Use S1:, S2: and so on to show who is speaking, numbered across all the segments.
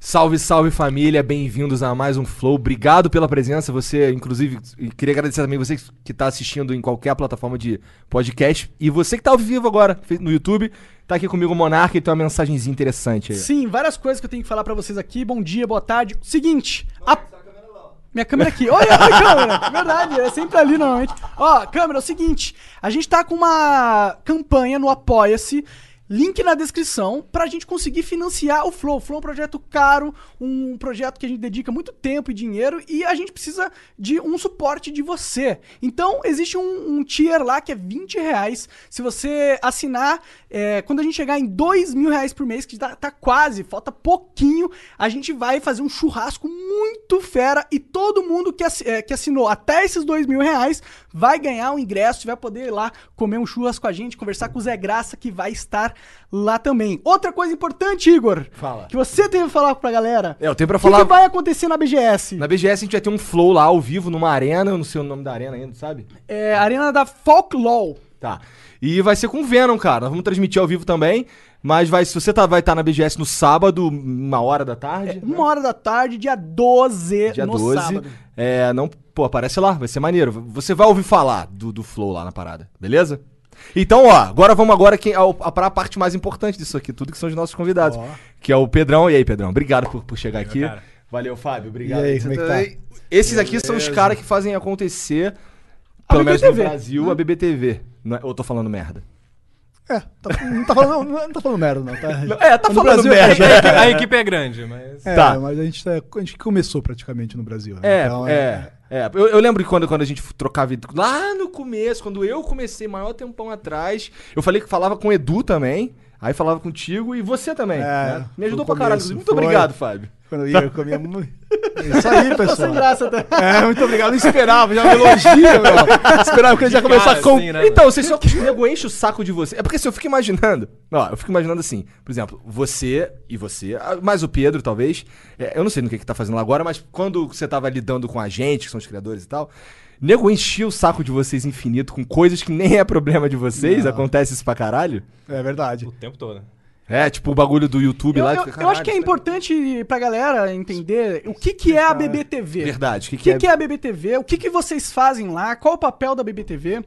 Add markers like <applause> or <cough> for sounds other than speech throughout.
S1: Salve, salve família, bem-vindos a mais um Flow. Obrigado pela presença. Você, inclusive, e queria agradecer também você que está assistindo em qualquer plataforma de podcast. E você que está ao vivo agora fe- no YouTube, tá aqui comigo o Monarca e tem uma mensagenzinha interessante aí.
S2: Sim, várias coisas que eu tenho que falar pra vocês aqui. Bom dia, boa tarde. Seguinte, a... minha câmera aqui. Olha a câmera, verdade, é sempre ali normalmente. Ó, câmera, é o seguinte, a gente tá com uma campanha no Apoia-se. Link na descrição pra gente conseguir financiar o Flow. O Flow é um projeto caro, um projeto que a gente dedica muito tempo e dinheiro e a gente precisa de um suporte de você. Então, existe um, um tier lá que é 20 reais. Se você assinar, é, quando a gente chegar em 2 mil reais por mês, que tá, tá quase, falta pouquinho, a gente vai fazer um churrasco muito fera e todo mundo que, assi- é, que assinou até esses 2 mil reais vai ganhar um ingresso e vai poder ir lá comer um churrasco com a gente, conversar com o Zé Graça, que vai estar lá também. Outra coisa importante, Igor,
S1: Fala.
S2: que você tem que falar pra galera.
S1: É, eu tenho pra
S2: O que,
S1: falar.
S2: que vai acontecer na BGS?
S1: Na BGS a gente vai ter um Flow lá ao vivo numa arena, eu não sei o nome da arena ainda, sabe?
S2: É, arena da Folklore.
S1: Tá. E vai ser com o Venom, cara. Nós vamos transmitir ao vivo também. Mas vai, se você tá, vai estar na BGS no sábado, uma hora da tarde. né?
S2: É, Uma hora da tarde, dia 12,
S1: Dia
S2: no
S1: 12.
S2: sábado.
S1: É, não, pô, aparece lá, vai ser maneiro. Você vai ouvir falar do, do Flow lá na parada, beleza? Então, ó, agora vamos agora quem, ao, a, pra parte mais importante disso aqui, tudo que são os nossos convidados. Que é o Pedrão. E aí, Pedrão, obrigado por, por chegar aqui. Valeu, Fábio, obrigado.
S3: E aí,
S1: Você
S3: como é que
S1: também. Esses aqui são os caras que fazem acontecer,
S2: A
S1: pelo menos no
S2: BBTV,
S1: Brasil, a BBTV. Não é- Ou eu tô falando merda?
S3: É, tá- não, tá falando, não, não tá falando merda, não. Tá,
S1: É, tá
S3: No
S1: falando
S3: Brasil,
S1: merda.
S4: A equipe- a equipe é grande, mas.
S3: é,
S1: tá.
S3: mas a gente, tá, a gente começou praticamente no Brasil. né?
S1: É,
S3: Então,
S1: é. é. Eu, eu lembro que quando, quando a gente trocava. ide- Lá no começo, quando eu comecei, maior tempão atrás, eu falei que falava com o Edu também. Aí falava contigo e você também.
S3: É,
S1: né? Me ajudou
S3: no
S1: pra caralho.
S3: começo,
S1: Muito
S3: foi.
S1: obrigado, Fábio.
S3: Quando eu ia, eu comia muito. É
S1: <laughs>
S3: isso aí, pessoal.
S2: Graça tá? até.
S3: É, muito obrigado. Não esperava, já me elogia, meu. Esperava que ele já começasse
S4: cara,
S3: com.
S4: assim, né?
S1: então, você só. O nego enche o saco de você. É porque assim, eu fico imaginando. Ó, eu fico imaginando assim, por exemplo, você e você, ah, mais o Pedro, talvez. é, eu não sei no que, que tá fazendo lá agora, mas quando você tava lidando com a gente, que são os criadores e tal. Nego enchia o saco de vocês infinito com coisas que nem é problema de vocês, acontece isso pra caralho.
S3: É verdade.
S4: O tempo todo. né?
S1: É, tipo o bagulho do YouTube
S2: Eu,
S1: lá.
S2: eu-
S1: fica,
S2: eu
S1: caralho,
S2: acho que é importante pra galera entender o que, que é a BBTV.
S1: Verdade, o que,
S2: O
S1: que
S2: que,
S1: é.
S2: que é a BBTV? O que, que vocês fazem lá? Qual o papel da BBTV?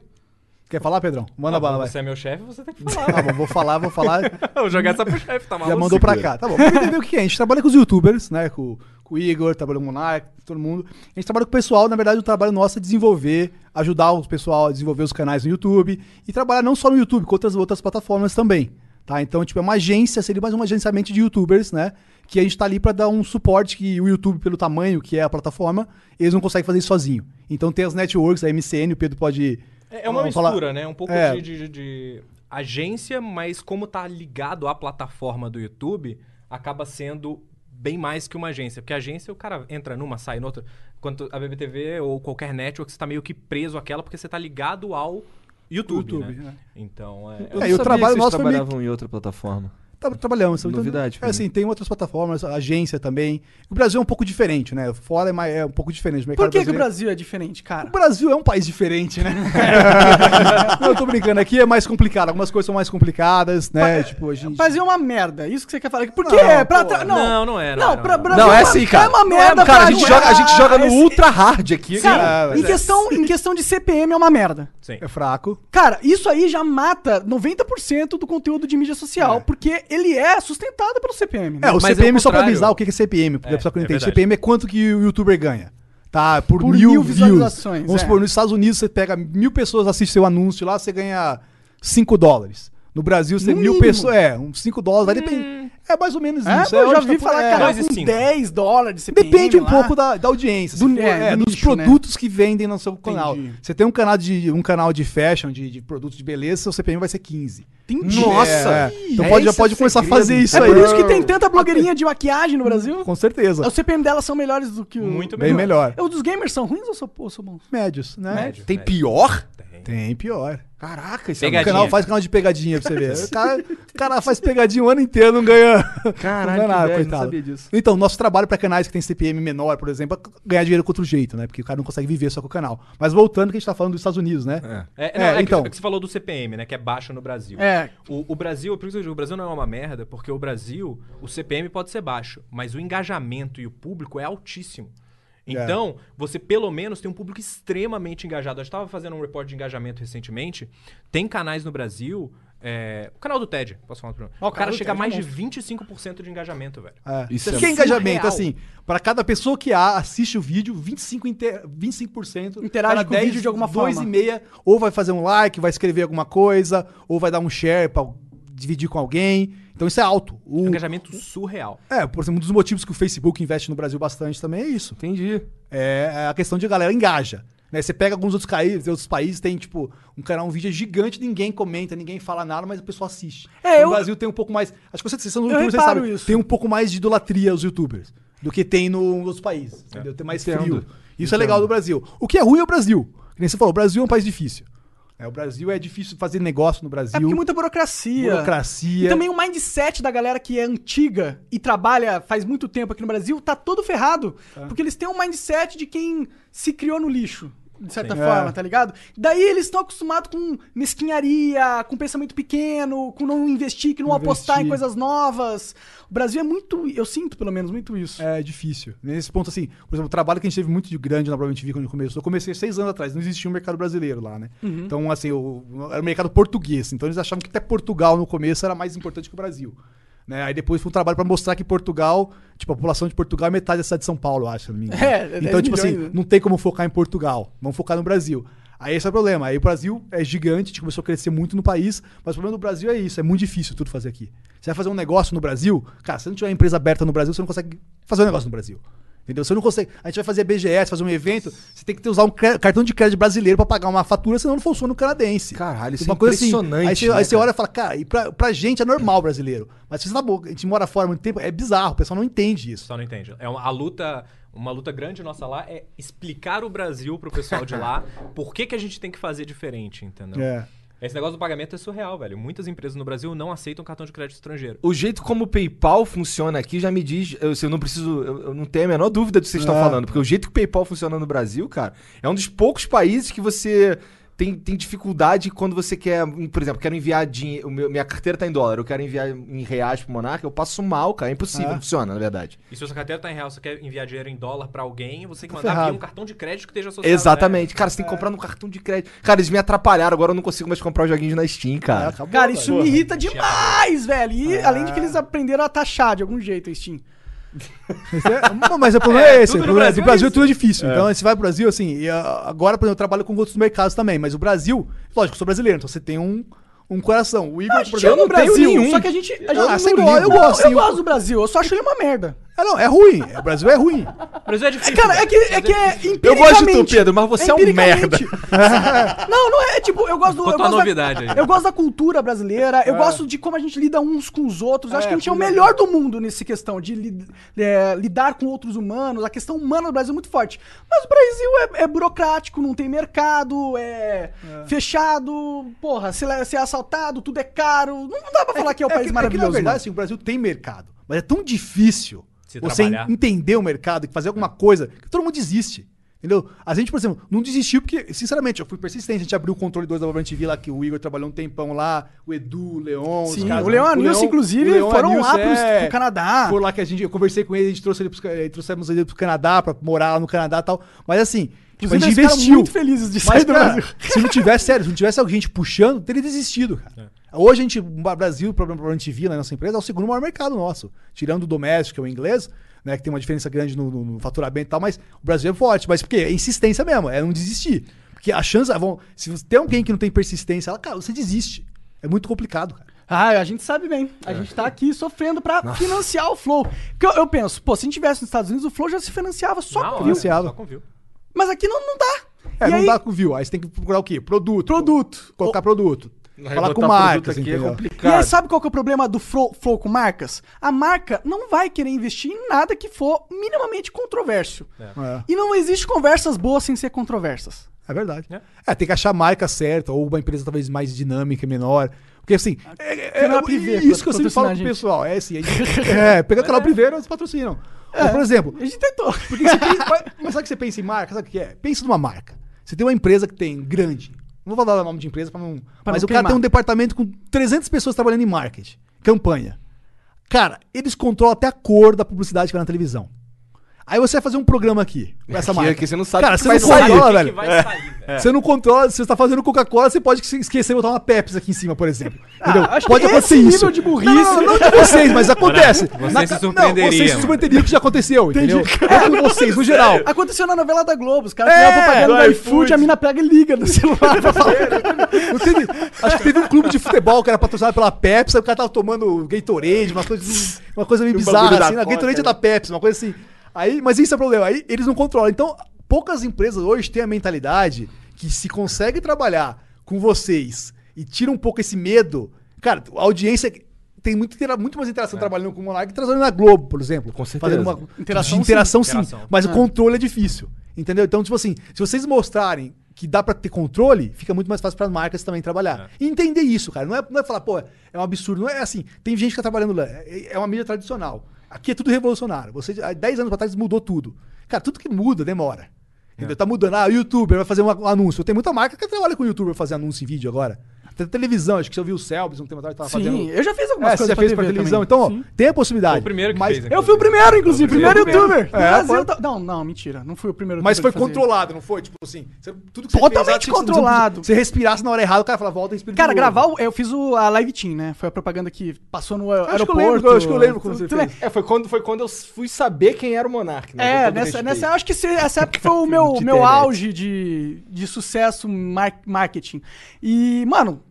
S3: Quer falar, Pedrão? Manda
S1: Tá
S4: Ah,
S3: bala, vai.
S4: você é meu chefe,
S3: <laughs>
S4: você tem que
S3: Tá
S4: falar.
S3: bom, vou falar, vou falar.
S4: Vou jogar essa pro chefe, tá maluco?
S3: já mandou pra cá. Tá bom. Pra entender o que é. A gente trabalha com os youtubers, né? Com, com o Igor, trabalha com o Monark, todo mundo. A gente trabalha com o pessoal, na verdade, o trabalho nosso é desenvolver, ajudar o pessoal a desenvolver os canais no YouTube e trabalhar não só no YouTube, com outras, outras plataformas também. Tá? Então, tipo, é uma agência, seria mais um agenciamento de youtubers, né? Que a gente tá ali pra dar um suporte que o YouTube, pelo tamanho que é a plataforma, eles não conseguem fazer isso sozinho. Então tem as networks, a MCN, o Pedro pode.
S4: É, é uma
S3: Vamos
S4: mistura,
S3: falar-
S4: né? Um pouco
S3: É.
S4: de, de- de agência, mas como tá ligado à plataforma do YouTube, acaba sendo bem mais que uma agência. Porque agência, o cara entra numa, sai noutra. Quanto a BBTV ou qualquer network, você tá meio que preso àquela, porque você tá ligado ao YouTube,
S3: YouTube,
S4: né? Então, é...
S1: não
S3: É, e o
S1: sabia
S3: trabalho
S1: que vocês
S3: nosso foi meio
S1: trabalhavam em outra plataforma.
S3: Tá, trabalhamos. Então,
S1: Novidade pra
S3: É, assim, tem outras plataformas, agência também. O Brasil é um pouco diferente, né? Fora é, mais, é um pouco diferente.
S2: Por que, que o
S3: brasileiro-
S2: Brasil é diferente, cara?
S3: O Brasil é um país
S2: <laughs>
S3: diferente, né? Não, eu tô brincando. Aqui é mais complicado. Algumas coisas são mais complicadas, né? tipo, a gente...
S2: O Brasil é uma merda. Isso que você quer falar. Por
S3: Não,
S2: que é? Pra
S3: pô,
S2: tra-
S4: não, não é, não é,
S2: Não,
S4: não
S2: pra
S4: é.
S2: Brasil
S1: não, é
S2: uma-
S1: assim, cara.
S2: É uma
S1: Não
S2: merda,
S1: cara. A gente,
S2: pra- é
S1: joga, a gente
S5: É
S1: joga no
S2: Esse-
S1: ultra hard aqui. cara.
S2: Cara,
S3: É,
S2: em,
S3: mas é.
S2: questão, em questão de CPM é uma merda.
S4: Sim.
S3: É fraco.
S2: Cara, isso aí já mata 90% do conteúdo de mídia social, porque ele é sustentado pelo CPM. né?
S3: É, o
S4: Mas é o
S3: CPM, só pra
S4: contrário.
S3: avisar o que que é CPM, porque
S4: É,
S3: a pessoa que não
S4: é
S3: entende.
S4: verdade.
S3: CPM é quanto que o youtuber ganha. Tá, por,
S2: Por
S3: mil,
S2: mil
S3: views.
S2: visualizações,
S3: Vamos
S2: é.
S3: supor, nos Estados Unidos você pega mil pessoas, assiste seu anúncio lá, você ganha 5 dólares. No Brasil, você
S2: No
S3: mil
S2: mínimo.
S3: pessoas. É, uns 5 dólares, vai depender. É mais ou menos
S2: É,
S3: isso.
S2: eu
S3: é
S2: já
S3: onde
S2: vi
S3: tá-
S2: falar,
S3: é,
S2: cara,
S4: dois e
S2: com
S4: cinco.
S2: 10 dólares. você
S3: Depende
S2: tem
S3: um
S2: lá.
S3: pouco da, da audiência, se
S2: Do-
S3: for,
S2: é,
S3: é,
S2: do
S3: dos
S2: nicho, né?
S3: produtos que vendem no seu canal.
S2: Entendi.
S3: Você tem um canal de um canal de fashion, de, de produtos de beleza, seu CPM vai ser 15.
S2: Entendi.
S3: É, é. Então
S5: É
S3: pode, já
S5: esse
S3: pode
S5: o
S3: começar a
S5: segredo.
S3: fazer isso
S2: É
S3: aí.
S2: por isso que É tem tanta blogueirinha de maquiagem no Brasil.
S3: <laughs> Com certeza.
S2: Os CPM delas são melhores do que o...
S4: Muito
S3: Bem melhor.
S2: Os dos gamers são ruins ou são, ou são bons?
S3: Médios, né?
S4: Médio,
S5: Tem
S4: médio.
S5: pior?
S3: Tem pior.
S5: Caraca,
S1: é
S5: isso
S3: O
S4: Pegadinha.
S3: canal faz canal de pegadinha pra você ver. O cara, o cara faz pegadinha o ano inteiro, não ganha.
S5: Caralho,
S3: não ganha
S5: que
S3: nada,
S5: velho, não
S3: coitado.
S5: sabia disso.
S3: Então, nosso trabalho pra canais que tem CPM menor, por exemplo, é ganhar dinheiro com outro jeito, né? Porque o cara não consegue viver só com o canal. Mas voltando que a gente tá falando dos Estados Unidos, né?
S5: É.
S4: É, não,
S3: É,
S4: é que-
S3: então.
S4: é que você falou do CPM, né? Que é baixo no Brasil.
S2: É.
S4: O, o Brasil, por isso que eu digo, o Brasil não é uma merda, porque o Brasil, o CPM pode ser baixo, mas o engajamento e o público é altíssimo.
S2: É.
S4: Então, você pelo menos tem um público extremamente engajado. Eu estava fazendo um report de engajamento recentemente. Tem canais no Brasil. é, o canal do TED, posso falar um problema. o cara
S2: do
S4: chega a
S2: TED
S4: mais
S2: é Ah,
S4: de 25% de engajamento, velho.
S3: É.
S5: Isso
S3: Isso
S5: é
S3: que é engajamento,
S4: surreal.
S3: assim, pra cada pessoa que há, assiste o vídeo, 25 inter... 25%
S2: Interage
S3: cada
S2: com o vídeo de alguma
S3: dois
S2: forma.
S3: e meia, ou vai fazer um like, vai escrever alguma coisa, ou vai dar um share pra dividir com alguém. Então isso é alto. O-
S4: É um engajamento surreal.
S3: É, por exemplo, um dos motivos que o Facebook investe no Brasil bastante também é isso.
S5: Entendi.
S3: É a questão de a galera engaja. Né? Você pega alguns outros países, outros países tem, tipo, um canal, um vídeo gigante, ninguém comenta, ninguém fala nada, mas o pessoal assiste.
S2: É,
S3: no
S2: eu-
S3: Brasil tem um pouco mais. Acho que vocês, vocês são
S2: Eu
S3: youtubers, vocês
S2: reparo
S3: sabem.
S2: isso.
S3: Tem um pouco mais de idolatria aos youtubers do que tem no- nos outros países. Entendeu? Tem mais
S5: Entendo.
S3: frio. Isso é legal do Brasil. O que é ruim é o Brasil. Que nem você falou, o Brasil é um país difícil. É, o Brasil é difícil fazer negócio no Brasil.
S2: É porque muita burocracia.
S3: burocracia.
S2: E também o mindset da galera que é antiga e trabalha faz muito tempo aqui no Brasil tá todo ferrado. Porque eles têm um mindset de quem se criou no lixo, de certa
S3: Sim.
S2: forma,
S3: É.
S2: tá ligado? Daí eles estão acostumados com mesquinharia, com pensamento pequeno, com não investir, que não
S3: Não
S2: apostar em
S3: investir.
S2: coisas novas. O Brasil é muito. Eu sinto, pelo menos, muito isso.
S3: É difícil. Nesse ponto, assim, por exemplo, o trabalho que a gente teve muito de grande na Brava TV quando começou, eu comecei seis anos atrás, não existia um mercado brasileiro lá, né?
S2: Uhum.
S3: Então, assim, o- era um mercado português, então eles achavam que até Portugal no começo era mais importante que o Brasil. Né? Aí depois foi um trabalho pra mostrar que Portugal, tipo, a população de Portugal é metade da cidade de São Paulo, eu acho, se não me engano.
S2: É, 10
S3: então, tipo assim,
S2: milhões, né?
S3: não tem como focar em Portugal, vamos focar no Brasil. Aí esse é o problema. Aí o Brasil é gigante, a gente começou a crescer muito no país, mas o problema do Brasil é isso, é muito difícil tudo fazer aqui. Você vai fazer um negócio no Brasil, cara, se não tiver uma empresa aberta no Brasil, você não consegue fazer um negócio no Brasil. Entendeu? Você não consegue. A gente vai fazer a BGS, fazer um evento, você tem que ter, usar um cre- cartão de crédito brasileiro pra pagar uma fatura, senão não funciona o canadense.
S5: Caralho, isso
S3: Uma
S5: é
S3: coisa assim,
S5: impressionante,
S3: aí você,
S5: né,
S3: aí você
S5: cara?
S3: olha e fala, cara, e pra, pra gente é normal brasileiro. Mas se você tá bom, a gente mora fora há muito tempo, é bizarro, o pessoal não entende isso.
S4: Só não entende. É uma, a luta, uma luta grande nossa lá é explicar o Brasil pro pessoal
S2: <laughs>
S4: de lá por que, que a gente tem que fazer diferente, entendeu?
S3: É.
S4: Esse negócio do pagamento é surreal, velho. Muitas empresas no Brasil não aceitam cartão de crédito estrangeiro.
S5: O jeito como o PayPal funciona aqui já me diz. Eu, se eu não preciso. Eu, eu não tenho a menor dúvida do que vocês estão
S3: É.
S5: falando. Porque o jeito que o PayPal funciona no Brasil, cara, é um dos poucos países que você. Tem, tem dificuldade quando você quer, hum, por exemplo, quero enviar dinheiro. Minha carteira tá em dólar, eu quero enviar em reais pro Monarca, eu passo mal, cara. É impossível,
S3: É.
S5: não funciona, na verdade.
S4: E se sua carteira tá em real, você quer enviar dinheiro em dólar pra alguém, você tem que
S3: Tá
S4: mandar
S3: ferrado.
S4: via um cartão de crédito que esteja associado.
S5: Exatamente. É. Cara, você tem que comprar no cartão de crédito. Cara, eles me atrapalharam, agora eu não consigo mais comprar os joguinhos na Steam, cara.
S3: acabou,
S2: Cara, isso
S3: velho.
S2: me irrita demais, velho. E
S3: É.
S2: além de que eles aprenderam a taxar de algum jeito, a Steam.
S3: Isso é- mas o problema é esse.
S4: tudo
S3: O
S4: no
S3: problema é que
S4: Brasil
S3: o
S4: é
S3: Brasil
S4: isso.
S3: tudo é difícil. Então, você vai pro Brasil, assim, e, ah, agora, por exemplo, eu trabalho com outros mercados também, mas o Brasil, lógico, eu sou brasileiro, então você tem um, um coração. O Igor, por
S2: Eu
S3: exemplo,
S2: no
S3: não
S2: Brasil,
S3: Brasil,
S2: só que a gente. A gente
S3: Ah, sem
S2: gosta-
S3: ligo.
S2: eu gosto, eu
S3: Sim.
S2: gosto do Brasil, eu só acho ele uma merda.
S3: É, não, é ruim. O Brasil é ruim.
S4: O Brasil é difícil.
S2: Cara, é
S4: velho.
S2: que é, que é
S5: Eu gosto de tu,
S2: empiricamente-
S5: Pedro, mas você é um merda.
S2: empiricamente. <laughs> não, não é, é tipo, eu gosto do.
S4: Conta
S2: Eu
S4: uma
S2: gosto,
S4: novidade
S2: da,
S4: aí.
S2: eu gosto da cultura brasileira, eu gosto de como a gente lida uns com os outros. Eu acho
S3: É,
S2: que a gente é o
S3: pois é.
S2: melhor do mundo nessa questão de lid- é, lidar com outros humanos. A questão humana do Brasil é muito forte. Mas o Brasil é, é burocrático, não tem mercado, é, fechado, porra, se é, se é assaltado, tudo é caro. Não dá pra falar que é o país maravilhoso.
S3: na verdade,
S2: não.
S3: assim, o Brasil tem mercado, mas é tão difícil
S4: Se
S3: você
S4: trabalhar. É.
S3: entender o mercado e fazer alguma coisa que todo mundo desiste. Entendeu? A gente, por exemplo, não desistiu porque, sinceramente, eu fui persistente. A gente abriu o controle 2 da Brabant TV lá, que o Igor trabalhou um tempão lá, o Edu, o Leon. os
S2: Sim,
S3: caras-
S2: o Leon Anilson,
S3: Leon-
S2: inclusive,
S3: o Leon
S2: foram
S3: Anilson,
S2: lá pros-
S3: é.
S2: pro Canadá.
S3: Foi lá que a gente, eu conversei com ele, a gente trouxe ele pros, eh, trouxemos ele pro Canadá, pra morar lá no Canadá e tal. Mas assim, tipo, a
S2: Inclusive,
S3: gente
S2: eles ficaram
S3: investiu.
S2: muito felizes de sair
S3: Mas,
S2: do
S3: cara,
S2: Brasil.
S3: <laughs> se não tivesse, sério, se não tivesse alguém te puxando, teria desistido, cara.
S2: É.
S3: Hoje a gente, o Brasil, o problema a gente via na nossa empresa, é o segundo maior mercado nosso. Tirando o doméstico, que é o inglês, né, que tem uma diferença grande no, no- no faturamento e tal, mas o Brasil é forte. Mas porque é insistência mesmo, é não desistir. Porque a chance, ah, vão, se você tem alguém que não tem persistência, ela, cara, você desiste. É muito complicado, cara.
S2: Ah, a gente sabe bem.
S3: É.
S2: A gente tá aqui sofrendo pra financiar o Flow. Porque eu, eu penso, pô, se a gente tivesse nos Estados Unidos, o Flow já se financiava só
S4: Na
S2: com
S4: hora,
S2: view.
S3: financiava.
S4: Só com view.
S2: Mas aqui não, não dá.
S3: É,
S2: e
S3: não
S2: aí,
S3: dá com view. Aí você tem que procurar o quê? Produto. Produto. Colocar produto. Falar com
S5: Botar
S3: marcas,
S5: produto aqui
S3: entendeu?
S5: é
S2: e aí
S5: complicado.
S2: sabe qual que é o problema do flow, flow com marcas? A marca não vai querer investir em nada que for minimamente controverso.
S3: É.
S2: E não existe conversas boas sem ser controversas.
S3: É verdade.
S4: É.
S3: É. tem que achar a marca certa, ou uma empresa talvez mais dinâmica, menor. Porque assim, é, é-
S2: Canal
S3: é-
S2: privê,
S3: isso que eu
S2: patrocinar
S3: sempre falo
S2: a
S3: pro
S2: gente.
S3: pessoal. É assim, é,
S2: <laughs>
S3: é pega o canal primeiro, eles patrocinam.
S2: É.
S3: Mas, por exemplo,
S2: A gente tentou.
S3: porque você pensa- mas- mas sabe que você pensa em marca? Sabe o que é? Pensa numa marca. Você tem uma empresa que tem grande. Não vou falar o nome de empresa para não. mas
S2: não
S3: o cara
S2: queimar.
S3: tem um departamento com 300 pessoas trabalhando em marketing, campanha. Cara, eles controlam até a cor da publicidade que vai na televisão. Aí você vai fazer um programa aqui com essa
S5: Aqui-
S3: marca.
S5: aqui você não sabe
S3: Cara,
S5: o É que
S3: você
S5: vai
S3: não
S5: sair.
S3: controla,
S4: O que que
S3: velho.
S4: vai
S2: É.
S4: sair, velho?
S3: Você não controla, se você está fazendo Coca-Cola, você pode esquecer de botar uma Pepsi aqui em cima, por exemplo.
S2: <laughs>
S3: Entendeu?
S2: Ah, acho
S3: pode
S2: que
S3: acontecer
S2: esse
S3: isso.
S2: nível de burrice-
S3: Não, não, não, não de vocês, mas acontece.
S4: Vocês
S3: Na
S4: se
S3: ca-
S4: surpreenderiam,
S3: Não, vocês se
S4: mano.
S3: surpreenderiam que já aconteceu, entendeu? Não com vocês, no geral.
S2: <laughs> <laughs> Aconteceu na novela da Globo, os caras
S3: É,
S2: fizeram propaganda
S3: do
S2: do iFood,
S3: iFood.
S2: a mina pega e liga no celular pra falar.
S3: <laughs> Não teve- acho que teve um clube de futebol que era patrocinado pela Pepsi, aí o cara tava tomando Gatorade, uma coisa, uma coisa
S5: E
S3: meio
S5: o um bagulho
S3: bizarra.
S5: da
S3: Assim, a
S5: Coca,
S3: Gatorade é
S5: né?
S3: da Pepsi, uma coisa assim. Aí, mas isso é o problema. Aí eles não controlam. Então, poucas empresas hoje têm a mentalidade que se consegue trabalhar com vocês e tira um pouco esse medo. Cara, a audiência tem muito, intera- muito mais interação trabalhando com o Monark que trabalhando na Globo, por exemplo.
S5: É. Com certeza.
S3: Fazendo uma
S2: Interação,
S3: interação, de interação sim.
S4: Interação.
S3: Mas o controle é difícil. Entendeu? Então, tipo assim, se vocês mostrarem que dá pra ter controle, fica muito mais fácil para marcas também trabalhar. E entender isso, cara. Não é, não é falar, pô, é um absurdo. Não é assim. Tem gente que tá trabalhando lá. É é uma mídia tradicional. Aqui é tudo revolucionário. Você, há 10 anos pra trás mudou tudo. Cara, tudo que muda demora.
S4: É.
S3: Entendeu? Tá mudando. Ah, o youtuber vai fazer um a- um anúncio. Tem muita marca que trabalha com youtuber fazer anúncio em vídeo agora. Até televisão, acho que você ouviu o Selbs um tempo atrás, tava fazendo.
S2: Sim, eu já fiz algumas
S3: É, você
S2: coisas
S3: já fez pra
S2: TV
S3: televisão.
S2: também.
S3: Então,
S2: Sim.
S3: ó, tem a possibilidade.
S4: Foi o primeiro que
S3: mas,
S4: fez, né?
S2: Eu fui o primeiro, inclusive,
S4: Foi o
S2: primeiro,
S4: primeiro.
S2: youtuber. do
S3: É,
S2: Brasil,
S3: foi.
S2: tá- Não, não, mentira. Não fui o primeiro.
S3: Mas foi
S2: youtuber a fazer.
S3: controlado, não foi? Tipo assim, você- tudo que você
S2: Totalmente
S3: fez, ah, tinha que ser-
S2: controlado.
S3: Se você respirasse na hora errada, o cara falava, volta e respira. de
S2: Cara,
S3: novo.
S2: gravar, o- eu fiz o, a Live Team, né? Foi a propaganda que passou no aeroporto.
S3: que eu lembro, acho que eu lembro como
S2: Tu-
S3: você
S2: tu
S3: fez.
S2: lembra?
S5: É, foi quando, foi quando eu fui saber quem era o Monark. né?
S2: É,
S5: Voltando pra
S2: nessa,
S5: gente
S2: nessa
S5: aí.
S2: acho que se- essa época foi o meu,
S5: de
S2: meu
S5: internet.
S2: auge de, de sucesso mar- marketing. E, mano,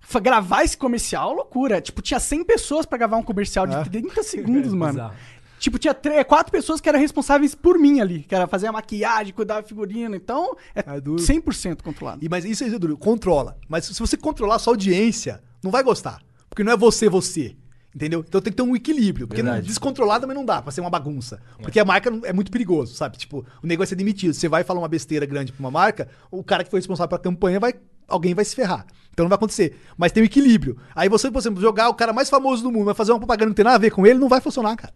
S2: fa- gravar esse comercial, loucura. Tipo, tinha 100 pessoas pra gravar um comercial de 30 segundos, mano.
S4: Bizarro.
S2: Tipo, tinha tre- quatro pessoas que eram responsáveis por mim ali, que era fazer a maquiagem, cuidar da figurina. Então, é
S3: É duro.
S2: 100% controlado.
S3: E, mas isso é duro, controla. Mas se você controlar a sua audiência, não vai gostar. Porque não é você, você. Entendeu? Então tem que ter um equilíbrio. Porque não,
S5: Verdade.
S3: descontrolar também não dá pra ser uma bagunça. Porque a marca não- é muito perigoso, sabe? Tipo, o negócio é demitido. Você vai falar uma besteira grande pra uma marca, o cara que foi responsável pela campanha vai. Alguém vai se ferrar. Então não vai acontecer. Mas tem um equilíbrio. Aí você, por exemplo, jogar o cara mais famoso do mundo, vai fazer uma propaganda que não tem nada a ver com ele, não vai funcionar, cara.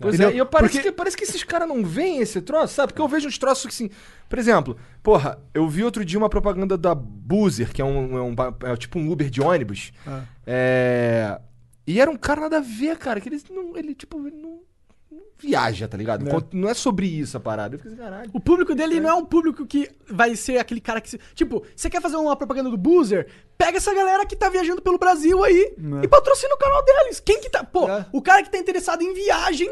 S5: Pois
S3: Entendeu?
S5: é, e eu parece,
S3: Porque-
S5: que, parece que esses caras não veem esse troço, sabe? Porque eu vejo uns troços que assim. Por exemplo, porra, eu vi outro dia uma propaganda da Boozer, que é um, é um ba- é tipo um Uber de ônibus. É, E era um cara nada a ver, cara, que ele não. Ele, tipo, ele não, não viaja, tá ligado? Não. não é sobre isso a parada. Eu fiquei assim, caralho.
S2: O público dele não é um público que vai ser aquele cara que. se- Tipo, você quer fazer uma propaganda do Boozer? Pega essa galera que tá viajando pelo Brasil aí e patrocina o canal deles. Quem que tá. Pô,
S3: É.
S2: o cara que tá interessado em viagem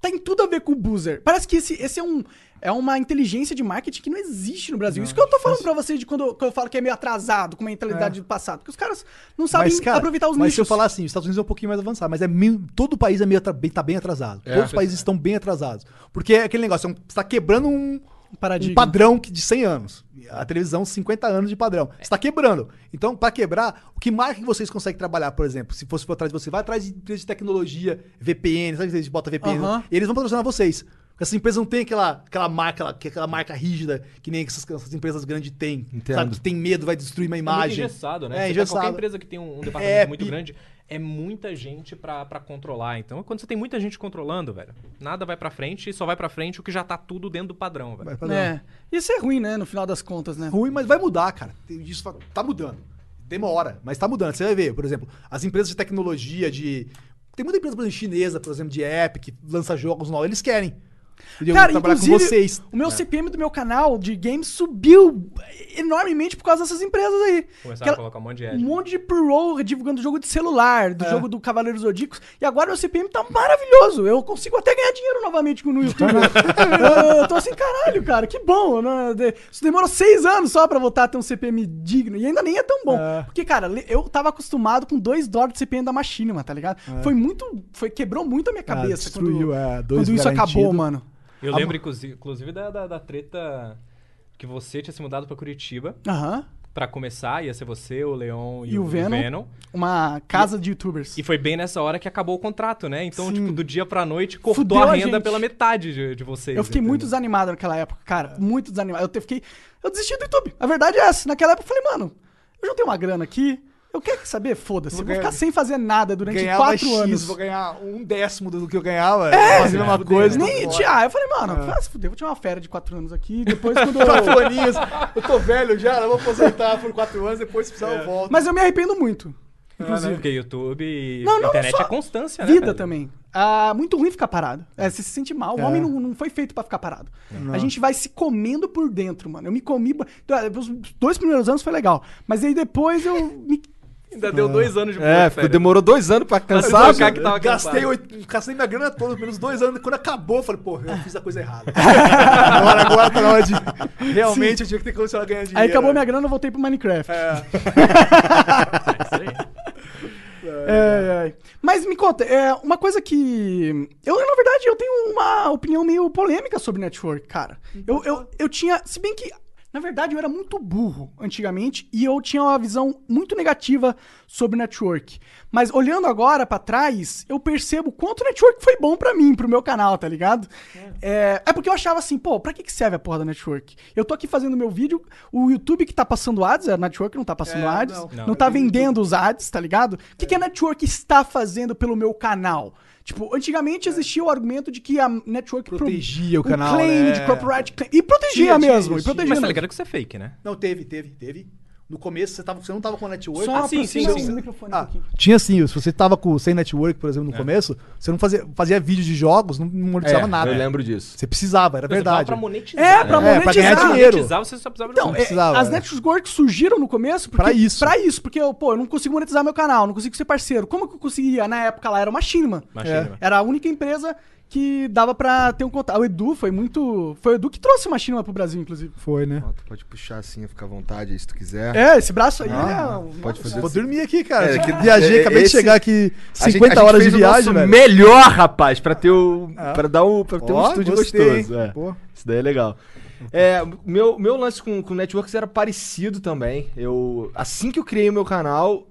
S2: tem tudo a ver com o Boozer. Parece que esse, esse é um. É uma inteligência de marketing que não existe no Brasil. Isso que eu tô falando pra vocês de quando, eu- quando eu falo que é meio atrasado, com mentalidade do passado. Porque os caras não sabem aproveitar os
S3: É. mas
S2: nichos.
S3: se eu falar assim, os Estados Unidos é um pouquinho mais avançado, mas é meio- todo o país é meio atra- bem, tá bem atrasado.
S4: É,
S3: Todos os países estão bem atrasados. Porque é aquele negócio, é um- você tá quebrando um,
S2: paradigma.
S3: um padrão que- de 100 anos. A televisão, 50 anos de padrão. Você tá quebrando. Então, para quebrar, o que marca que vocês conseguem trabalhar, por exemplo? Se fosse por trás de você, vai atrás de empresas de tecnologia, VPN, sabe que vocês botam VPN?
S2: Aham.
S3: né? E eles vão patrocinar vocês. Porque essa empresa não tem aquela, aquela marca, aquela, aquela marca rígida que nem essas, essas empresas grandes têm.
S5: Entendo.
S3: Sabe? Que tem medo, vai destruir uma
S4: É muito
S3: imagem.
S4: engessado, né?
S3: É,
S4: Você pega
S3: engessado.
S4: Qualquer empresa que tem um, um departamento
S3: É,
S4: muito
S3: pi-
S4: grande, é muita gente pra, pra controlar. Então, quando você tem muita gente controlando, velho, nada vai pra frente e só vai pra frente o que já tá tudo dentro do padrão, velho.
S3: Vai pra lá.
S2: né? Isso é ruim, né? No final das contas, né?
S3: ruim, mas vai mudar, cara. Tem- Isso fa- tá mudando. Demora, mas tá mudando. Você vai ver, por exemplo, as empresas de tecnologia, de. Tem muita empresa, por exemplo, chinesa, por exemplo, de app, que lança jogos novos, eles querem. Podia
S2: Cara,
S3: trabalhar com
S2: inclusive, um
S3: vocês. É.
S2: o meu CPM do meu canal de games subiu enormemente por causa dessas empresas aí.
S4: Começaram a
S2: Aquela-
S4: colocar um monte de
S2: um
S4: ad.
S2: monte de pro divulgando jogo de celular,
S3: É.
S2: do jogo do Cavaleiros Zodíacos. E agora o CPM tá maravilhoso. Eu consigo até ganhar dinheiro novamente no YouTube. né?
S3: <laughs>
S2: eu, eu tô assim, caralho, cara, que bom. né? De- Isso demorou seis anos só pra voltar a ter um CPM digno. E ainda nem é tão bom.
S3: É.
S2: Porque, cara, le- eu tava acostumado com 2 dólares de CPM da Machinima, tá ligado? Foi muito. Foi, quebrou muito a minha cabeça
S3: É. Ah, destruiu,
S2: quando,
S3: é, dois
S2: quando isso acabou,
S3: garantido.
S2: mano.
S4: Eu lembro, inclusi- inclusive, da, da, da treta que você tinha se mudado pra Curitiba
S2: Aham.
S4: pra começar. Ia ser você, o Leon e,
S2: E
S4: o,
S2: o Venom.
S4: Venom.
S2: Uma casa de youtubers.
S4: E foi bem nessa hora que acabou o contrato, né? Então,
S2: Sim.
S4: tipo, do dia pra noite cortou
S2: Fudeu
S4: a
S2: a
S4: renda
S2: gente.
S4: pela metade de, de vocês.
S2: Eu fiquei
S4: entendeu?
S2: muito desanimado naquela época, cara. Muito desanimado. Eu te- fiquei. Eu desisti do YouTube. A verdade é essa. Naquela época eu falei, mano, eu juntei uma grana aqui. Eu quero saber, foda-se. Eu vou
S3: ganhar-
S2: ficar sem fazer nada durante
S3: Ganhava
S2: quatro
S3: X,
S2: anos.
S3: vou ganhar um décimo do que eu ganhava. É, fazer a mesma coisa.
S2: Nem
S3: tô
S2: tirar. Eu falei, mano, ah, se fuder, vou tirar uma férias de quatro anos aqui.
S3: <laughs>
S2: Depois, quando
S3: É. fora.
S2: eu.
S3: Quatro aninhos, eu tô velho já, eu vou aposentar por quatro anos, depois se precisar eu volto.
S2: Mas eu me arrependo muito.
S4: Inclusive, porque YouTube e
S2: Não, não,
S4: internet
S2: só
S4: é constância, né?
S2: Vida
S4: velho?
S2: também. Ah, muito ruim ficar parado. É, você se sente mal. O
S3: É.
S2: homem não, não foi feito pra ficar parado. A gente vai se comendo por dentro, mano. Eu me comi. Então, é, Os dois primeiros anos foi legal. Mas aí depois eu me
S4: Ainda deu dois anos de
S5: É,
S4: boa, velho.
S5: demorou dois anos pra cansar.
S4: o cara que tava
S3: gastei,
S4: cansado.
S3: oito- gastei minha grana toda, pelo menos dois anos. Quando acabou, eu falei, porra, eu fiz a coisa errada. agora, agora tá na hora de. Realmente eu tinha que ter começado a ganhar dinheiro.
S2: Aí acabou minha grana, eu voltei pro Minecraft. Ai, ai. É, Mas me conta, é, uma coisa que. Eu, na verdade, eu tenho uma opinião meio polêmica sobre network, cara. Eu, eu, eu tinha. Se bem que. Na verdade, eu era muito burro antigamente e eu tinha uma visão muito negativa sobre network. Mas olhando agora pra trás, eu percebo quanto o network foi bom pra mim, pro meu canal, tá ligado? É, é porque eu achava assim, pô, pra que que serve a porra da network? Eu tô aqui fazendo meu vídeo, o YouTube que tá passando ads, a network não tá passando ads, não,
S4: Não.
S2: tá vendendo os ads, tá ligado? O que, que a
S3: É.
S2: network está fazendo pelo meu canal? Tipo, antigamente existia o argumento de que a network pro-
S3: É. Protegia o
S2: um
S3: canal,
S2: claim
S3: né?
S2: de corporate claim, e protegia
S3: Tinha, tinha
S2: mesmo,
S3: isso,
S2: e protegia.
S4: Mas
S2: mesmo.
S4: tá ligado que isso é fake, né?
S3: Não, teve, teve, teve. No começo você, tava, você não tava com a network.
S2: Só
S4: Ah, sim,
S2: aproxima
S4: sim,
S2: o
S4: sim.
S2: microfone
S3: Ah,
S2: um pouquinho.
S3: tinha sim, se você tava com, sem network, por exemplo, no começo, você não fazia, fazia vídeo de jogos, não não
S1: É,
S3: monetizava nada.
S5: Eu lembro disso.
S3: Você precisava, era
S4: Você fala
S3: verdade.
S4: pra monetizar.
S2: É, pra
S3: É, pra
S2: monetizar.
S3: ganhar dinheiro.
S4: monetizar, você só precisava
S2: Então,
S4: de um
S2: é,
S3: precisava,
S2: as
S3: né?
S2: networks surgiram no começo porque,
S3: Pra isso.
S2: Pra isso, porque eu, pô, eu não consigo monetizar meu canal, não consigo ser parceiro. Como que eu conseguia? Na época lá era uma Shinman.
S4: Machinima.
S2: Era a única empresa que dava pra ter um contato. O Edu foi muito. Foi o Edu que trouxe uma Shinman pro Brasil, inclusive.
S3: Foi, né?
S1: Ó, tu pode puxar assim, fica à vontade aí se tu quiser.
S2: É, esse braço aí. ele
S3: Ah,
S2: é um-
S1: Pode fazer
S3: Vou
S1: assim.
S3: dormir aqui, cara.
S1: É, que-
S3: Viajei,
S1: é,
S3: acabei
S1: esse-
S3: de chegar aqui
S1: A gente-
S3: 50
S1: a gente
S3: horas de
S1: fez o nosso
S3: viagem, velho.
S5: Melhor, rapaz, pra ter, o,
S1: Ah.
S5: pra dar o, pra ter um
S3: Ó,
S5: estúdio
S3: gostei,
S5: gostoso.
S3: hein?
S5: é.
S3: Pô.
S5: Isso daí é legal. É, meu, meu lance com, com networks era parecido também. Eu, assim que eu criei o meu canal,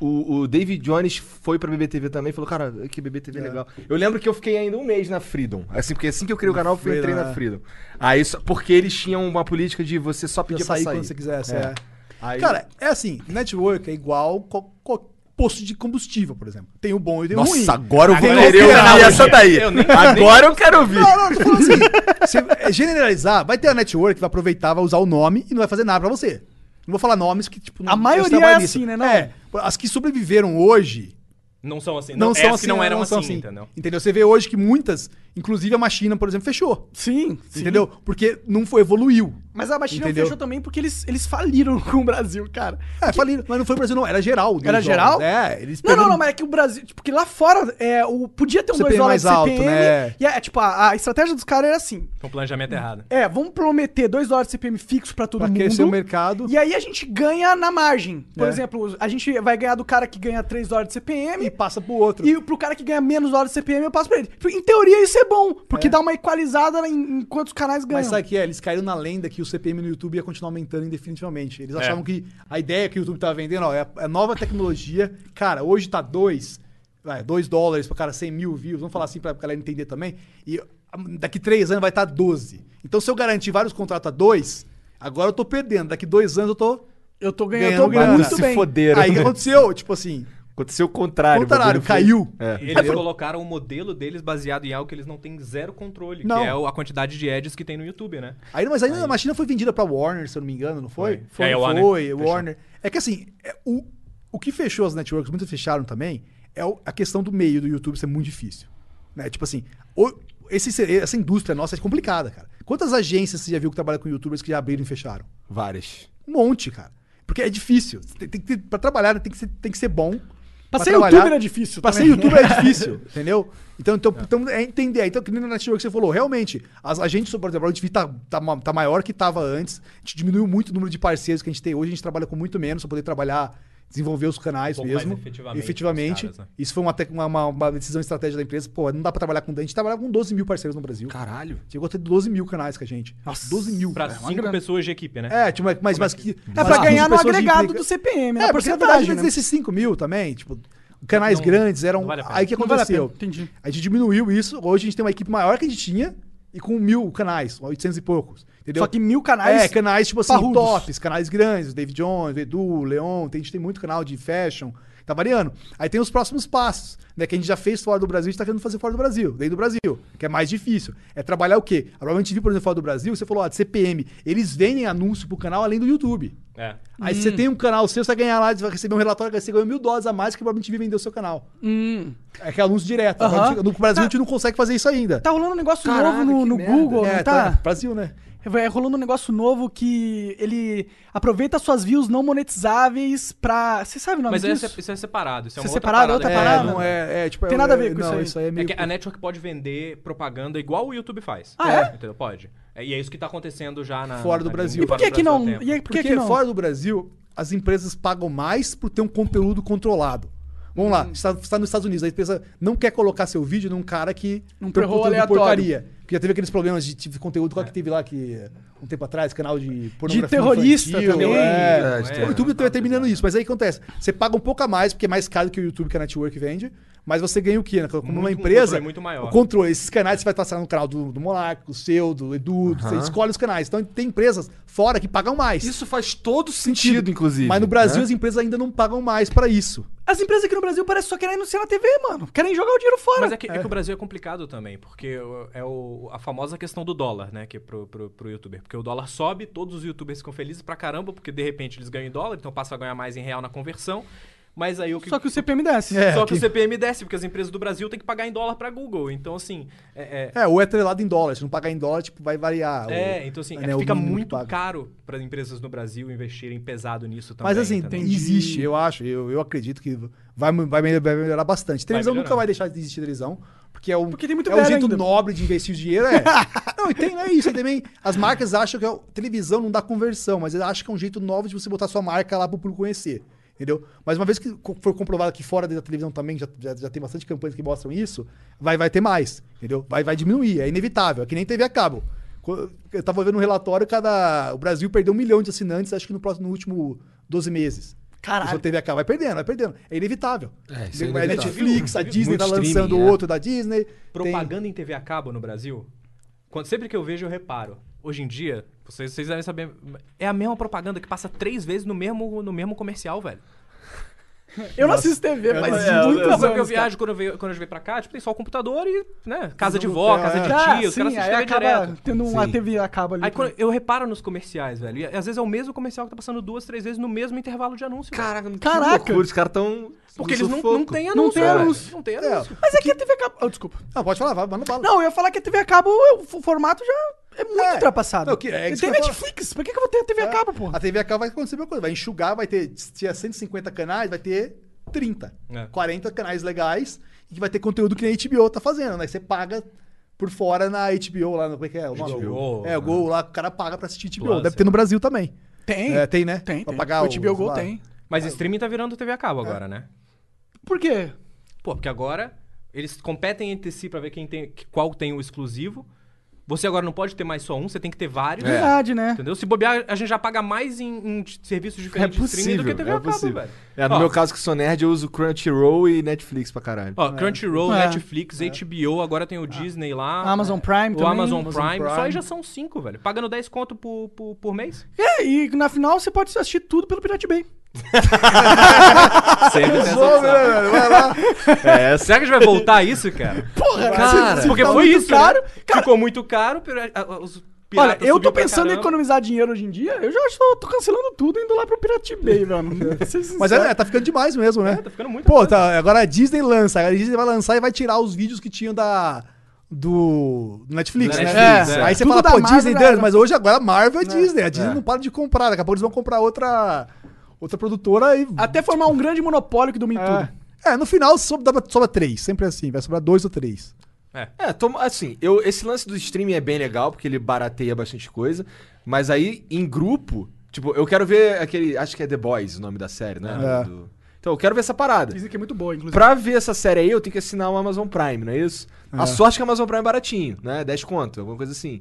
S5: o, o David Jones foi pra BBTV também e falou, cara, que BBTV é legal. Eu lembro que eu fiquei ainda um mês na Freedom. Assim, porque assim que eu criei o canal, eu entrei
S3: Freedom,
S5: na
S3: é.
S5: Freedom. Aí, só- porque eles tinham uma política de você só
S3: Podia
S5: pedir pra
S3: sair
S5: sair.
S3: quando você quisesse. É.
S5: Aí-
S3: Cara, é assim, network é igual co- co- posto de combustível, por exemplo. Tem o bom e tem o
S1: Nossa,
S3: ruim.
S1: agora eu vou
S4: Agora
S1: querer
S4: eu
S1: ouvir
S4: quero
S1: essa
S4: ouvir.
S1: daí.
S4: Eu nem-
S1: Agora eu quero ouvir.
S3: Não, não, tô falando assim. <laughs> se, é, generalizar, vai ter a network que vai aproveitar, vai usar o nome e não vai fazer nada pra você. Não vou falar nomes que, tipo, não
S2: A
S3: não
S2: maioria
S3: trabalho
S2: é
S3: nisso.
S2: assim, né, não?
S3: É. As que sobreviveram hoje
S4: Não são assim.
S3: não,
S4: Não, é
S3: são
S4: as
S3: assim,
S4: que não
S3: né?
S4: eram
S3: são
S4: assim, entendeu?
S3: Você vê hoje que muitas, inclusive a Machina, por exemplo, fechou.
S2: Sim, sim.
S3: Entendeu? Porque não foi, evoluiu.
S2: Mas a Machina
S3: Entendeu?
S2: fechou também porque eles, eles faliram <laughs> com o Brasil, cara.
S3: É, faliram. Mas não foi o Brasil, não. Era geral. dos
S2: Era
S3: jogos.
S2: geral?
S3: É, eles
S2: Não, não,
S3: pegam-
S2: não, mas é que o Brasil. Tipo, que lá fora é, o, podia ter um
S3: CPM
S2: 2 dólares
S3: mais
S2: de
S3: alto,
S2: CPM.
S3: né?
S2: E é, tipo, a, a estratégia dos caras era assim:
S4: Com o um planejamento errado.
S2: é, vamos prometer 2 dólares de CPM fixo pra todo
S3: Pra
S2: mundo.
S3: crescer o mercado.
S2: E aí a gente ganha na margem. Por
S3: É.
S2: exemplo, a gente vai ganhar do cara que ganha 3 dólares de CPM.
S3: E passa pro outro.
S2: E pro cara que ganha menos dólares de CPM, eu passo pra ele. Em teoria, isso é bom, porque dá uma equalizada em, em quantos canais ganham.
S3: Mas sabe o que é? Eles caíram na lenda que o CPM no YouTube ia continuar aumentando indefinitivamente. Eles achavam que a ideia que o YouTube tava vendendo, ó, é a, é a nova tecnologia. Cara, hoje tá dois, vai, dois dólares pra cara 100 mil views. Vamos falar assim pra galera entender também. E ah, daqui três anos vai estar tá 12. Então se eu garantir vários contratos a dois, agora eu tô perdendo. Daqui dois anos eu tô...
S2: eu tô ganhando,
S3: ganhando
S2: eu tô ganhando
S3: bagulho
S2: muito
S5: se
S2: bem.
S5: foderam.
S3: Aí o que aconteceu? Tipo assim,
S5: Aconteceu o contrário. o
S3: Contrário,
S5: bagulho foi-
S3: caiu.
S5: É.
S4: Eles
S3: Entendeu?
S4: colocaram o modelo deles baseado em algo que eles não têm zero controle,
S3: Não.
S4: que é o- a quantidade de ads que tem no YouTube, né?
S3: Aí, mas ainda a Machina foi vendida pra Warner, se eu não me engano, não foi?
S4: Foi. É, Warner.
S3: foi,
S4: Fechou.
S3: Warner. É que assim, é, o, o que fechou as networks, muitas fecharam também, é o- a questão do meio do YouTube ser muito difícil. Né? Tipo assim, o- esse ser- essa indústria nossa é complicada, cara. Quantas agências você já viu que trabalha com youtubers que já abriram e fecharam?
S5: Várias.
S3: Um monte, cara. Porque é difícil. Tem, tem que ter- pra trabalhar tem que ser, tem que ser bom.
S2: Pra
S3: Pra
S2: ser
S3: trabalhar-
S2: youtuber é difícil.
S3: Pra ser
S2: também.
S3: youtuber é difícil, entendeu? Então, então, então é entender. Então, que nem na network que você falou, realmente, as agentes, por exemplo, a gente tá, tá, ma- tá maior que tava antes. A gente diminuiu muito o número de parceiros que a gente tem hoje. A gente trabalha com muito menos pra poder trabalhar, desenvolver os canais
S4: pouco mais
S3: mesmo.
S4: efetivamente
S3: Efetivamente.
S4: com os caras, né?
S3: Isso foi uma, tec- uma, uma, uma decisão estratégica da empresa. Pô, não dá pra trabalhar com... A gente trabalhava com 12 mil parceiros no Brasil.
S5: Caralho.
S3: Chegou a ter 12 mil canais com a gente. Nossa, 12 mil.
S4: Pra
S3: cara, uma
S4: cinco
S3: grana.
S4: pessoas de equipe, né?
S3: É, tipo, mas, mas que...
S2: É
S3: mas
S2: pra
S3: 15
S2: ganhar no
S3: pessoas
S2: agregado
S3: implica-
S2: do CPM, na
S3: é, porque na verdade,
S2: porcentagem. né?
S3: desses 5 mil também, tipo, canais
S4: Não-
S3: grandes eram.
S4: não vale a pena.
S3: aí o que
S2: Não vale a pena. um
S3: aconteceu?
S2: Entendi.
S3: A gente diminuiu isso, hoje a gente tem uma equipe maior que a gente tinha e com mil canais, 800 e poucos. Entendeu?
S2: Só que mil canais.
S3: É, canais tipo assim,
S2: parrudos.
S3: tops, canais grandes, David Jones, Edu, Leon, tem, a gente tem muito canal de fashion, tá variando. Aí tem os próximos passos, né, que a gente já fez fora do Brasil, a gente tá querendo fazer fora do Brasil, dentro do Brasil, que é mais difícil. É trabalhar o quê? A Provavelmente TV, por exemplo, fora do Brasil, você falou, ó, de CPM, eles vendem anúncio pro canal além do YouTube.
S4: É.
S3: Aí
S2: Hum.
S3: você tem um canal seu, você vai ganhar lá, você vai receber um relatório que você ganhou mil dólares a mais que provavelmente vendeu o seu canal.
S2: Hum.
S3: É que é anúncio direto.
S2: Aham.
S3: Agora, No Brasil a gente não consegue fazer isso ainda.
S2: Tá rolando um negócio
S1: Caralho, que
S2: novo no, no
S1: merda.
S2: Google,
S3: é,
S2: não tá?
S3: Brasil, né?
S2: É rolando um negócio novo que ele aproveita suas views não monetizáveis pra. Você sabe o nome
S4: Mas
S2: disso?
S4: isso é, isso é separado. Isso é
S2: Isso
S4: uma
S2: é
S4: outra
S2: separado,
S4: parada.
S2: outra
S3: é,
S2: parada.
S3: não é, é, tipo,
S2: Tem
S3: é-
S2: nada a ver com
S3: não,
S2: isso aí.
S3: Isso aí é
S4: É
S3: meio...
S4: que a network pode vender propaganda igual o YouTube faz.
S2: Ah, é?
S4: Entendeu? Pode. É, E é isso que tá acontecendo já na.
S3: Fora do
S4: na
S3: Brasil.
S4: gringa,
S3: E
S2: Por
S3: por
S2: que, que
S4: fora do Brasil
S2: não?
S4: há um tempo.
S2: E aí, por que,
S3: Porque
S2: que não?
S3: fora do Brasil, as empresas pagam mais por ter um conteúdo controlado. Vamos
S2: Hum.
S3: lá, você está, você está nos Estados Unidos, a empresa não quer colocar seu vídeo num cara que
S2: Num
S3: tem um
S2: perro
S3: conteúdo de
S2: aleatório.
S3: porcaria. Porque já teve aqueles problemas de tipo, conteúdo, qual que teve lá que um tempo atrás, canal de pornografia
S2: terrorista
S3: infantil,
S2: também.
S3: é.
S1: É, de
S3: o YouTube está determinando isso, mas aí acontece, você paga um pouco a mais, porque é mais caro que o YouTube que a network vende, mas você ganha o quê? né? Como
S4: Muito-
S3: uma
S4: um
S3: empresa,
S4: controle muito maior.
S3: o controle, esses canais você vai passar no canal do, do Monark, do seu, do Edu, do- você escolhe os canais. Então tem empresas fora que pagam mais
S5: Isso faz todo sentido, inclusive.
S3: mas no Brasil
S5: né?
S3: as empresas ainda não pagam mais pra isso.
S2: As empresas aqui no Brasil parecem só querem anunciar na TV, mano. Querem jogar o dinheiro fora.
S4: Mas é que, é que o Brasil é complicado também, porque o- é o- a famosa questão do dólar, né? Que é pro, pro, pro youtuber. Porque o dólar sobe, todos os youtubers ficam felizes pra caramba, porque de repente eles ganham em dólar, então passa a ganhar mais em real na conversão. Mas aí o que.
S2: Só que o CPM desce.
S3: É,
S4: <laughs> Só que o
S3: que-
S4: CPM desce, porque as empresas do Brasil têm que pagar em dólar pra Google. Então, assim, é- é-
S3: É, ou é atrelado em dólar. Se não pagar em dólar, tipo, vai variar.
S4: É,
S3: Ou-
S4: então assim, é
S3: né,
S4: que
S3: o
S4: fica
S3: mínimo que
S4: muito
S3: paga.
S4: caro para empresas no Brasil investirem pesado nisso também.
S3: Mas assim,
S4: entendeu?
S3: existe, eu acho. Eu, eu acredito que vai, mu- vai melhor- vai melhorar bastante. Televisão
S4: melhorar.
S3: nunca vai deixar de existir televisão. Porque é um,
S2: Porque tem muito
S3: é um
S2: velho
S3: jeito
S2: ainda.
S3: nobre de investir o dinheiro. É. não, e tem, é isso. E também as marcas acham que a televisão não dá conversão, mas elas acham que é um jeito novo de você botar sua marca lá pro público conhecer. Entendeu? Mas uma vez que co- for comprovado que fora da televisão também já, já, já tem bastante campanhas que mostram isso, vai, vai ter mais. Entendeu? Vai, vai diminuir. É inevitável. É que nem TV a cabo. Co- Eu tava vendo um relatório, cada. O Brasil perdeu um milhão de assinantes, acho que no próximo, no último 12 meses. Caralho. TV a cabo vai perdendo, vai perdendo. É inevitável.
S1: É, isso é
S3: Entendeu? Mas
S1: inevitável.
S3: A Netflix, a Disney
S1: Muito
S3: tá lançando
S1: streaming, né?
S3: outro da Disney. Tem...
S4: Propaganda em TV a cabo no Brasil, quando, sempre que eu vejo, eu reparo. Hoje em dia, vocês, vocês devem saber, é a mesma propaganda que passa três vezes no mesmo, no mesmo comercial, velho.
S2: Eu não assisto TV, mas
S3: é,
S2: muito tá.
S4: Não,
S2: anos,
S4: só que
S2: cara.
S4: eu viajo quando eu, veio, quando eu veio pra cá, tipo, tem só o computador e, né, casa de
S3: um
S4: vó,
S3: hotel,
S4: casa de
S2: Tá,
S4: tio, os
S2: sim,
S4: caras
S2: aí
S4: assistem TV
S2: acaba Uhum.
S4: direto.
S2: tendo uma TV acaba ali.
S4: Aí quando eu reparo nos comerciais, velho, e às vezes é o mesmo comercial que tá passando duas, três vezes no mesmo intervalo de anúncio. velho.
S5: Caraca, que
S2: Caraca.
S5: loucura, os caras tão.
S4: Porque
S5: no
S4: eles não,
S5: sufoco.
S4: não têm
S2: Não
S4: anúncio.
S2: tem
S4: velho.
S2: anúncio.
S4: Não tem anúncio.
S2: Mas é que a TV acaba... Oh, desculpa.
S3: Não, pode falar, vai, manda bala.
S2: Não, eu ia falar que a TV a cabo, eu- o formato já é muito
S3: É.
S2: ultrapassado.
S3: Não, que- é isso
S2: tem
S3: que eu ia Ah,
S2: Netflix, por que, que eu vou ter a TV a cabo, porra?
S3: É. A TV a cabo vai acontecer a mesma coisa. Vai enxugar, vai ter. Se tinha 150 canais, vai ter 30.
S4: É.
S3: 40 canais legais e que vai ter conteúdo que nem a HBO tá fazendo, né? Você paga por fora na HBO lá, no, como é que é? O nome?
S4: HBO,
S3: é, o Gol lá, o cara paga pra assistir HBO.
S4: né? Plus,
S3: Deve
S4: é.
S3: ter no Brasil também.
S2: Tem.
S3: É, tem, né?
S2: Tem,
S3: Pra
S2: tem.
S3: pagar
S2: o
S3: os
S2: HBO Go
S3: lá.
S2: tem.
S4: Mas streaming tá virando TV a cabo
S2: É.
S4: agora, né?
S2: Por quê?
S4: Pô, porque agora eles competem entre si pra ver quem tem, que- qual tem o exclusivo. Você agora não pode ter mais só um, você tem que ter vários.
S2: Verdade, né?
S4: Entendeu? Se bobear, a gente já paga mais em, em serviços
S5: É
S4: diferentes de streaming
S5: possível,
S4: do que TV
S5: é
S4: a cabo,
S5: possível.
S4: velho.
S5: É, no
S4: Ó,
S5: meu caso que sou nerd, eu uso Crunchyroll e Netflix pra caralho.
S4: Ó, Crunchyroll,
S2: É. Ah.
S4: Netflix, HBO, agora tem o Disney lá.
S2: Amazon Prime
S4: o
S2: também.
S4: Amazon Prime.
S3: Amazon Prime.
S4: Só aí já são cinco, velho. Pagando 10 conto por, por,
S2: <laughs>
S4: por mês.
S2: É, e na final você pode assistir tudo pelo Pirate Bay.
S4: Sempre tem essa
S3: Resolve,
S4: opção.
S3: né, velho? Vai lá.
S4: <laughs> É, será que a gente vai voltar isso, cara?
S2: Porra,
S4: Cara,
S2: se- se
S4: porque
S2: tá
S4: foi
S2: muito
S4: isso.
S2: caro,
S4: né? Ficou muito caro. pira- a- a- os
S2: Olha,
S4: piratas
S2: eu tô
S4: subiu pra
S2: pensando em
S4: caramba.
S2: economizar dinheiro hoje em dia, eu já estou, tô cancelando tudo indo lá pro Pirate Bay, mano.
S3: Mas é, tá ficando demais mesmo, né?
S4: Tá ficando muito
S3: Pô, tá, agora a Disney lança. A Disney vai lançar e vai tirar os vídeos que tinham da do do Netflix,
S4: Do
S3: né?
S4: Netflix, é.
S3: Aí você
S2: Tudo
S3: fala,
S2: da
S3: pô,
S2: Marvel
S3: Disney
S2: era-
S3: deles, mas hoje agora a Marvel é Disney. A Disney não para de comprar. Daqui a pouco eles vão comprar outra, outra produtora e.
S2: Até formar um grande monopólio que domina tudo.
S3: É. É, no final sobra, sobra três, sempre assim, vai sobrar dois ou três.
S5: É, toma, assim, eu, esse lance do streaming é bem legal, porque ele barateia bastante coisa, mas aí, em grupo, tipo, eu quero ver aquele, acho que é The Boys o nome da série, né?
S3: É.
S5: Do- Então, eu quero ver essa parada.
S2: Dizem que é muito boa, inclusive.
S5: Pra ver essa série aí, eu tenho que assinar o Amazon Prime, não é isso? A sorte que o Amazon Prime é baratinho, né? 10 conto, alguma coisa assim.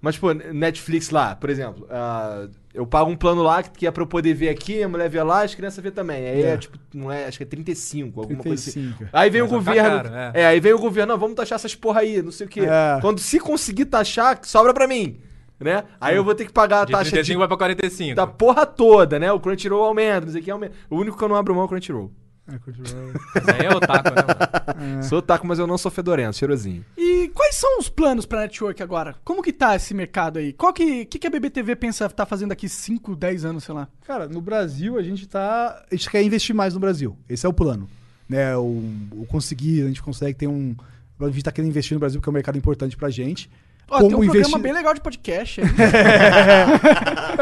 S5: Mas, pô, Netflix lá, por exemplo, ah, eu pago um plano lá que é pra eu poder ver aqui, a mulher vê lá, as crianças vê também. Aí é, tipo, não é, acho que é 35, alguma coisa assim.
S3: 35.
S5: Aí vem o
S4: Mas tá
S5: governo.
S4: caro, é.
S5: é. aí vem o governo, não, vamos taxar essas porra aí, não sei o quê.
S3: É.
S5: Quando se conseguir taxar, sobra pra mim, né? Aí eu vou ter que pagar a
S4: De
S5: taxa
S4: 35
S5: de,
S4: vai pra 45.
S2: Tá.
S5: da porra toda, né? O Crunchyroll aumenta, não sei o que aumenta. O único que eu não abro mão é o Crunchyroll.
S4: Mas aí é otaku, né, mano?
S5: Sou taco, mas eu não sou fedorento, cheirosinho.
S2: E quais são os planos pra network agora? Como que tá esse mercado aí? Qual que, que, que a BBTV pensa tá fazendo daqui 5, 10 anos, sei lá?
S3: Cara, no Brasil a gente tá. A gente quer investir mais no Brasil. Esse é o plano. Né? O, o conseguir, a gente consegue ter um. A gente tá querendo investir no Brasil, porque é um mercado importante pra gente.
S2: Ó, tem um programa bem legal de podcast aí. <laughs>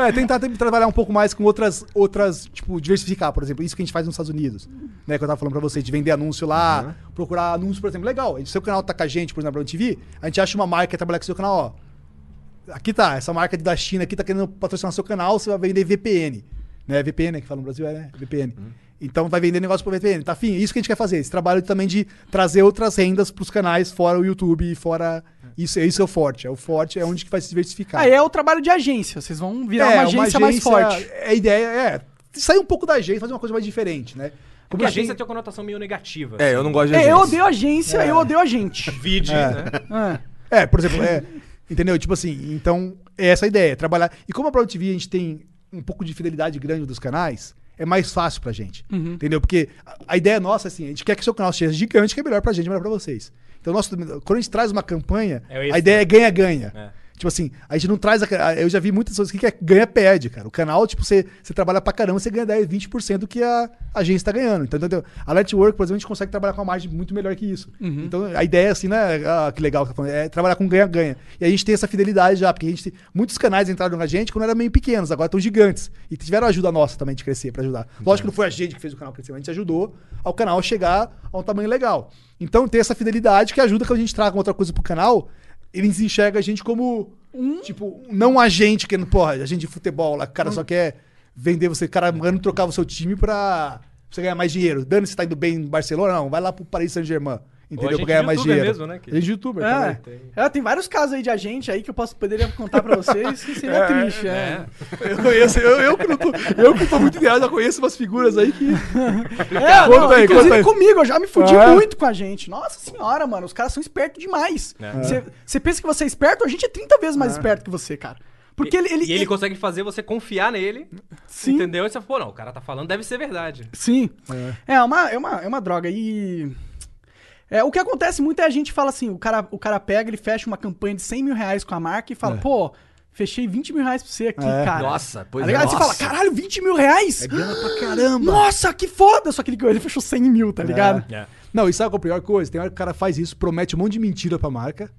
S3: É, tentar tem- trabalhar um pouco mais com outras, outras, tipo, diversificar, por exemplo, isso que a gente faz nos Estados Unidos, né, que eu tava falando pra vocês, de vender anúncio lá, procurar anúncio, por exemplo, legal, se o seu canal tá com a gente, por exemplo, na TV, a gente acha uma marca que trabalha com o seu canal, ó, aqui tá, essa marca da China aqui tá querendo patrocinar seu canal, você vai vender VPN, né, VPN é que fala no Brasil, é, né, VPN. Então vai vender negócio pro VPN, tá fim, isso que a gente quer fazer, esse trabalho também de trazer outras rendas pros canais, fora o YouTube, fora... Isso, isso é o forte, é o forte, é onde que vai se diversificar
S2: Aí é o trabalho de agência. Vocês vão
S3: É,
S2: virar uma, agência mais forte.
S3: a ideia é sair um pouco da agência, fazer uma coisa mais diferente, né?
S4: Porque
S3: a
S4: agência
S3: gente-
S4: tem uma conotação meio negativa. assim.
S5: É, eu não gosto de
S2: assim? É, eu
S5: agência.
S2: odeio agência, eu odeio a <laughs> gente.
S4: Vídeo, né?
S2: Ah,
S3: É, por exemplo, é, entendeu? Tipo assim, então é essa a ideia, trabalhar. E como a Proud TV a gente tem um pouco de fidelidade grande dos canais, é mais fácil pra gente,
S2: Uhum.
S3: entendeu? Porque a, a ideia nossa, assim, a gente quer que seu canal seja gigante, que é melhor pra gente, melhor pra vocês. Então, nosso, quando a gente traz uma campanha,
S4: É isso,
S3: a ideia
S4: né?
S3: é ganha-ganha.
S4: É.
S3: Tipo assim, a gente não traz. a- a- eu já vi muitas pessoas que quer ganha perde, cara. O canal, tipo, você, você trabalha pra caramba, você ganha 10, 20% do que a agência tá ganhando. Então, entendeu? A Network, por exemplo, a gente consegue trabalhar com uma margem muito melhor que isso. Então, a ideia, assim, né? Ah, que legal, que tá falando, é trabalhar com ganha-ganha. E a gente tem essa fidelidade já, porque a gente tem, muitos canais entraram na gente quando eram meio pequenos, agora estão gigantes. E tiveram ajuda nossa também de crescer, pra ajudar. Lógico que não foi a gente que fez o canal crescer, mas a gente ajudou ao canal chegar a um tamanho legal. Então, tem essa fidelidade que ajuda que a gente traga outra coisa pro canal eles enxergam a gente como, tipo, não a gente que, porra, a gente de futebol lá, que o cara só quer vender você, o cara mano, trocava o seu time pra você ganhar mais dinheiro. Dani, você tá indo bem no Barcelona? Não, vai lá pro Paris Saint-Germain, entendeu? Pra
S4: gente
S3: ganhar mais
S4: youtuber
S3: dinheiro.
S4: mesmo, né, que-
S3: A gente é youtuber,
S2: é.
S3: também.
S2: É, tem vários casos aí de agente aí que eu posso, poderia contar pra vocês que seria triste. é.
S3: Eu conheço, eu, eu que não tô, eu que tô muito ideal, já conheço umas figuras aí que...
S2: É,
S3: Conta
S2: não,
S3: aí, conta
S2: inclusive
S3: aí.
S2: comigo, eu já me fudi
S3: É.
S2: muito com a gente. Nossa senhora, mano, os caras são espertos demais. Você pensa que você é esperto, a gente é 30 vezes mais esperto que você, cara. Porque ele. ele,
S4: E ele consegue fazer você confiar nele,
S2: sim,
S4: entendeu? E você, pô, não, o cara tá falando, deve ser verdade.
S2: sim. É. uma, é, uma, é uma droga. E. É, o que acontece muito é a gente fala assim: o cara, o cara pega, ele fecha uma campanha de 100 mil reais com a marca e fala, pô, fechei 20 mil reais pra você aqui, cara.
S5: Nossa, pois
S2: Tá ligado?
S5: é.
S2: Você fala,
S5: Nossa.
S2: caralho, 20 mil reais? É grana pra caramba. Nossa, que foda! Só que ele, ele fechou 100 mil, tá ligado?
S4: É.
S3: Não, e sabe qual é a pior coisa? Tem hora que o cara faz isso, promete um monte de mentira pra marca.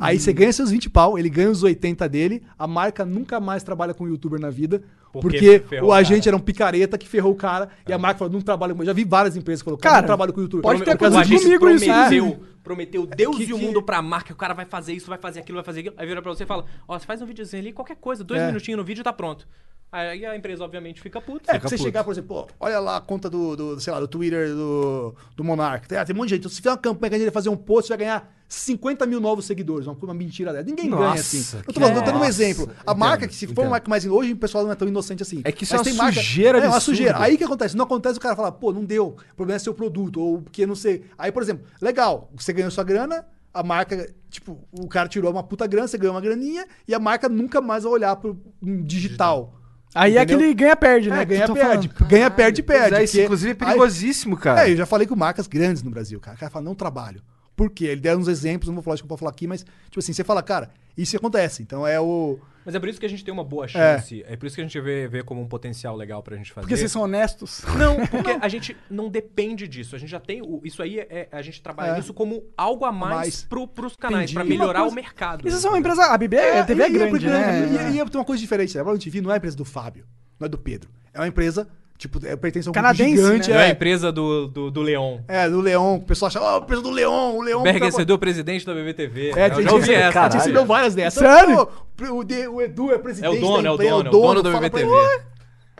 S2: Hum.
S3: Aí você ganha seus 20 pau, ele ganha os 80 dele, a marca nunca mais trabalha com youtuber na vida,
S4: Porque
S3: porque,
S4: ferrou
S3: o
S4: o
S3: agente era um picareta que ferrou o cara, e a marca falou, não trabalha com... Já vi várias empresas colocando,
S2: É. Cara,
S3: não trabalho com youtuber.
S2: pode ter
S3: Eu quero é
S2: acontecido
S3: dizer,
S2: comigo isso, né? É
S4: prometeu, prometeu Deus
S3: Que-
S4: e o
S3: que-
S4: mundo pra marca, o cara vai fazer isso, vai fazer aquilo, vai fazer aquilo. Aí vira pra você e fala, ó, você faz um videozinho ali, qualquer coisa, dois
S3: É.
S4: minutinhos no vídeo tá pronto. Aí a empresa, obviamente, fica puta.
S3: É, pra você chegar, por exemplo, ó, olha lá a conta do, do, sei lá, do Twitter do, do Monark. Tem, ah, tem um monte de gente. Então, se fizer uma campanha que ele fazer um post, você vai ganhar 50 mil novos seguidores. Uma, uma mentira dela. Ninguém ganha
S5: Nossa,
S3: assim. Eu
S5: que
S3: tô, falando, eu tô dando um
S5: nossa.
S3: exemplo. A
S5: Entendo,
S3: marca, que se for
S5: entendo.
S3: uma marca mais. Hoje o pessoal não é tão inocente assim.
S5: É que isso
S3: Mas
S5: é uma
S3: tem
S5: sujeira
S3: É uma
S5: absurda.
S3: sujeira. Aí o que acontece? Não acontece o cara fala, pô, não deu. O problema é seu produto. Ou porque não sei. Aí, por exemplo, legal, você ganhou sua grana. A marca, tipo, o cara tirou uma puta grana, você ganhou uma graninha, e a marca nunca mais vai olhar pro um digital.
S2: Aí é
S3: Entendeu?
S2: aquele ganha-perde, né?
S3: É,
S2: que
S3: ganha,
S2: eu tô
S3: perde.
S2: falando.
S3: Ganha, perde,
S5: Pois
S3: perde.
S5: é, isso
S3: porque-
S5: inclusive é
S3: Aí-
S5: perigosíssimo, cara.
S3: é, eu já falei com marcas grandes no Brasil, cara. O cara fala, não trabalho. Por quê? Ele deram uns exemplos, não vou falar, acho que eu vou falar aqui, mas, tipo assim, você fala, cara, Isso acontece. Então é o.
S4: Mas é por isso que a gente tem uma boa chance. É, por isso que a gente vê, vê como um potencial legal pra gente fazer.
S2: Porque vocês são honestos.
S4: Não, porque a gente não depende disso. A gente já tem. o- isso aí é. A gente trabalha isso como algo a mais,
S3: mais.
S4: Pro, pros canais, pra
S2: Entendi.
S4: melhorar
S2: Uma coisa-
S4: o mercado.
S2: E vocês são uma empresa. A BB é, a TV é
S3: e-
S2: grande,
S3: e-
S2: né?
S3: E, e, e tem uma coisa diferente, né? A Brown TV não é a empresa do Fábio, não é do Pedro. É uma empresa, tipo, é, pertence a um grupo
S2: Canadense,
S3: gigante.
S4: Não é a
S3: É,
S4: empresa do, do, do Leon.
S3: é, do Leon. O pessoal acha, ó, a empresa do Leon, o Leon...
S4: Berger
S3: tá-
S4: recebeu o presidente da BBTV.
S3: É,
S4: eu
S3: tem-
S4: já ouvi
S3: tem-
S4: essa.
S3: A gente recebeu várias dessas.
S2: Sério?
S3: Pô, o, D- o Edu é presidente
S4: É o dono,
S3: da
S4: é o
S3: empresa,
S4: dono, é o dono do
S3: fala pra
S4: BBTV.
S3: ele, "Ué,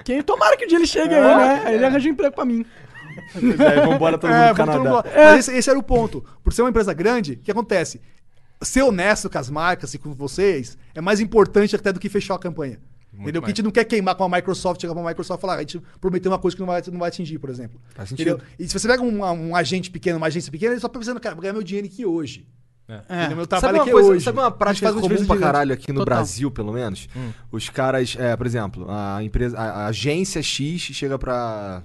S2: Quem tomara que um dia ele chegue aí, né? Aí Ele arranja um emprego pra mim.
S5: vambora todo
S3: É,
S5: mundo pro
S3: vamos todo mundo
S5: Canadá.
S3: lá. Mas esse, esse era o ponto. Por ser uma empresa grande, o que acontece? Ser honesto com as marcas e com vocês é mais importante até do que fechar a campanha. entendeu? Porque a gente não quer queimar com a Microsoft, chegar pra Microsoft e falar, "Ah, a gente prometeu uma coisa que não vai, não vai atingir, por exemplo.
S1: Faz
S3: Entendeu? E se você pega um, um agente pequeno, uma agência pequena, ele só tá pensando, cara, vou ganhar meu dinheiro aqui hoje. Entendeu? Meu trabalho
S1: Sabe uma,
S3: aqui é
S1: coisa,
S3: hoje. é
S1: sabe uma prática é
S3: faz uma
S1: comum
S3: diferença
S1: pra
S3: gigante.
S1: caralho aqui no
S2: Total. Hum.
S1: Brasil, pelo menos? Os caras, é, por exemplo, a empresa, a, a agência X chega pra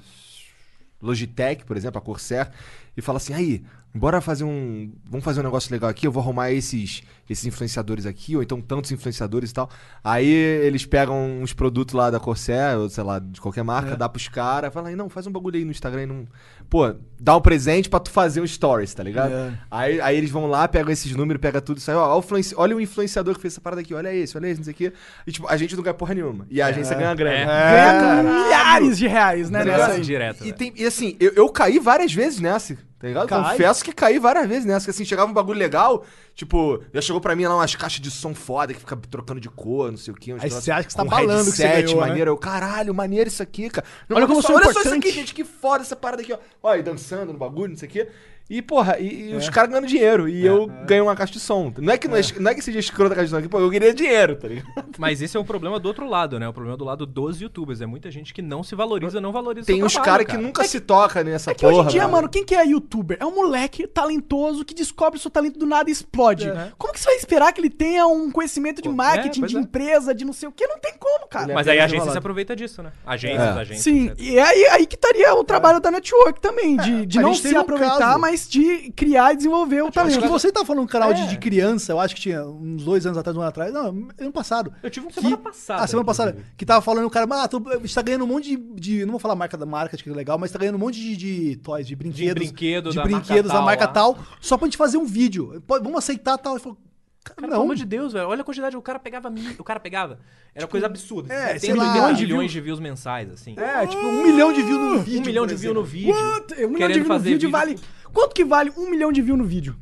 S1: Logitech, por exemplo, a Corsair, e fala assim: aí, bora fazer um. Vamos fazer um negócio legal aqui, eu vou arrumar esses, esses influenciadores aqui, ou então tantos influenciadores e tal. Aí eles pegam uns produtos lá da Corsair, ou sei lá, de qualquer marca, dá pros caras, fala aí, não, faz um bagulho aí no Instagram e não. Pô, dá um presente pra tu fazer um stories, tá ligado? Aí, aí eles vão lá, pegam esses números, pegam tudo isso aí, ó, ó o influenci- olha o influenciador que fez essa parada aqui, olha esse, olha esse, não sei o quê. E tipo, a gente não ganha porra nenhuma. E a agência ganha Tá grana.
S2: Ganha
S1: Ah,
S2: milhares de reais, né?
S4: Negócio
S2: Nessa aí.
S4: direto.
S1: E,
S4: velho.
S1: tem- e assim, eu, eu caí várias vezes nessa, tá ligado? Confesso que caí várias vezes nessa. Que assim, chegava um bagulho legal, tipo, já chegou pra mim lá umas caixas de som foda que fica trocando de cor, não sei o quê. uns
S3: Aí
S1: troços
S3: você acha que você tá
S1: com
S3: balando que você
S1: headset,
S3: ganhou, né?
S1: maneiro. Eu, caralho, maneiro isso aqui, cara. Não,
S2: Olha como
S1: só,
S2: sou
S1: olha só isso
S2: importante.
S1: aqui, gente, que foda essa parada aqui, ó. Olha, dançando no bagulho, não sei o quê. E, porra, e, e os caras ganhando dinheiro. E eu ganho uma caixa de som. Não é que, não é, não é que seja escroto a caixa de som aqui, pô, eu queria dinheiro, tá ligado?
S4: Mas esse é o problema do outro lado, né? O problema do lado dos youtubers. É muita gente que não se valoriza, não valoriza
S1: Tem
S4: seu
S1: uns
S4: trabalho,
S1: caras que nunca se toca nessa
S2: É que
S1: porra. né,
S2: hoje em dia,
S1: mano.
S2: mano, quem que é youtuber? É um moleque talentoso que descobre o seu talento do nada e explode. Como que você vai esperar que ele tenha um conhecimento de
S4: Pô,
S2: marketing,
S4: é, pois
S2: de
S4: é.
S2: empresa, de não sei o que? Não tem como, cara.
S4: Mas aí
S1: apenas
S4: a agência se
S1: enrolado.
S4: aproveita disso, né? Agências, agências.
S2: Sim,
S4: etc.
S2: e aí, aí que estaria o trabalho da network também, de, de
S3: a
S2: não
S3: gente
S2: se
S3: teve um
S2: aproveitar,
S3: caso.
S2: mas de criar e desenvolver o
S3: Acho
S2: talento.
S3: que você tá falando um canal de,
S4: É.
S3: de criança, eu acho que tinha uns dois anos atrás, um ano atrás. Não, ano passado.
S4: Eu tive um semana passada,
S3: Ah, semana passada.
S4: inclusive.
S3: Que tava falando o cara, ah, tô, a gente tá ganhando um monte de, de- Não vou falar a marca da marca, acho que é legal, mas tá ganhando um monte de, de toys, de brinquedos.
S4: brinquedo
S3: de
S4: da
S3: brinquedos da
S4: marca
S3: marca
S4: tal,
S3: tal, só pra gente fazer um vídeo. Pô, vamos aceitar tal. Ele falou, cara,
S4: Cara, pelo
S3: não.
S4: amor de Deus, velho. Olha a quantidade. O cara pegava. mil- O cara pegava. Era
S2: Tipo,
S4: coisa absurda. assim.
S3: é,
S4: tem
S3: sei lá,
S4: milhões de
S3: milhões de
S4: milhões de views mensais, assim.
S3: É, tipo, um milhão de views no vídeo.
S4: um milhão
S3: por
S4: de views
S3: exemplo.
S4: no vídeo.
S2: Quanto? Um milhão
S4: querendo
S2: de views no
S4: fazer
S2: vídeo vale. Quanto que vale um milhão de views no vídeo?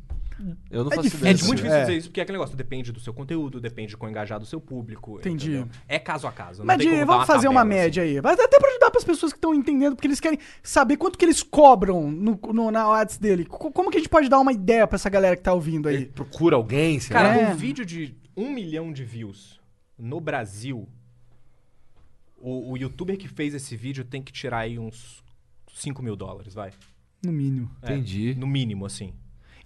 S1: Eu não
S2: É
S1: faço
S2: difícil.
S1: ideia
S4: É
S1: disso.
S4: muito difícil
S3: É.
S4: dizer isso, porque é aquele negócio. Depende do seu conteúdo, depende de quão engajado o seu público.
S2: Entendi.
S4: entendeu? É caso a caso. não
S2: Mas
S4: tem
S2: de-
S4: como dar
S2: vamos fazer uma
S4: tabela, assim.
S2: média aí. Vai até pra ajudar pras pessoas que estão entendendo, porque eles querem saber quanto que eles cobram no, no- na ads dele. Co- como que a gente pode dar uma ideia pra essa galera que tá ouvindo
S4: É.
S2: aí?
S1: Procura alguém, sei
S4: Cara,
S2: É.
S4: um vídeo de um milhão de views no Brasil, o, o youtuber que fez esse vídeo tem que tirar aí uns 5 mil dólares, vai.
S3: No mínimo.
S4: É,
S1: Entendi.
S4: no mínimo, assim.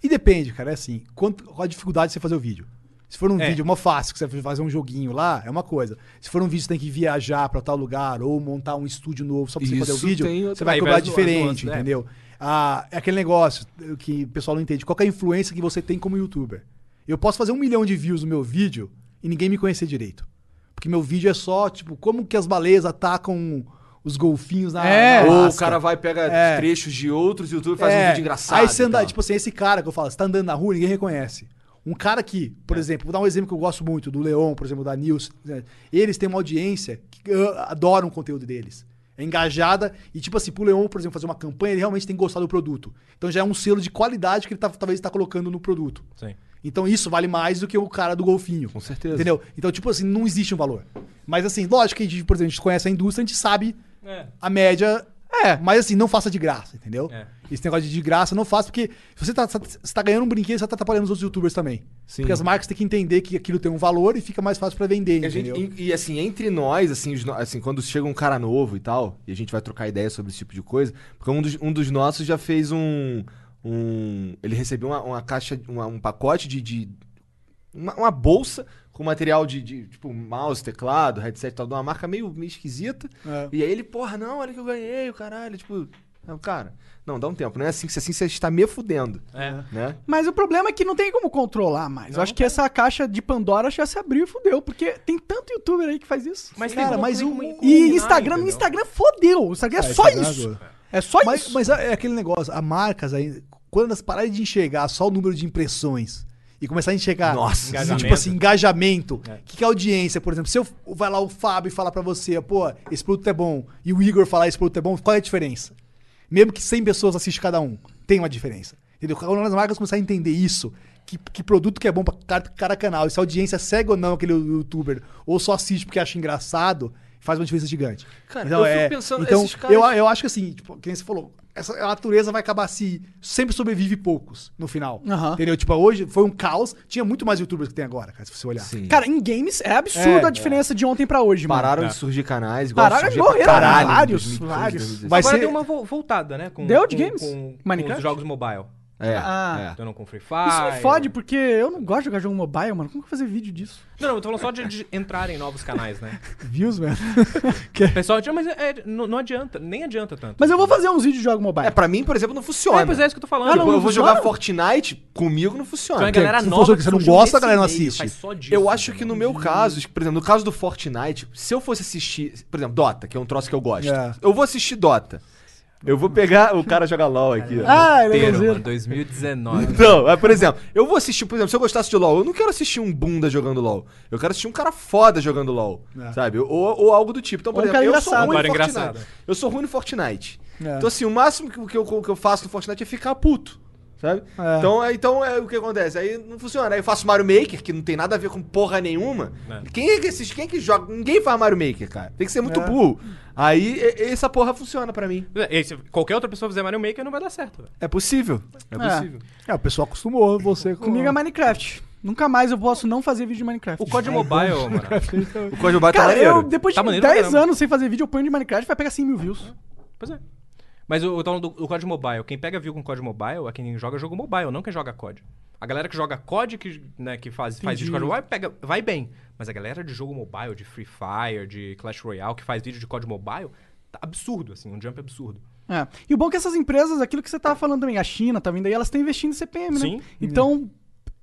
S3: E depende, cara, é assim, quanto, qual a dificuldade de você fazer o vídeo? Se for um
S4: É.
S3: vídeo mó fácil, que você vai fazer um joguinho lá, é uma coisa. Se for um vídeo que você tem que viajar pra tal lugar ou montar um estúdio novo só pra você fazer o
S1: Isso
S3: vídeo,
S1: tem outra-
S3: você vai
S4: Aí vai
S3: cobrar
S4: as duas-
S3: diferente,
S4: as duas, né?
S3: entendeu? Ah, é aquele negócio que o pessoal não entende. Qual que é a influência que você tem como youtuber? Eu posso fazer um milhão de views no meu vídeo e ninguém me conhecer direito. Porque meu vídeo é só, tipo, como que as baleias atacam os golfinhos na,
S2: É.
S3: na
S1: Ou o
S3: Alaska.
S1: cara vai, pega
S3: É.
S1: trechos de outros youtubers e faz um
S3: É,
S1: vídeo engraçado.
S3: Aí você
S1: e
S3: anda,
S1: tal.
S3: tipo assim, esse cara que eu falo, você tá andando na rua, ninguém reconhece. Um cara que, por
S1: É.
S3: exemplo, vou dar um exemplo que eu gosto muito, do Leon, por exemplo, da News. né? Eles têm uma audiência que ah, adora o conteúdo deles. É engajada e, tipo assim, pro Leon, por exemplo, fazer uma campanha, ele realmente tem que gostar do produto. Então já é um selo de qualidade que ele tá, talvez está colocando no produto.
S4: Sim.
S3: Então isso vale mais do que o cara do golfinho. Com
S1: certeza.
S3: Entendeu? Então, tipo assim, não existe um valor. Mas assim, lógico que a gente, por exemplo, a gente conhece a indústria, a gente sabe
S4: É.
S3: a média. É, mas assim, não faça de graça, entendeu?
S4: É.
S3: Esse negócio de de graça não faça, porque se você tá, tá- você tá ganhando um brinquedo, você tá atrapalhando os outros youtubers também. Porque as marcas têm que entender que aquilo tem um valor e fica mais fácil pra vender,
S1: E, a gente-
S3: entendeu?
S1: e- e, assim, entre nós, assim, os no- assim, quando chega um cara novo e tal, e a gente vai trocar ideia sobre esse tipo de coisa, porque um dos, um dos nossos já fez um. um- ele recebeu uma, uma caixa, uma- um pacote de. de- uma, uma bolsa com material de, de, tipo mouse, teclado, headset e tal, de uma marca meio, meio esquisita.
S3: É.
S1: E aí ele, porra, não, olha o que eu ganhei, o caralho, tipo. Eu, cara, não, dá um tempo. Não é assim que assim você está me fudendo,
S4: É.
S1: né?
S2: Mas o problema é que não tem como controlar mais. Eu acho que essa caixa de Pandora já se abriu e fudeu, porque tem tanto youtuber aí que faz isso.
S4: Mas
S3: Cara,
S4: tem como
S3: mas
S4: tem
S3: o-
S4: como
S3: e
S2: E
S4: combinar,
S2: Instagram, no
S4: entendeu?
S2: Instagram fodeu. O Instagram é
S3: É,
S2: só
S3: Instagram
S2: isso.
S3: agora.
S2: É só
S3: Mas,
S2: isso.
S3: mas é aquele negócio, as marcas aí, quando elas pararem de enxergar só o número de impressões e começar a enxergar,
S1: Nossa,
S3: tipo
S4: engajamento.
S3: assim, engajamento, o
S4: É.
S3: que, que é audiência, por exemplo, se eu vai lá o Fábio e falar pra você, pô, esse produto é bom, e o Igor falar esse produto é bom, qual é a diferença? Mesmo que 100 pessoas assistam cada um, tem uma diferença. Entendeu? Quando as marcas começarem a entender isso, que, que produto que é bom pra cada, cada canal, e se a audiência segue ou não aquele youtuber, ou só assiste porque acha engraçado, faz uma diferença gigante.
S1: Cara,
S3: então,
S1: eu
S3: é,
S1: fico pensando,
S3: então
S1: esses caras-
S3: eu, eu acho que assim, tipo, que nem você falou, essa a natureza vai acabar se. Sempre sobrevive poucos no final.
S2: Aham.
S3: Entendeu? Tipo, hoje foi um caos, tinha muito mais youtubers que tem agora, É. cara, se você olhar.
S1: Sim.
S2: Cara, em games é absurdo
S3: É,
S2: a diferença de ontem pra hoje, mano.
S4: É.
S1: Pararam de surgir canais, igual
S2: Pararam de
S1: surgia pra
S2: morrer,
S1: caralho em
S2: vários,
S1: 2015,
S2: vários.
S1: 2016.
S3: Vai
S4: Agora
S3: ser-
S4: deu uma vo- voltada, né? Com,
S2: Deu de
S4: com-
S2: games?
S4: Com, com
S2: Minecraft?
S4: os jogos mobile.
S1: É,
S2: Ah.
S1: é.
S4: Então, não com Free Fire.
S2: Isso me fode,
S4: é.
S2: porque eu não gosto de jogar jogo mobile, mano. Como que eu vou fazer vídeo disso?
S4: Não, não, eu tô falando só de, de entrar em novos canais, né?
S3: Views, velho.
S4: O Pessoal, diz, mas é- é, não, não adianta, nem adianta tanto.
S2: Mas eu vou fazer uns vídeos de jogo mobile.
S1: É, pra mim, por exemplo, não funciona.
S4: É, pois é isso que eu tô falando.
S2: Ah,
S1: Tipo,
S2: não,
S1: eu vou
S2: funciona?
S1: jogar Fortnite, comigo não
S4: Então, a
S1: funciona.
S3: Porque
S4: galera
S3: se for
S4: nova
S3: jogo que você não
S4: surgiu
S3: gosta, a
S4: nesse
S3: galera não
S4: meio,
S3: assiste.
S4: faz só disso,
S1: Eu acho
S4: né?
S1: que no meu caso, por exemplo, no caso do Fortnite, se eu fosse assistir, por exemplo, Dota, que é um troço que eu gosto,
S3: É.
S1: eu vou assistir Dota. Eu vou pegar. O cara joga LOL aqui. ó.
S2: Ah, ele é
S4: Inteiro,
S2: legalzinho.
S4: mano,
S1: <laughs>
S4: 2019.
S1: Então, é, por exemplo, eu vou assistir, por exemplo, se eu gostasse de LOL, eu não quero assistir um bunda jogando LOL. Eu quero assistir um cara foda jogando LOL.
S3: É.
S1: Sabe? Ou, ou algo do tipo. Então, por
S2: Ou um
S1: exemplo,
S2: cara
S1: eu sou,
S2: engraçado.
S1: ruim
S4: Um
S1: em
S4: cara
S1: Fortnite.
S4: engraçado.
S1: eu sou ruim no Fortnite.
S3: É.
S1: Então, assim, o máximo que, que eu, que eu faço no Fortnite é ficar puto. Sabe?
S3: É.
S1: Então, é, então é o que acontece. Aí não funciona. Aí eu faço Mario Maker, que não tem nada a ver com porra nenhuma.
S4: É.
S1: Quem é que esses, quem é que joga? Ninguém faz Mario Maker, cara. Tem que ser muito
S3: É.
S1: burro. Aí e- essa porra funciona pra mim.
S4: E aí, se É, qualquer outra pessoa fizer Mario Maker, não vai dar certo. velho.
S1: É possível. É possível.
S3: É, o pessoal acostumou você com.
S2: Comigo é Minecraft. Nunca mais eu posso não fazer vídeo de Minecraft.
S4: O código <laughs> mobile, mano.
S1: O Código Bar tá
S2: Cara,
S1: maneiro.
S2: eu, depois
S4: Tá
S2: de
S4: maneiro pra
S2: 10
S4: caramba.
S2: anos sem fazer vídeo, eu ponho de Minecraft vai pegar 100 mil views.
S4: Pois é. Mas eu eu tô falando do, do COD Mobile. Quem pega view com COD Mobile é quem joga jogo mobile, não quem joga COD. A galera que joga COD, que, né, que faz, faz vídeo de COD Mobile, pega, vai bem. Mas a galera de jogo mobile, de Free Fire, de Clash Royale, que faz vídeo de COD Mobile, tá absurdo, assim, um jump absurdo.
S2: É. E o bom é que essas empresas, aquilo que você tava falando também, a China tá vindo aí, elas estão investindo em CPM, né?
S4: Sim.
S2: Então, <laughs>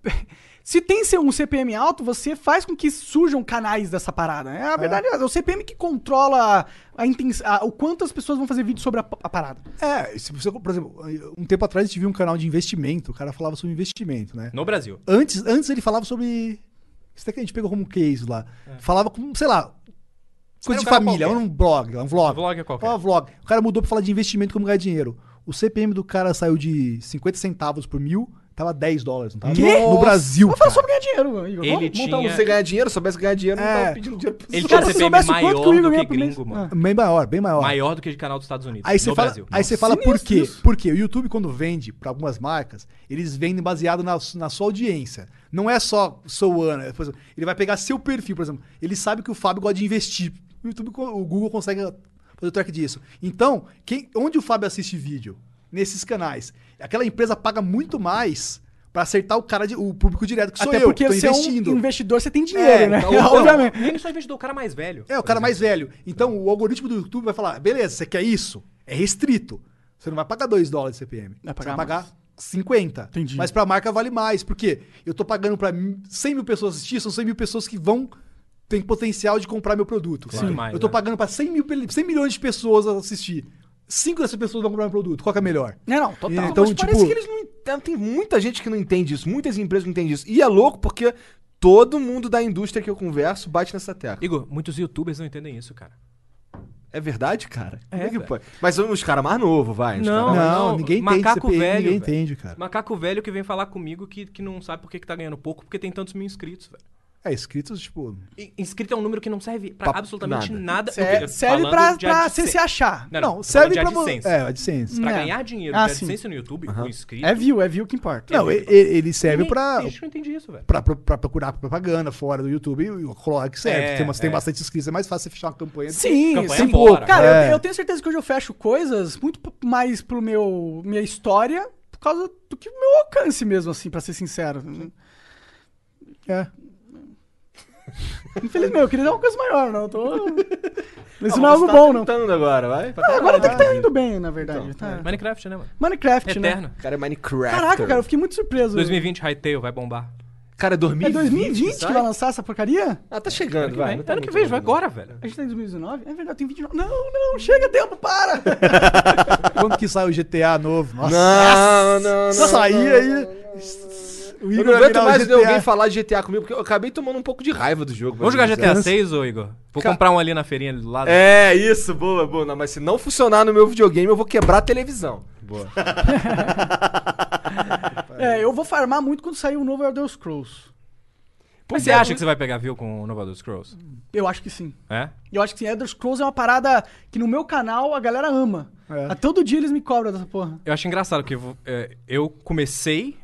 S2: se tem seu- um CPM alto, você faz com que surjam canais dessa parada. É a verdade, é o CPM que controla a inten- a- o quanto as pessoas vão fazer vídeo sobre a, p- a parada.
S3: É, se você, por exemplo, um tempo atrás a gente viu um canal de investimento, o cara falava sobre investimento, né?
S4: No Brasil.
S3: Antes, antes ele falava sobre. Isso daqui a gente pegou como case lá. Falava como, sei lá, coisa
S4: É. Era
S3: de
S4: um cara
S3: família,
S4: qualquer.
S3: um blog, um vlog.
S4: Vlog é qualquer.
S3: Ó, vlog. O cara mudou pra falar de investimento como ganhar dinheiro. O CPM do cara saiu de 50 centavos por mil, tava 10 dólares, não tava?
S2: Quê?
S3: No Brasil.
S2: Eu falo
S3: cara.
S2: sobre ganhar dinheiro, Igor.
S4: Ele
S1: Montar um
S4: tinha.
S1: você ganhar dinheiro, soubesse ganhar dinheiro, não
S3: É.
S1: tava pedindo dinheiro pra
S4: Ele
S1: você.
S4: tinha
S2: Cara, se
S4: CPM
S2: soubesse quanto
S4: maior
S2: que o Igor
S4: do que
S2: ganha por mês. É.
S4: gringo, mano.
S3: Bem maior, bem maior.
S4: Maior do que de canal dos Estados Unidos.
S3: Aí você
S4: no
S3: fala,
S4: Brasil.
S3: aí você fala por
S2: Sinistro
S3: quê?
S2: isso.
S3: Porque o YouTube, quando vende pra algumas marcas, eles vendem baseado na, su- na sua audiência. Não é só sou Ana. é, por exemplo, Ele vai pegar seu perfil, por exemplo. Ele sabe que o Fábio gosta de investir. O, YouTube, co- o Google consegue fazer o track disso. Então, quem, onde o Fábio assiste vídeo? Nesses canais. Aquela empresa paga muito mais pra acertar o cara, de- o público direto, que sou
S2: Até
S3: eu,
S2: porque
S3: que tô
S2: você
S3: investindo.
S2: é um investidor, você tem dinheiro,
S3: É,
S2: né? <laughs>
S3: então, <laughs> então,
S2: Obviamente.
S4: Nem só investidor, o cara mais velho.
S3: É, o
S4: por
S3: cara
S4: exemplo.
S3: mais velho. Então o algoritmo do YouTube vai falar: beleza, você quer isso? É restrito. Você não vai pagar 2 dólares de CPM.
S2: Vai
S3: você
S2: pagar
S3: vai pagar 50.
S2: Entendi.
S3: Mas pra marca vale mais. Por quê? Eu tô pagando pra mim- 100 mil pessoas assistir, são 100 mil pessoas que vão. Tem potencial de comprar meu produto.
S4: Claro. Sim. Mais,
S3: eu tô
S4: né?
S3: pagando pra 100, mil, pe- 100 milhões de pessoas assistir. 5 dessas pessoas vão comprar meu produto. Qual que é melhor?
S2: Não, não, total.
S3: Então,
S1: Mas parece
S3: tipo-
S1: que eles não entendem. Tem muita gente que não entende isso, muitas empresas não entendem isso. E é louco porque todo mundo da indústria que eu converso bate nessa tecla.
S4: Igor, muitos youtubers não entendem isso, cara.
S1: É verdade, cara? Como É, que
S4: velho.
S1: pode? Mas os caras mais novos, vai. uns
S4: Não,
S1: cara-
S4: não, macaco velho,
S3: Ninguém
S4: velho.
S3: entende, cara.
S4: Macaco velho que vem falar comigo que, que não sabe por que, que tá ganhando pouco, porque tem tantos mil inscritos, velho.
S3: É, escritos, tipo.
S4: E- Inscrito é um número que não serve pra
S1: Pra
S4: absolutamente
S1: nada.
S4: nada.
S2: Serve, é, serve pra, pra você se achar.
S4: Não,
S3: Não,
S4: não,
S3: serve
S4: pra
S3: pra. vo-
S4: AdSense.
S3: É, AdSense.
S4: Pra
S2: Não.
S4: ganhar dinheiro
S2: Ah,
S4: de
S2: sim.
S4: AdSense no YouTube, o inscrito.
S2: É view, é view que importa.
S3: Não, e- e- ele serve
S4: Ninguém-
S3: pra.
S4: Tem gente que não entende isso, velho.
S3: pra, pro- pra procurar propaganda fora do YouTube e coloca que serve.
S4: É,
S3: tem, uma- tem
S4: é.
S3: bastante inscritos, é mais fácil você fechar uma campanha. do que-
S2: Sim,
S4: Campanha
S2: sim.
S4: bora,
S2: Cara,
S4: cara.
S2: eu-
S3: É.
S2: eu, tenho certeza que hoje eu fecho coisas muito p- mais pro meu minha história por causa do que o meu alcance mesmo, assim, pra ser sincero.
S3: É.
S2: <laughs> Infelizmente, eu queria dar um alcance maior, não. eu Tô... Isso não é algo bom, não.
S1: Tentando tá agora, vai.
S2: Ah, agora até que tá indo bem, na verdade. tá.
S4: Minecraft, né, mano?
S2: Minecraft,
S4: Eterno.
S2: né?
S1: Cara, é Minecraft.
S2: Caraca, cara, eu fiquei muito surpreso.
S4: 2020 Hytale vai bombar.
S1: Cara, 2020.
S2: É 2020 que
S1: sai?
S2: vai lançar essa porcaria?
S1: Ah, tá chegando, vai.
S4: Ano
S2: é
S1: não
S4: que
S1: tá
S4: vem, ano
S1: muito
S4: que vem, vai
S1: longe,
S4: agora, velho.
S2: A gente tá em 2019? É verdade, tem 29. Não, não, chega tempo, para!
S4: <laughs>
S3: Quando que sai o GTA novo? Nossa,
S1: Não, não, não.
S3: sair aí. O
S1: Eu
S3: Igor
S1: não
S3: vai
S1: aguento
S3: virar o
S1: mais de
S3: GTA.
S1: alguém falar de GTA comigo, porque eu acabei tomando um pouco de raiva do jogo.
S4: Vamos
S1: pra
S4: jogar
S1: dizer.
S4: GTA 6, ô Igor? Vou comprar um ali na feirinha ali do lado.
S1: É, isso, boa, boa. Não, mas se não funcionar no meu videogame, eu vou quebrar a televisão. Boa.
S2: É, eu vou farmar muito quando sair o novo Elder Scrolls. é
S4: Mas você
S2: um-
S4: acha que você vai pegar view com o novo Elder Scrolls?
S2: Eu acho que sim.
S4: É?
S2: Eu acho que sim. Elder Scrolls é uma parada que no meu canal a galera ama.
S4: É.
S2: A todo dia eles me cobram dessa porra.
S4: Eu acho engraçado que vo- é, eu comecei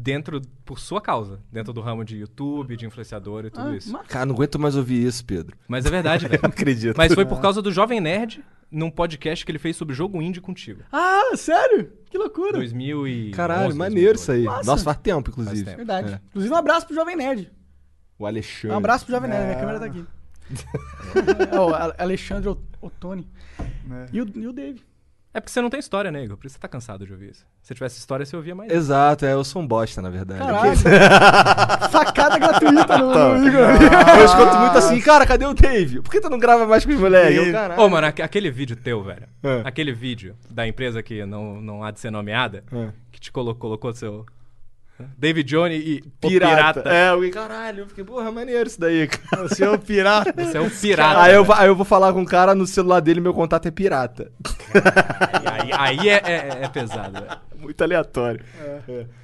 S4: dentro, por sua causa, dentro do ramo de YouTube, de influenciador e tudo
S2: Ah,
S4: isso.
S2: mas-
S1: Cara, não aguento mais ouvir isso, Pedro.
S4: Mas
S1: <laughs>
S4: é verdade, velho.
S1: Não acredito.
S4: Mas foi por causa do Jovem Nerd num podcast que ele fez sobre jogo indie contigo.
S2: Ah, sério? Que loucura.
S4: 2000 e
S1: Caralho, maneiro isso aí.
S2: Massa.
S1: Nossa, faz tempo, inclusive.
S4: Faz tempo.
S2: Verdade. Inclusive, um abraço pro Jovem Nerd.
S1: O Alexandre.
S2: Um abraço pro Jovem Nerd, minha câmera tá
S4: <laughs>
S2: aqui. É, o Ale- Alexandre Ot- Ottoni. E, o, e o Dave.
S4: É porque você não tem história, né, Igor? Por isso você tá cansado de ouvir isso. Se tivesse história, você ouvia mais.
S1: Exato, é, eu sou um bosta, na verdade.
S2: Caralho. Facada gratuita
S4: Tá.
S2: no, no Igor.
S1: Eu escuto muito assim, cara, cadê o Dave? Por que tu não grava mais com os moleques? Eu,
S4: Ô,
S1: caralho. É.
S4: mano, aque- aquele vídeo teu, velho. Aquele vídeo da empresa que não, não há de ser nomeada,
S1: É.
S4: que te colocou, colocou seu. David Johnny e o pirata.
S1: É, eu, caralho, eu fiquei, porra, maneiro isso daí, cara.
S3: Você é o pirata.
S4: Você é um pirata.
S1: Aí eu, va- aí eu vou falar com o cara no celular dele, meu contato é pirata.
S4: Aí, aí é, é- é pesado. velho.
S1: Muito aleatório.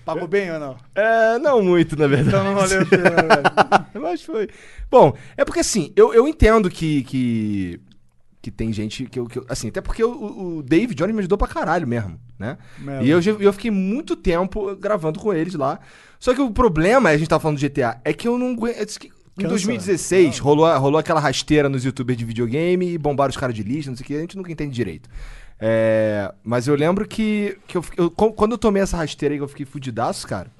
S3: Pagou bem ou não?
S1: É, não muito, na verdade.
S3: Então não valeu a pena, velho.
S1: <laughs> Mas foi. Bom, é porque assim, eu, eu entendo que, que. que tem gente que eu. que eu- assim, até porque o, o David Johnny me ajudou pra caralho mesmo, né?
S3: Mesmo.
S1: E eu, já- eu fiquei muito tempo gravando com eles lá. Só que o problema, a gente tava falando do GTA, é que eu não aguento. é que Em
S3: Cansa, né?
S1: 2016, rolou, a- rolou aquela rasteira nos youtubers de videogame e bombaram os caras de lixo, não sei o que, a gente nunca entende direito. É, mas eu lembro que, que eu, fiquei- eu- quando eu tomei essa rasteira aí, que eu fiquei fudidaço, cara.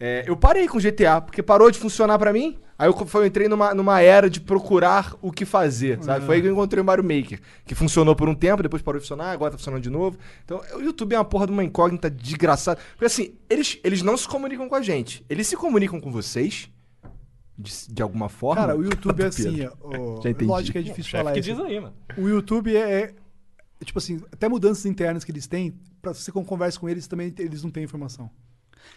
S1: É, eu parei com GTA, porque parou de funcionar pra mim. Aí eu, co- foi- eu entrei numa, numa era de procurar o que fazer,
S3: Ah.
S1: sabe? Foi aí que eu encontrei o Mario Maker, que funcionou por um tempo, depois parou de funcionar, agora tá funcionando de novo. Então, o YouTube é uma porra de uma incógnita desgraçada. Porque assim, eles, eles não se comunicam com a gente. Eles se comunicam com vocês, de, s- de alguma forma.
S3: Cara, o YouTube é assim, ó.
S1: Já entendi.
S3: Lógico que é difícil falar
S4: que
S3: isso.
S4: diz aí, mano.
S3: O YouTube é, é- é Tipo assim, até mudanças internas que eles têm, pra você con- conversa com eles, também eles não têm informação.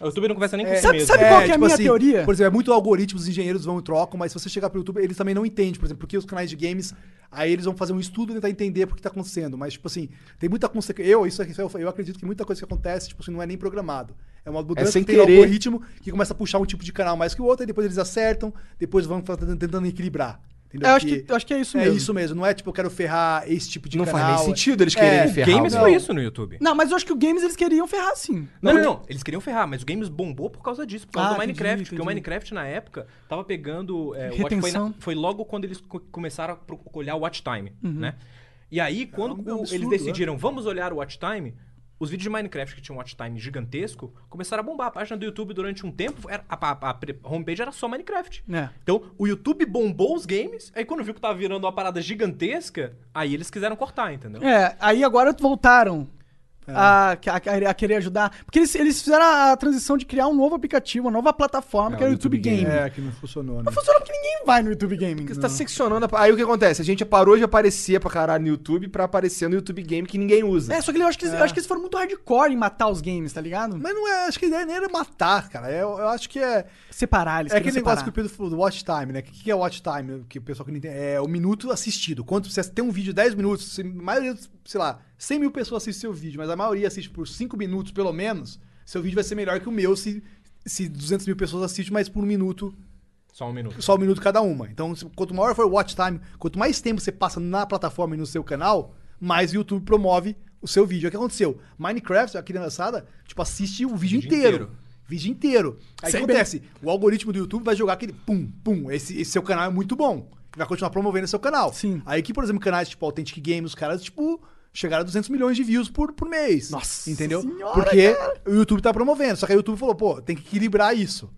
S4: O YouTube não conversa nem com né? si
S2: Sabe-
S4: mesmo.
S2: sabe qual que é a minha teoria?
S3: tipo Por exemplo, é muito algoritmo, os engenheiros vão e trocam, mas se você chegar pro YouTube, eles também não entendem, por exemplo, porque os canais de games, aí eles vão fazer um estudo e tentar entender por que tá acontecendo. Mas, tipo assim, tem muita consequência. Eu, isso aqui, eu, eu acredito que muita coisa que acontece, tipo assim, não é nem programado. É uma mudança
S1: sem
S3: que tem no
S1: querer.
S3: algoritmo que começa a puxar um tipo de canal mais que o outro, e depois eles acertam, depois vão fa- tentando equilibrar. Entendeu?
S4: Tá.
S2: É, eu acho que- eu acho que é isso
S3: é
S2: mesmo.
S3: isso mesmo, não é tipo, eu quero ferrar esse tipo de
S1: não
S3: canal.
S1: faz nem sentido eles quererem
S3: É,
S1: ferrar.
S4: Games
S1: o-
S4: foi isso no YouTube.
S2: Não, mas eu acho que o Games eles queriam ferrar sim.
S4: Não, não, não. Eles queriam ferrar, mas o Games bombou por causa disso, por causa
S2: Ah,
S4: do Minecraft.
S2: entendi,
S4: Porque o
S2: entendi.
S4: Minecraft, na época, tava pegando. é, o Watch- foi,
S2: Retenção. Uhum.
S4: na- foi logo quando eles co- começaram a pro- olhar o Watch Time, né? E aí, quando
S3: um
S4: o- eles
S3: absurdo,
S4: decidiram, vamos olhar o Watch Time. Os vídeos de Minecraft que tinham um watch time gigantesco começaram a bombar. A página do YouTube durante um tempo, era, a, a- a pre- homepage era só Minecraft.
S2: É.
S4: Então, o YouTube bombou os games, aí quando viu que tava virando uma parada gigantesca, aí eles quiseram cortar, entendeu?
S2: É, aí agora voltaram a, a- a querer ajudar. Porque eles, eles fizeram a, a transição de criar um novo aplicativo, uma nova plataforma, que era o YouTube, Game.
S3: É, que não funcionou, né?
S2: Não funciona porque ninguém vai no YouTube Gaming.
S1: Porque
S3: Uhum.
S1: você tá seccionando. a pa- Aí o que acontece? A gente parou de aparecer pra caralho no YouTube pra aparecer no YouTube Game que ninguém usa.
S2: É, só que eu acho que, eles- eu acho que eles foram muito hardcore em matar os games, tá ligado?
S3: Mas não é, acho que a ideia nem era matar, cara. Eu, eu acho que é.
S2: Separar, eles
S3: É
S2: queriam
S3: aquele negócio que o
S2: separar.
S3: Pedro falou do watch time, né? O que, que é watch time? Que o pessoal que não entende. É o minuto assistido. Quanto você tem um vídeo de 10 minutos, se a maioria, sei lá, 100 mil pessoas assistem seu vídeo, mas a maioria assiste por 5 minutos pelo menos, seu vídeo vai ser melhor que o meu se, se 200 mil pessoas assistem, mas por um minuto,
S4: Só um minuto.
S3: só um minuto cada uma. Então, se- quanto maior for o watch time, quanto mais tempo você passa na plataforma e no seu canal, mais o YouTube promove o seu vídeo. É o que aconteceu. Minecraft, a criançada, tipo, assiste o vídeo,
S4: Vídeo
S3: inteiro.
S4: inteiro.
S3: Vídeo inteiro. Aí o que
S2: Sem
S3: acontece? O algoritmo do YouTube vai jogar aquele pum, pum. Esse, esse seu canal é muito bom. Vai continuar promovendo seu canal.
S2: Sim.
S3: Aí que, por exemplo, canais tipo Authentic Games, os caras, tipo, chegaram a 200 milhões de views por, por mês.
S2: Nossa
S3: Entendeu?
S2: Senhora,
S3: Porque o YouTube tá promovendo. Só que aí o YouTube falou, pô, tem que equilibrar isso.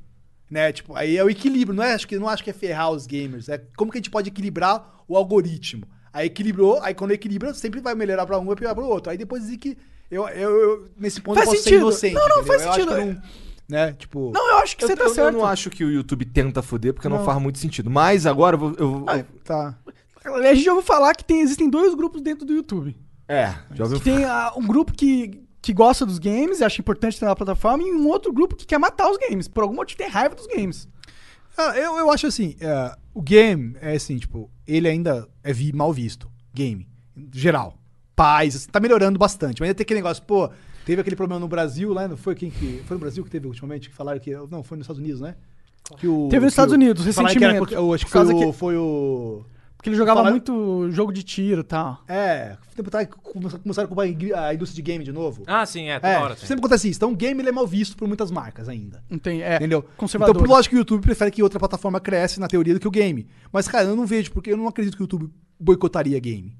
S3: Né? Tipo, aí é o equilíbrio. Não, é, acho que, não acho que é ferrar os gamers. É como que a gente pode equilibrar o algoritmo. Aí Aí equilibrou, aí quando equilibra, sempre vai melhorar pra um e piorar pro outro. Aí depois dizer que. Eu, eu, eu- nesse ponto
S2: Faz
S3: eu posso
S2: sentido.
S3: ser inocente.
S2: Não, não,
S3: entendeu?
S2: faz
S3: Eu acho que
S2: sentido.
S3: não- né? Tipo.
S2: Não, eu acho que
S1: Eu,
S2: você tá
S1: eu- eu
S2: certo.
S1: não acho que o YouTube tenta foder, porque não, faz muito sentido. Mas agora eu vou. eu vou-
S3: Tá.
S2: A gente já ouviu falar que tem- existem dois grupos dentro do YouTube.
S1: é, já ouviu
S2: Que tem ah, um grupo que, que gosta dos games, acha importante ter na plataforma, e um outro grupo que quer matar os games. Por algum motivo tem raiva dos games.
S3: Ah, eu, eu acho assim, é, o game é assim, tipo, ele ainda é vi- mal visto. Game, em geral. Paz, assim, tá melhorando bastante. Mas ainda tem aquele negócio, pô, teve aquele problema no Brasil, né? Não foi quem que. Foi no Brasil que teve ultimamente que falaram que. Não, foi nos Estados Unidos, né? Que o,
S2: Teve nos
S3: que
S2: Estados
S3: o-
S2: Unidos,
S3: falaram que era
S2: recentemente.
S3: co- eu acho que
S2: Por
S3: foi
S2: causa
S3: o,
S2: que-
S3: foi o.
S2: Porque ele jogava
S3: Falaram-
S2: muito jogo de tiro e tal.
S3: É, deputado que come- começaram a culpar a ingri- a indústria de game de novo.
S4: Ah, sim, é, toda
S3: é,
S4: hora. tem.
S3: sempre acontece isso. Então o game ele é mal visto por muitas marcas ainda.
S2: Não tem, é.
S3: Entendeu?
S2: Conservador.
S3: Então, por lógico que o YouTube prefere que outra plataforma cresce na teoria do que o game. Mas, cara, eu não vejo, porque eu não acredito que o YouTube boicotaria game.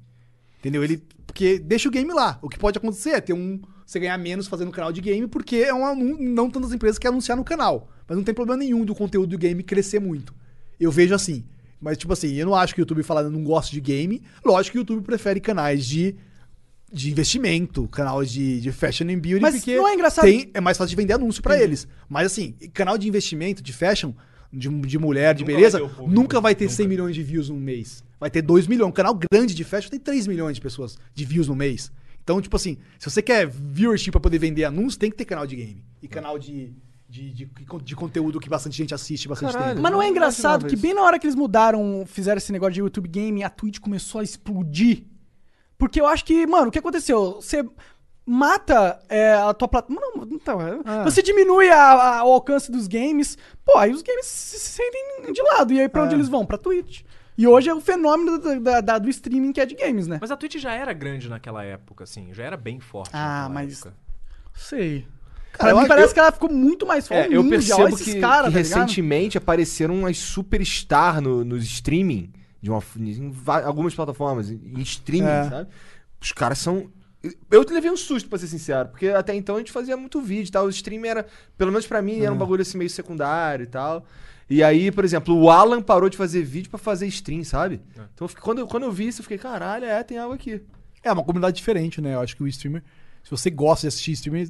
S3: Entendeu? Ele. Porque deixa o game lá. O que pode acontecer é ter um. Você ganhar menos fazendo canal de game, porque é um, anun- não tantas empresas que anunciar no canal. Mas não tem problema nenhum do conteúdo do game crescer muito. Eu vejo assim. Mas, tipo assim, eu não acho que o YouTube falando não gosto de game. Lógico que o YouTube prefere canais de, de investimento, canais de, de fashion and beauty,
S2: Mas
S3: porque
S2: não é engraçado
S3: tem- é mais fácil de vender anúncio pra eles. Mas assim, canal de investimento, de fashion, de, de mulher, de
S4: Nunca
S3: beleza,
S4: vai ter o público,
S3: nunca vai ter 100 milhões de views num mês. Vai ter 2 milhões. Um canal grande de fashion tem 3 milhões de pessoas de views no mês. Então, tipo assim, se você quer viewership pra poder vender anúncio, tem que ter canal de game. E canal de, de, de, de conteúdo que bastante gente assiste, bastante tempo.
S2: Mas não é
S1: Eu
S2: engraçado
S1: imaginava
S2: que
S1: isso.
S2: bem na hora que eles mudaram, fizeram esse negócio de YouTube Game, a Twitch começou a explodir. Porque eu acho que, mano, o que aconteceu? Você mata é, a tua plataforma. Não, então, é- Você diminui a- a- o alcance dos games. Pô, aí os games se sentem de lado. E aí pra onde eles vão? Pra Twitch. E hoje é o fenômeno do, da- da- do streaming que é de games, né?
S4: Mas a Twitch já era grande naquela época, assim. Já era bem forte.
S2: Ah,
S4: naquela
S2: mas-
S4: época.
S2: Sei.
S3: eu
S2: Cara, me
S3: acho-
S2: parece que ela ficou muito mais forte.
S1: É, eu percebo que,
S2: caras,
S1: que
S2: tá ligado?
S1: recentemente apareceram umas superstar no, no streaming de uma, em va- algumas plataformas, em em streaming,
S2: É.
S1: sabe? Os caras são. Eu levei um susto, pra ser sincero, porque até então a gente fazia muito vídeo e tal. O streaming era, pelo menos pra mim, era um
S2: É.
S1: bagulho assim meio secundário e tal. E aí, por exemplo, o Alan parou de fazer vídeo pra fazer stream, sabe?
S2: É.
S1: Então eu fiquei- quando, eu- quando eu vi isso, eu fiquei, caralho, é, tem algo aqui.
S3: É uma comunidade diferente, né? Eu acho que o streamer, se você gosta de assistir streamer,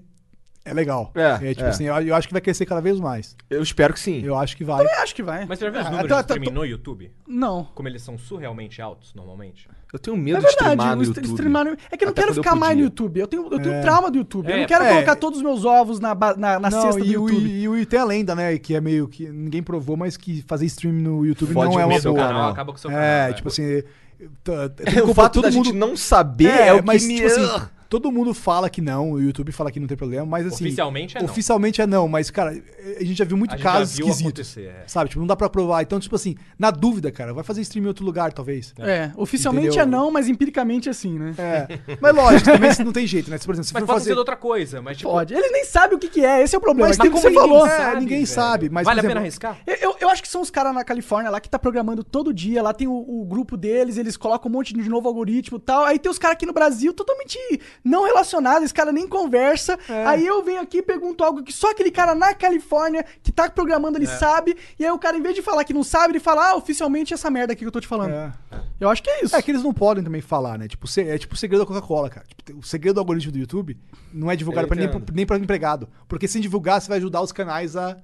S3: é legal.
S1: É,
S3: tipo
S1: é.
S3: assim, eu, eu acho que vai crescer cada vez mais.
S1: Eu espero que sim.
S3: Eu acho que vai.
S2: Eu É, acho que vai.
S4: Mas você já viu os
S3: Ah,
S4: números
S3: tá-
S4: de
S3: tá-
S4: streaming no YouTube?
S2: Não.
S4: Como eles são surrealmente altos, normalmente?
S1: Eu tenho medo
S2: É
S1: de streamar
S2: verdade,
S1: no
S2: o stre-
S1: YouTube.
S2: streamar no... é que eu não
S1: Até
S2: quero
S1: quando eu
S2: ficar mais
S1: podia.
S2: no YouTube. Eu tenho, eu tenho
S3: É.
S2: trauma do YouTube. eu
S4: É,
S2: não quero
S3: é.
S2: colocar todos os meus ovos na, ba- na, na cesta do
S3: e, o-
S2: YouTube.
S3: e, o- e tem a lenda, né? Que é meio que. Ninguém provou, mas que fazer stream no YouTube
S1: Fode
S3: não é
S1: o
S3: uma
S1: meu
S4: seu
S3: boa.
S4: canal,
S1: né?
S4: acaba com o seu canal.
S3: É, tipo assim. tá-
S1: <laughs>
S3: tem que
S1: O
S3: culpar
S1: fato É, da gente não saber é,
S3: É,
S1: o que
S3: mas,
S1: me...
S3: tipo assim, todo mundo fala que não, o YouTube fala que não tem problema, mas assim.
S4: Oficialmente é não.
S3: Oficialmente é não, mas, cara, a gente já viu muito
S4: A gente já
S3: casos
S4: viu
S3: esquisitos.
S4: acontecer, é.
S3: Sabe? Tipo, não dá pra provar. Então, tipo assim, na dúvida, cara, vai fazer stream em outro lugar, talvez.
S2: É, oficialmente
S3: Entendeu?
S2: é não, mas empiricamente é sim, né?
S3: É. Mas lógico, também
S4: <laughs>
S3: não tem jeito, né? Se, por exemplo, se
S4: Mas
S3: for
S4: pode
S3: fazer.
S4: ser outra coisa, mas tipo...
S2: Pode. Eles nem sabem o que, que é, esse é o problema.
S3: Mas
S2: é
S3: tem
S2: o que
S3: como
S2: você
S3: ninguém
S2: falou.
S3: sabe. É, ninguém
S4: velho.
S3: sabe, mas,
S4: Vale
S3: por
S4: a pena
S3: exemplo-
S4: arriscar?
S2: Eu, eu- eu acho que são os caras na Califórnia lá que tá programando todo dia. Lá tem o, o grupo deles, eles colocam um monte de novo algoritmo e tal. Aí tem os caras aqui no Brasil totalmente não relacionados, esse cara nem conversa. Aí eu venho aqui e pergunto algo que só aquele cara na Califórnia que tá programando ele sabe. E aí o cara, em vez de falar que não sabe, ele fala, ah, oficialmente é essa merda aqui que eu tô te falando.
S3: É.
S2: Eu acho que é isso.
S3: É que eles não podem também falar, né? Tipo, se- é tipo o segredo da Coca-Cola, cara. Tipo, o segredo do algoritmo do YouTube não é divulgado pra, nem, pro- nem pra empregado. Porque sem divulgar, você vai ajudar os canais a,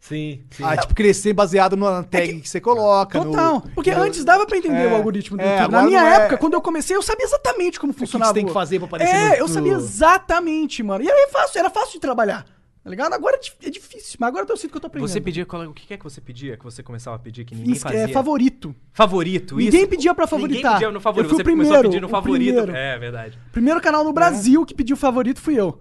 S1: Sim, sim. É
S3: a, tipo, crescer baseado na tag que, você coloca. no-
S2: Total. Porque
S3: no-
S2: antes dava pra entender
S3: É,
S2: o algoritmo do
S3: é,
S2: YouTube. Na
S3: agora
S2: minha
S3: não é-
S2: época, quando eu comecei, eu sabia exatamente como
S3: que
S2: funcionava.
S3: você tem
S2: o-
S3: que fazer pra aparecer
S2: É,
S3: no-
S2: eu sabia
S3: no-
S2: exatamente, mano. E era fácil, era fácil de trabalhar. Tá ligado? Agora é dif- é difícil, mas agora eu sinto que eu tô aprendendo.
S4: Você pedia... qual é- O que é que você pedia? Que você começava a pedir que ninguém
S2: Ins-
S4: fazia?
S2: é, favorito.
S4: Favorito, isso.
S2: Ninguém pedia pra favoritar.
S4: Ninguém pedia no favorito.
S2: Eu fui
S4: você
S2: o primeiro,
S4: começou a pedir no
S2: o
S4: favorito.
S2: primeiro.
S4: É, verdade.
S2: Primeiro canal no Brasil que pediu favorito fui eu.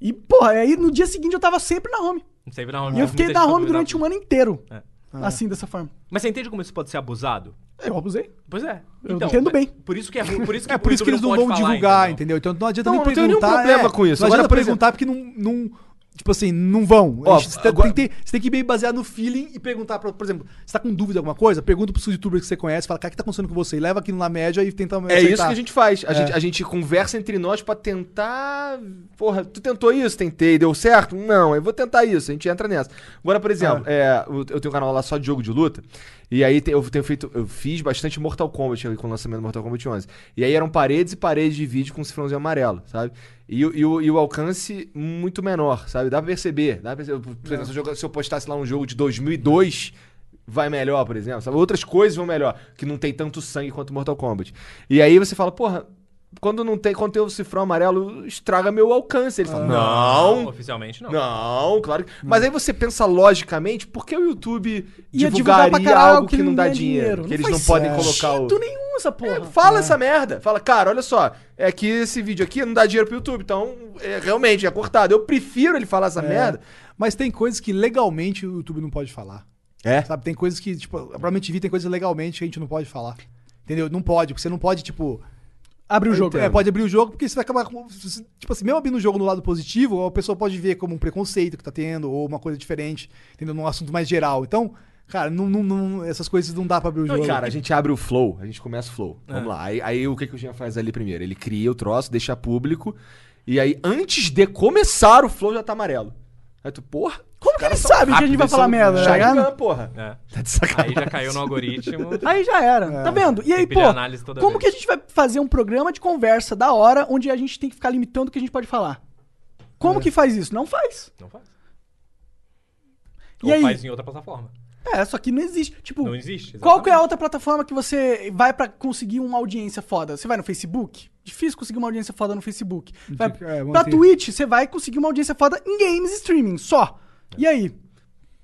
S2: E, porra, aí no dia seguinte eu tava sempre na home.
S4: Não sei, na home.
S2: E eu fiquei na home durante um ano inteiro.
S4: tá É.
S2: Assim, dessa forma.
S4: Mas você entende como isso pode ser abusado?
S2: Eu abusei.
S4: Pois é.
S2: Eu entendo
S4: mas-
S2: bem.
S4: Por isso que é ruim. Por isso que,
S3: É por isso que eles não vão divulgar, entendeu? Então não adianta
S1: Não,
S3: nem
S1: não tem nenhum
S3: perguntar.
S1: problema
S3: é,
S1: com isso.
S3: Não
S1: Agora,
S3: adianta
S1: por exemplo-
S3: perguntar porque não, não, Tipo assim, não vão.
S1: Ó,
S3: A gente- você, tá-
S1: agora-
S3: tem que ter- você tem que ir bem baseado no feeling e perguntar, pra, por exemplo, você tá com dúvida de alguma coisa? Pergunta pros youtubers que você conhece, fala, cara, o que tá acontecendo com você? E leva aquilo na média e tenta
S1: É isso que a gente faz. A, gente, a gente conversa entre nós pra tentar. Porra, tu tentou isso? Tentei, deu certo? Não, eu vou tentar isso. A gente entra nessa. Agora, por exemplo, é, eu eu tenho um canal lá só de jogo de luta. E aí tem- eu tenho feito. Eu fiz bastante Mortal Kombat ali com o lançamento do Mortal Kombat 11. E aí eram paredes e paredes de vídeo com cifrãozinho amarelo, sabe? E, o- e o, e o alcance muito menor, sabe? Dá pra perceber. Dá pra perceber. Por exemplo, se eu joga- se eu postasse lá um jogo de 2002 vai melhor, por exemplo, sabe? Outras coisas vão melhor, que não tem tanto sangue quanto Mortal Kombat. E aí você fala, porra, quando não tem, quando tem o cifrão amarelo, estraga meu alcance. Ele
S2: Ah.
S1: fala, não,
S4: Oficialmente não.
S1: não, claro. que. Mas aí você pensa logicamente, por que o YouTube
S2: Ia é divulgar pra
S1: divulgaria
S2: caralho
S1: algo que, não dá
S2: ganha
S1: dinheiro,
S2: dinheiro.
S1: que
S2: Não
S1: eles não
S2: faz
S1: podem colocar o
S2: Sentido nenhum essa porra. é.
S1: Fala essa merda. Fala, cara, olha só. É que esse vídeo aqui não dá dinheiro pro YouTube, então é, realmente é cortado. Eu prefiro ele falar essa
S2: É.
S1: merda.
S3: Mas tem coisas que legalmente o YouTube não pode falar.
S1: É?
S3: Sabe, tem coisas que, tipo, pra Prime TV tem coisas legalmente que a gente não pode falar. Entendeu? Não pode, porque você não pode, tipo.
S2: Abre o jogo.
S3: É, pode abrir o jogo, porque você vai acabar com. Tipo assim, mesmo abrindo o jogo no lado positivo, a pessoa pode ver como um preconceito que tá tendo, ou uma coisa diferente, entendeu? Num assunto mais geral. Então, cara, não, não- não- essas coisas não dá pra abrir o
S1: Não,
S3: jogo.
S1: Cara, a gente abre o É. flow, a gente começa o flow. Vamos lá. Aí, aí o que, que o Jean faz ali primeiro? Ele cria o troço, deixa público. E aí, antes de começar o flow, já tá amarelo. Aí tu, porra. é
S2: Como que ele sabe que a gente vai falar merda,
S1: Já
S2: tá ligado?
S1: um porra.
S4: É.
S1: Tá de
S4: Aí
S1: sacanagem.
S4: já caiu
S2: <laughs>
S4: no algoritmo.
S2: Aí já era, tá vendo? E aí,
S4: que pedir
S2: pô,
S4: análise toda
S2: como
S4: vez.
S2: que a gente vai fazer um programa de conversa da hora onde a gente tem que ficar limitando o que a gente pode falar? Como que faz isso? Não faz.
S4: Não faz.
S2: E
S4: Ou
S2: aí?
S4: faz em outra plataforma.
S2: É, só que não existe. Tipo,
S4: Não existe,
S2: qual que é a
S4: exatamente.
S2: outra plataforma que você vai pra conseguir uma audiência foda? Você vai no Facebook? Difícil conseguir uma audiência foda no Facebook. Vai
S3: É,
S2: pra
S3: manter.
S2: Twitch, você vai conseguir uma audiência foda em games e streaming, só. E aí?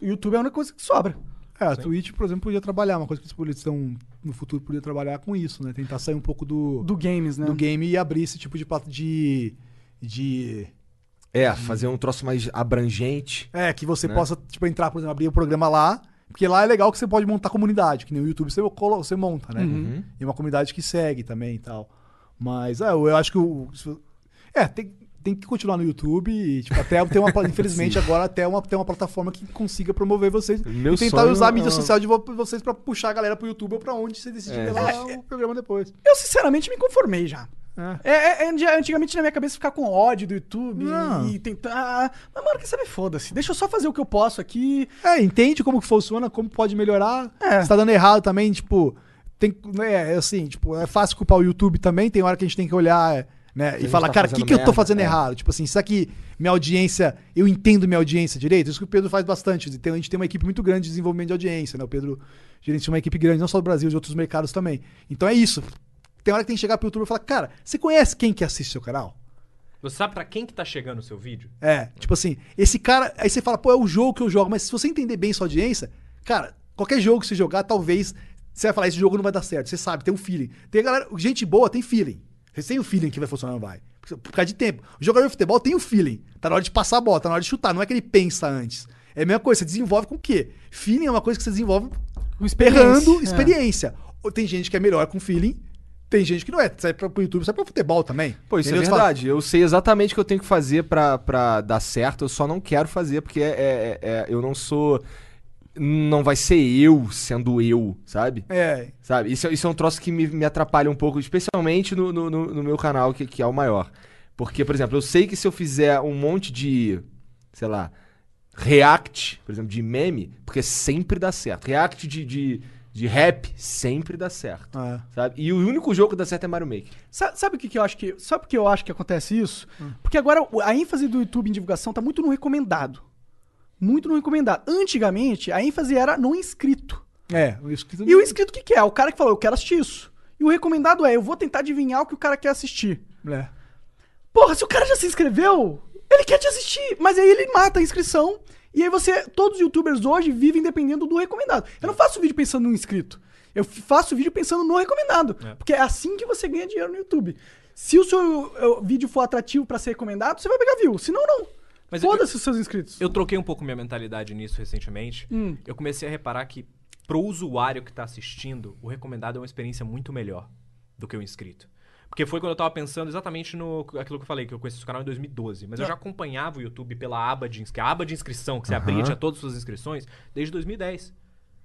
S2: O YouTube é a única coisa que sobra.
S3: É, a Twitch, por exemplo, podia trabalhar, uma coisa que os políticos estão no futuro podia trabalhar com isso, né? Tentar sair um pouco do, do,
S2: Do games, né?
S3: game e abrir esse tipo de plat- de de
S1: É, fazer um troço mais abrangente.
S3: é que
S1: Né?
S3: você possa tipo entrar, por exemplo, abrir o programa lá, porque lá é legal que você pode montar comunidade, que nem o YouTube você, colo- você monta, né?
S1: Uhum.
S3: E uma comunidade que segue também e tal. Mas é, eu eu acho que o isso- é, tem tem que continuar no YouTube e, tipo, até ter
S1: <laughs>
S3: uma, pla- infelizmente, agora até uma, ter uma plataforma que consiga promover vocês
S1: Meu
S3: e tentar
S1: sonho
S3: usar a
S1: é
S3: mídia
S1: uma-
S3: social de vo- vocês pra puxar a galera pro YouTube ou pra onde você decidir
S1: É.
S3: levar o programa depois.
S2: Eu, sinceramente, me conformei já. É, é, é, antigamente na minha cabeça ficar com ódio do YouTube
S3: Não.
S2: e tentar. ah, Mas, mano, quer saber? Foda-se. Deixa eu só fazer o que eu posso aqui.
S3: É, entende como que funciona, como pode melhorar.
S2: É.
S3: Se tá dando errado também, tipo, tem, né, é assim, tipo, é fácil culpar o YouTube também, tem hora que a gente tem que olhar, né, e
S1: gente
S3: falar,
S1: tá
S3: cara, o que,
S1: fazendo
S3: que eu tô
S1: merda,
S3: fazendo
S1: é.
S3: errado? Tipo assim, será que minha audiência, eu entendo minha audiência direito? Isso que o Pedro faz bastante, tem- a gente tem uma equipe muito grande de desenvolvimento de audiência, né, o Pedro gerencia uma equipe grande, não só do Brasil, de outros mercados também. Então é isso, tem hora que tem que chegar pro YouTube e falar, cara, você conhece quem que assiste seu canal?
S4: Você sabe pra quem que tá chegando o seu vídeo?
S3: É, tipo assim, esse cara. Aí você fala, pô, é o jogo que eu jogo, mas se você entender bem sua audiência, cara, qualquer jogo que você jogar, talvez você vai falar, esse jogo não vai dar certo. Você sabe, tem um feeling. Tem a galera, gente boa tem feeling. Vocês têm o feeling que vai funcionar ou não vai. Por causa de tempo. O jogador de futebol tem o feeling. Tá na hora de passar a bola, tá na hora de chutar, não é que ele pensa antes. É a mesma coisa, você desenvolve com o quê? Feeling é uma coisa que você desenvolve
S2: O
S3: errando
S2: é.
S3: experiência. Ou tem gente que é melhor com feeling, tem gente que não é. Sai pra, pro YouTube, sai pra futebol também.
S1: Pô, isso
S3: Entendeu?
S1: é
S3: Você fala,
S1: verdade. Eu sei exatamente o que eu tenho que fazer pra, pra dar certo. Eu só não quero fazer, porque é, é- é- eu não sou. Não vai ser eu sendo eu, sabe?
S3: É,
S1: Sabe? Isso, é- isso é um troço que me, me atrapalha um pouco, especialmente no, no, no- no meu canal, que, que é o maior. Porque, por exemplo, eu sei que se eu fizer um monte de, sei lá, react, por exemplo, de meme, porque sempre dá certo. React de, de, de rap sempre dá certo.
S3: é.
S1: Sabe? E o único jogo que dá certo é Mario Maker.
S2: Sa- Sabe o que, que eu acho que. Sabe por que eu acho que acontece isso?
S3: Hum.
S2: Porque agora o- a ênfase do YouTube em divulgação tá muito no recomendado. Muito no recomendado. Antigamente, a ênfase era no inscrito.
S3: É, o escrito
S2: E o inscrito o que, que é? O cara que falou, eu quero assistir isso. E o recomendado é, eu vou tentar adivinhar o que o cara quer assistir.
S3: É.
S2: Porra, se o cara já se inscreveu, ele quer te assistir, mas aí ele mata a inscrição. E aí você, todos os youtubers hoje vivem dependendo do recomendado. Eu não faço vídeo pensando no inscrito. Eu f- faço vídeo pensando no recomendado, porque é assim que você ganha dinheiro no YouTube. Se o seu eh, vídeo for atrativo pra ser recomendado, você vai pegar view, senão não.
S4: Mas eu-
S2: Foda-se os seus inscritos.
S4: Eu troquei um pouco minha mentalidade nisso recentemente. Eu comecei a reparar que pro usuário que tá assistindo, o recomendado é uma experiência muito melhor do que o inscrito. Porque foi quando eu tava pensando exatamente no aquilo que eu falei, que eu conheci esse canal em 2012. Mas eu já acompanhava o YouTube pela aba de inscrição, a aba de inscrição que você abria, tinha todas as suas inscrições, desde 2010.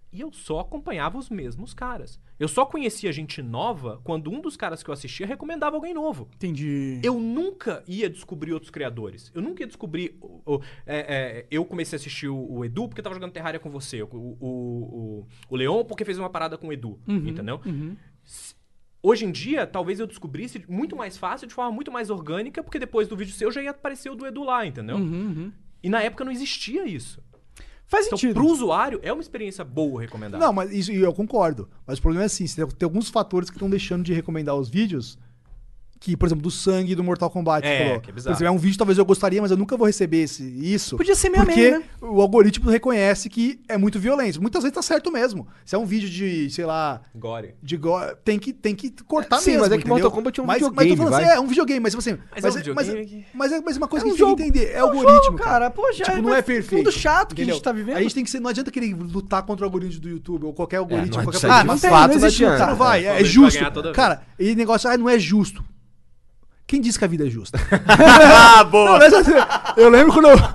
S4: E eu só acompanhava os mesmos caras. Eu só conhecia gente nova quando um dos caras que eu assistia recomendava alguém novo.
S2: Entendi.
S4: Eu nunca ia descobrir outros criadores. Eu nunca ia descobrir. o- o- é, é, eu comecei a assistir o, o Edu porque tava jogando Terraria com você. O, o, o, o Leon porque fez uma parada com o Edu.
S2: Uhum,
S4: entendeu? S- Hoje em dia, talvez eu descobrisse muito mais fácil, de forma muito mais orgânica, porque depois do vídeo seu já ia aparecer o do Edu lá,
S2: Uhum,
S4: entendeu? E na época não existia isso.
S2: Faz
S4: Então,
S2: sentido.
S4: pro usuário, é uma experiência boa recomendar.
S3: Não, mas isso e eu concordo. Mas o problema é assim, você tem, tem alguns fatores que estão deixando de recomendar os vídeos. Que, por exemplo, do sangue do Mortal Kombat.
S4: É,
S3: você falou.
S4: que é bizarro.
S3: Por exemplo, é um vídeo que talvez eu gostaria, mas eu nunca vou receber esse, isso.
S2: Podia ser meio a
S3: Porque
S2: meio, né?
S3: o algoritmo reconhece que é muito violento. Muitas vezes tá certo mesmo. Se é um vídeo de, sei lá,
S4: Gore.
S3: de go- tem que tem que cortar
S1: Sim,
S3: mesmo,
S1: mas é que
S3: entendeu?
S1: Mortal Kombat é um
S3: mas,
S1: videogame,
S3: Mas eu tô falando
S1: vai.
S3: assim, é um videogame, mas tipo assim, mas,
S4: Mas é um
S3: é, mas,
S4: videogame.
S3: mas é mas uma
S2: É
S3: coisa que
S2: um
S3: a gente
S2: jogo.
S3: tem que entender, é,
S2: É um
S3: algoritmo,
S2: jogo, cara.
S3: cara.
S2: Poxa,
S3: tipo,
S2: é
S3: não é
S2: mundo
S3: perfeito.
S2: chato que a gente
S3: entendeu?
S2: tá vivendo.
S3: A gente tem que ser, não adianta querer lutar contra o algoritmo do YouTube ou
S4: É,
S3: qualquer algoritmo,
S1: não
S3: qualquer
S1: adianta. Ah,
S3: plataforma.
S1: não
S3: Você
S1: tem, não
S3: vai
S1: existe
S3: lutar.
S1: luta.
S3: Não vai, é,
S4: Vai
S3: é justo.
S4: ganhar toda vez.
S3: Cara, e negócio, ah, não é justo. Quem disse que a vida é justa?
S1: Ah, boa!
S3: Não, mas eu- eu lembro quando eu. Não,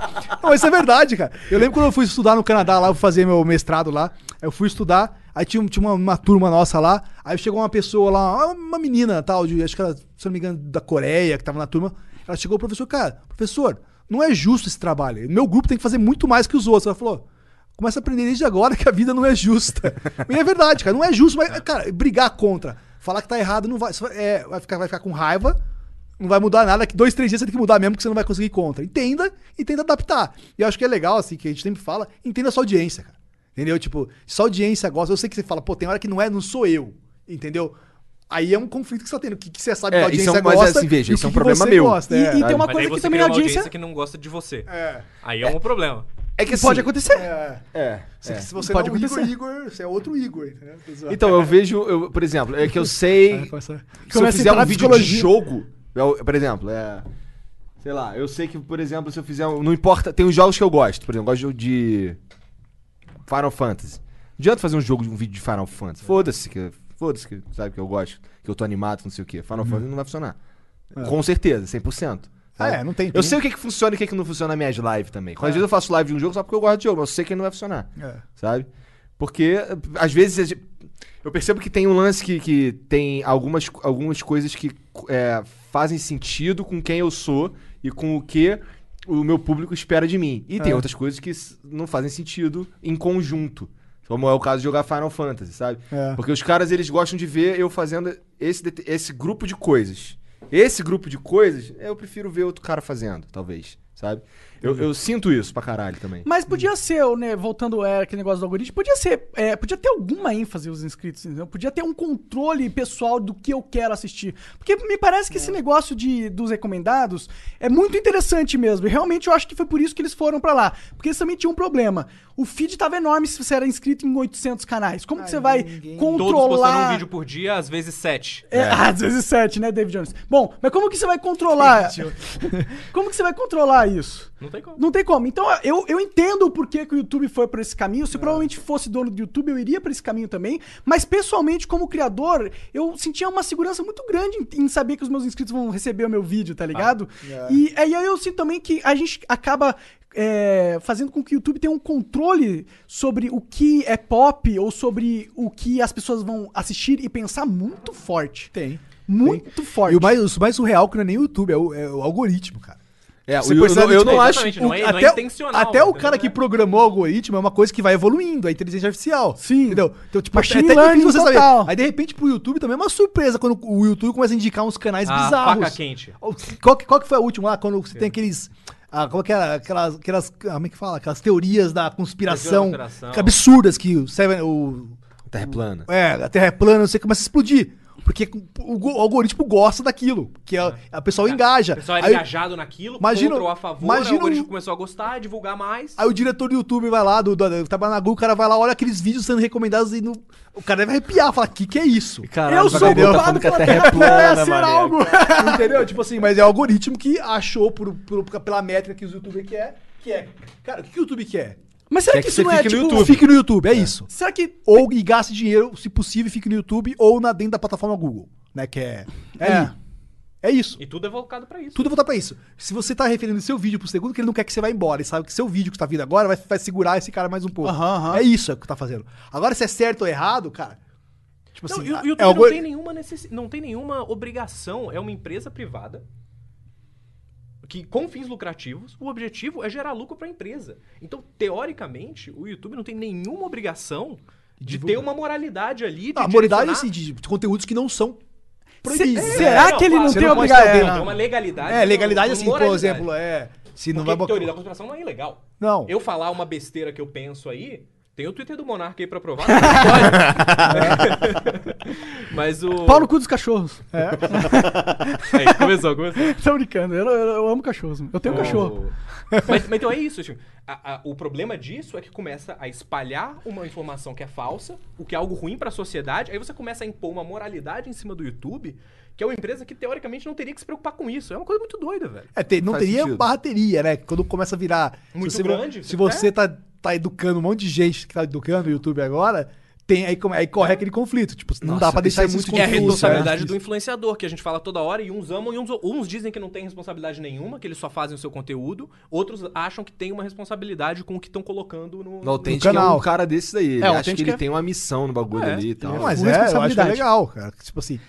S3: mas isso é verdade, cara. Eu lembro quando eu fui estudar no Canadá lá, eu fui fazer meu mestrado lá. Aí Eu fui estudar, aí tinha, um- tinha uma, uma turma nossa lá. Aí chegou uma pessoa lá, ah, uma menina tal, de, acho que ela, se eu não me engano, da Coreia, que tava na turma. Ela chegou, professor, cara, professor, não é justo esse trabalho. Meu grupo tem que fazer muito mais que os outros. Ela falou. Começa a aprender desde agora que a vida não é justa. <laughs> E é verdade, cara. Não é justo, mas, cara, brigar contra, falar que tá errado, não vai. é, vai, ficar, vai ficar com raiva, não vai mudar nada, que dois, três dias você tem que mudar mesmo, que você não vai conseguir contra. Entenda e tenta adaptar. E eu acho que é legal, assim, que a gente sempre fala, entenda a sua audiência, cara. Entendeu? Tipo, se a audiência gosta, eu sei que você fala, pô, tem hora que não é, não sou eu. Entendeu? Aí é um conflito que você tá tendo. O que, que você sabe
S1: É,
S3: que a
S1: isso é um-
S3: audiência
S1: mas é
S3: gosta.
S1: assim, veja,
S3: e o
S1: isso é
S3: que
S1: um
S3: que
S1: problema
S3: você
S1: meu.
S3: gosta,
S2: E-
S3: é.
S2: e tem uma
S4: Mas aí
S2: coisa
S4: você
S2: que também a
S4: cria uma
S2: audiência.
S4: que não gosta de você. Aí é um problema.
S1: É que assim,
S2: Pode acontecer.
S1: É.
S3: Se, se você
S2: Pode
S3: não é o Igor,
S2: acontecer.
S3: Igor, você é outro Igor. entendeu?
S1: Então, eu vejo, eu, por exemplo, é que eu
S3: <laughs>
S1: sei.
S3: Começa-
S1: Se eu
S3: começa a
S1: fizer
S3: entrar
S1: um
S3: na
S1: vídeo de
S3: psicologia.
S1: jogo, eu- por exemplo, é. Sei lá, eu sei que, por exemplo, se eu fizer. um- Não importa. Tem os jogos que eu gosto. Por exemplo, eu gosto de. Final Fantasy. Não adianta fazer um jogo de um vídeo de Final Fantasy. Foda-se, que. Foda-se, que sabe que eu gosto, que eu tô animado, não sei o quê. Final Fantasy não vai funcionar. Com certeza, 100%. sabe?
S3: É, não tem-
S1: Eu
S3: tem-
S1: sei o que, que funciona e o que, que não funciona nas minhas lives também. Às vezes eu faço live de um jogo só porque eu gosto de jogo, mas eu sei que ele não vai funcionar.
S3: É.
S1: Sabe? Porque, às vezes, a gente- eu percebo que tem um lance que, que tem algumas, algumas coisas que é, fazem sentido com quem eu sou e com o que o meu público espera de mim. E tem outras coisas que s- não fazem sentido em conjunto. Como é o caso de jogar Final Fantasy, sabe?
S3: É.
S1: Porque os caras, eles gostam de ver eu fazendo esse, det- esse grupo de coisas. Esse grupo de coisas, eu prefiro ver outro cara fazendo, talvez, sabe? Eu, eu sinto isso pra caralho também.
S2: Mas podia ser, né, voltando é, aquele negócio do algoritmo, podia ser, é, podia ter alguma ênfase os inscritos, entendeu? Podia ter um controle pessoal do que eu quero assistir. Porque me parece que esse negócio de, dos recomendados é muito interessante mesmo. E realmente eu acho que foi por isso que eles foram pra lá. Porque eles também tinham um problema. O feed tava enorme se você era inscrito em 800 canais. Como que você vai
S4: Todos postando
S2: controlar...
S4: um vídeo por dia, às vezes sete.
S2: É, Ah, 17, né, David Jones? Bom, mas como que você vai controlar... <laughs> como que você vai controlar isso?
S4: Não tem como.
S2: Não tem como. Então, eu, eu entendo o porquê que o YouTube foi por esse caminho.
S3: É.
S2: Se eu provavelmente fosse dono do YouTube, eu iria por esse caminho também. Mas, pessoalmente, como criador, eu sentia uma segurança muito grande em, em saber que os meus inscritos vão receber o meu vídeo,
S3: Ah,
S2: tá ligado?
S3: é.
S2: E, aí eu sinto também que a gente acaba é, fazendo com que o YouTube tenha um controle sobre o que é pop ou sobre o que as pessoas vão assistir e pensar muito forte.
S3: Tem.
S2: Muito forte.
S3: E o mais, o mais surreal que não é nem o YouTube, é o, é o algoritmo, cara.
S1: É,
S3: Você
S1: eu- eu,
S3: percebe
S1: não- eu
S3: que-
S1: não acho.
S4: Exatamente, não é- não é
S3: até, o-
S4: intencional,
S3: Até o
S4: entendeu?
S3: cara que programou o algoritmo é uma coisa que vai evoluindo, a inteligência artificial.
S2: Sim.
S3: Entendeu? Então, tipo,
S2: Machine
S3: até difícil
S2: learning total.
S3: Aí, de repente, pro YouTube também é uma surpresa quando o YouTube começa a indicar uns canais
S4: A
S3: bizarros.
S4: Ah, faca quente.
S3: Qual que, qual que foi a última lá? Quando você tem aqueles. Ah, qual que era? Aquelas, aquelas. ah, Como é que fala? Aquelas teorias da conspiração,
S4: Teoria da conspiração.
S3: que absurdas que o, Seven, o
S1: Terra plana.
S3: é, a Terra é plana, não sei, começa a explodir. Porque o, go- o algoritmo gosta daquilo. Que a, a pessoa engaja.
S4: É. O pessoal era
S3: Aí-
S4: engajado naquilo,
S3: imagina-
S4: contra ou a favor,
S3: imagina
S4: o algoritmo
S3: um-
S4: começou a gostar, divulgar mais.
S3: Aí o diretor do YouTube vai lá, do, do, do tá na Google, o cara vai lá, olha aqueles vídeos sendo recomendados e não- o cara deve arrepiar, fala, que que é isso?
S2: eu sou
S3: entendeu?
S2: culpado pela
S3: é
S2: terra
S3: <laughs>
S2: plana, ser algo.
S3: Entendeu? Tipo assim, mas é o algoritmo que achou por, por- pela métrica que os YouTube quer, que é. Cara, o que, que o YouTube quer?
S2: Mas será
S1: Quer
S2: que,
S1: que
S2: isso
S1: você
S2: não é,
S1: fique no
S2: tipo...
S1: YouTube.
S3: Fique no YouTube, é, isso.
S2: Será que
S3: Ou e gaste dinheiro, se possível, fique no YouTube ou na dentro da plataforma Google, né? Que é. É,
S2: É.
S3: ali. É isso.
S4: E tudo é voltado pra isso.
S3: Tudo voltar pra isso. Se você tá referindo seu vídeo pro segundo, que ele não quer que você vá embora. Ele sabe que seu vídeo que tá vindo agora vai, vai segurar esse cara mais um pouco.
S2: Aham, aham.
S3: É isso é o que tá fazendo. Agora, se é certo ou errado, cara. Tipo
S4: Não,
S3: assim.
S4: e o
S3: é
S4: YouTube
S3: algo-
S4: não, tem nenhuma necess... não tem nenhuma obrigação, é uma empresa privada que com fins lucrativos, o objetivo é gerar lucro para a empresa. Então, teoricamente, o YouTube não tem nenhuma obrigação de ter uma moralidade ali. De
S3: Ah, a moralidade é assim,
S4: direcionar-
S3: de de conteúdos que não são proibidos.
S2: Se- será que ele não
S3: você
S2: tem
S3: pode
S2: obrigação?
S3: estar
S2: É,
S3: dentro.
S4: É uma legalidade.
S3: É, legalidade
S4: uma
S3: assim, por
S4: moralidade.
S3: exemplo, é. Se não
S4: Porque
S3: vai botar.
S4: teoria da conspiração não é ilegal.
S3: Não.
S4: Eu falar uma besteira que eu penso aí, tem o Twitter do Monarca aí pra provar. <laughs> que não pode. Mas o...
S2: Pau no cu dos cachorros.
S3: <laughs> É,
S4: Aí, começou, começou.
S2: É. <laughs> Tô brincando, eu, eu- eu amo cachorros. mano. Eu
S3: Oh,
S2: tenho um cachorro.
S4: Mas, mas então é isso, tipo, a- a- o problema disso é que começa a espalhar uma informação que é falsa, o que é algo ruim pra sociedade, aí você começa a impor uma moralidade em cima do YouTube, que é uma empresa que teoricamente não teria que se preocupar com isso. É uma coisa muito doida, velho.
S3: É, ter- não
S1: Faz
S3: teria
S1: sentido.
S3: barra teria, né? Quando começa a virar.
S4: Muito
S3: se você,
S4: grande,
S3: Se
S4: é.
S3: você tá, tá educando um monte de gente que tá educando o YouTube agora, tem, aí, come- aí corre aquele conflito. Tipo, não dá pra deixar isso
S4: Que é a
S3: confuso,
S4: responsabilidade
S3: né?
S4: do influenciador, que a gente fala toda hora e uns amam e uns, uns dizem que não tem responsabilidade nenhuma, que eles só fazem o seu conteúdo, outros acham que tem uma responsabilidade com o que estão colocando no,
S1: No Authentic
S3: canal.
S1: é um cara desse daí. Ele
S2: É, o
S1: acha
S2: Authentic
S1: que ele
S2: é-
S1: tem uma missão no bagulho ali e tal.
S3: Não, mas
S2: Com
S3: é, eu acho que é
S2: responsabilidade.
S3: legal, cara. Tipo assim.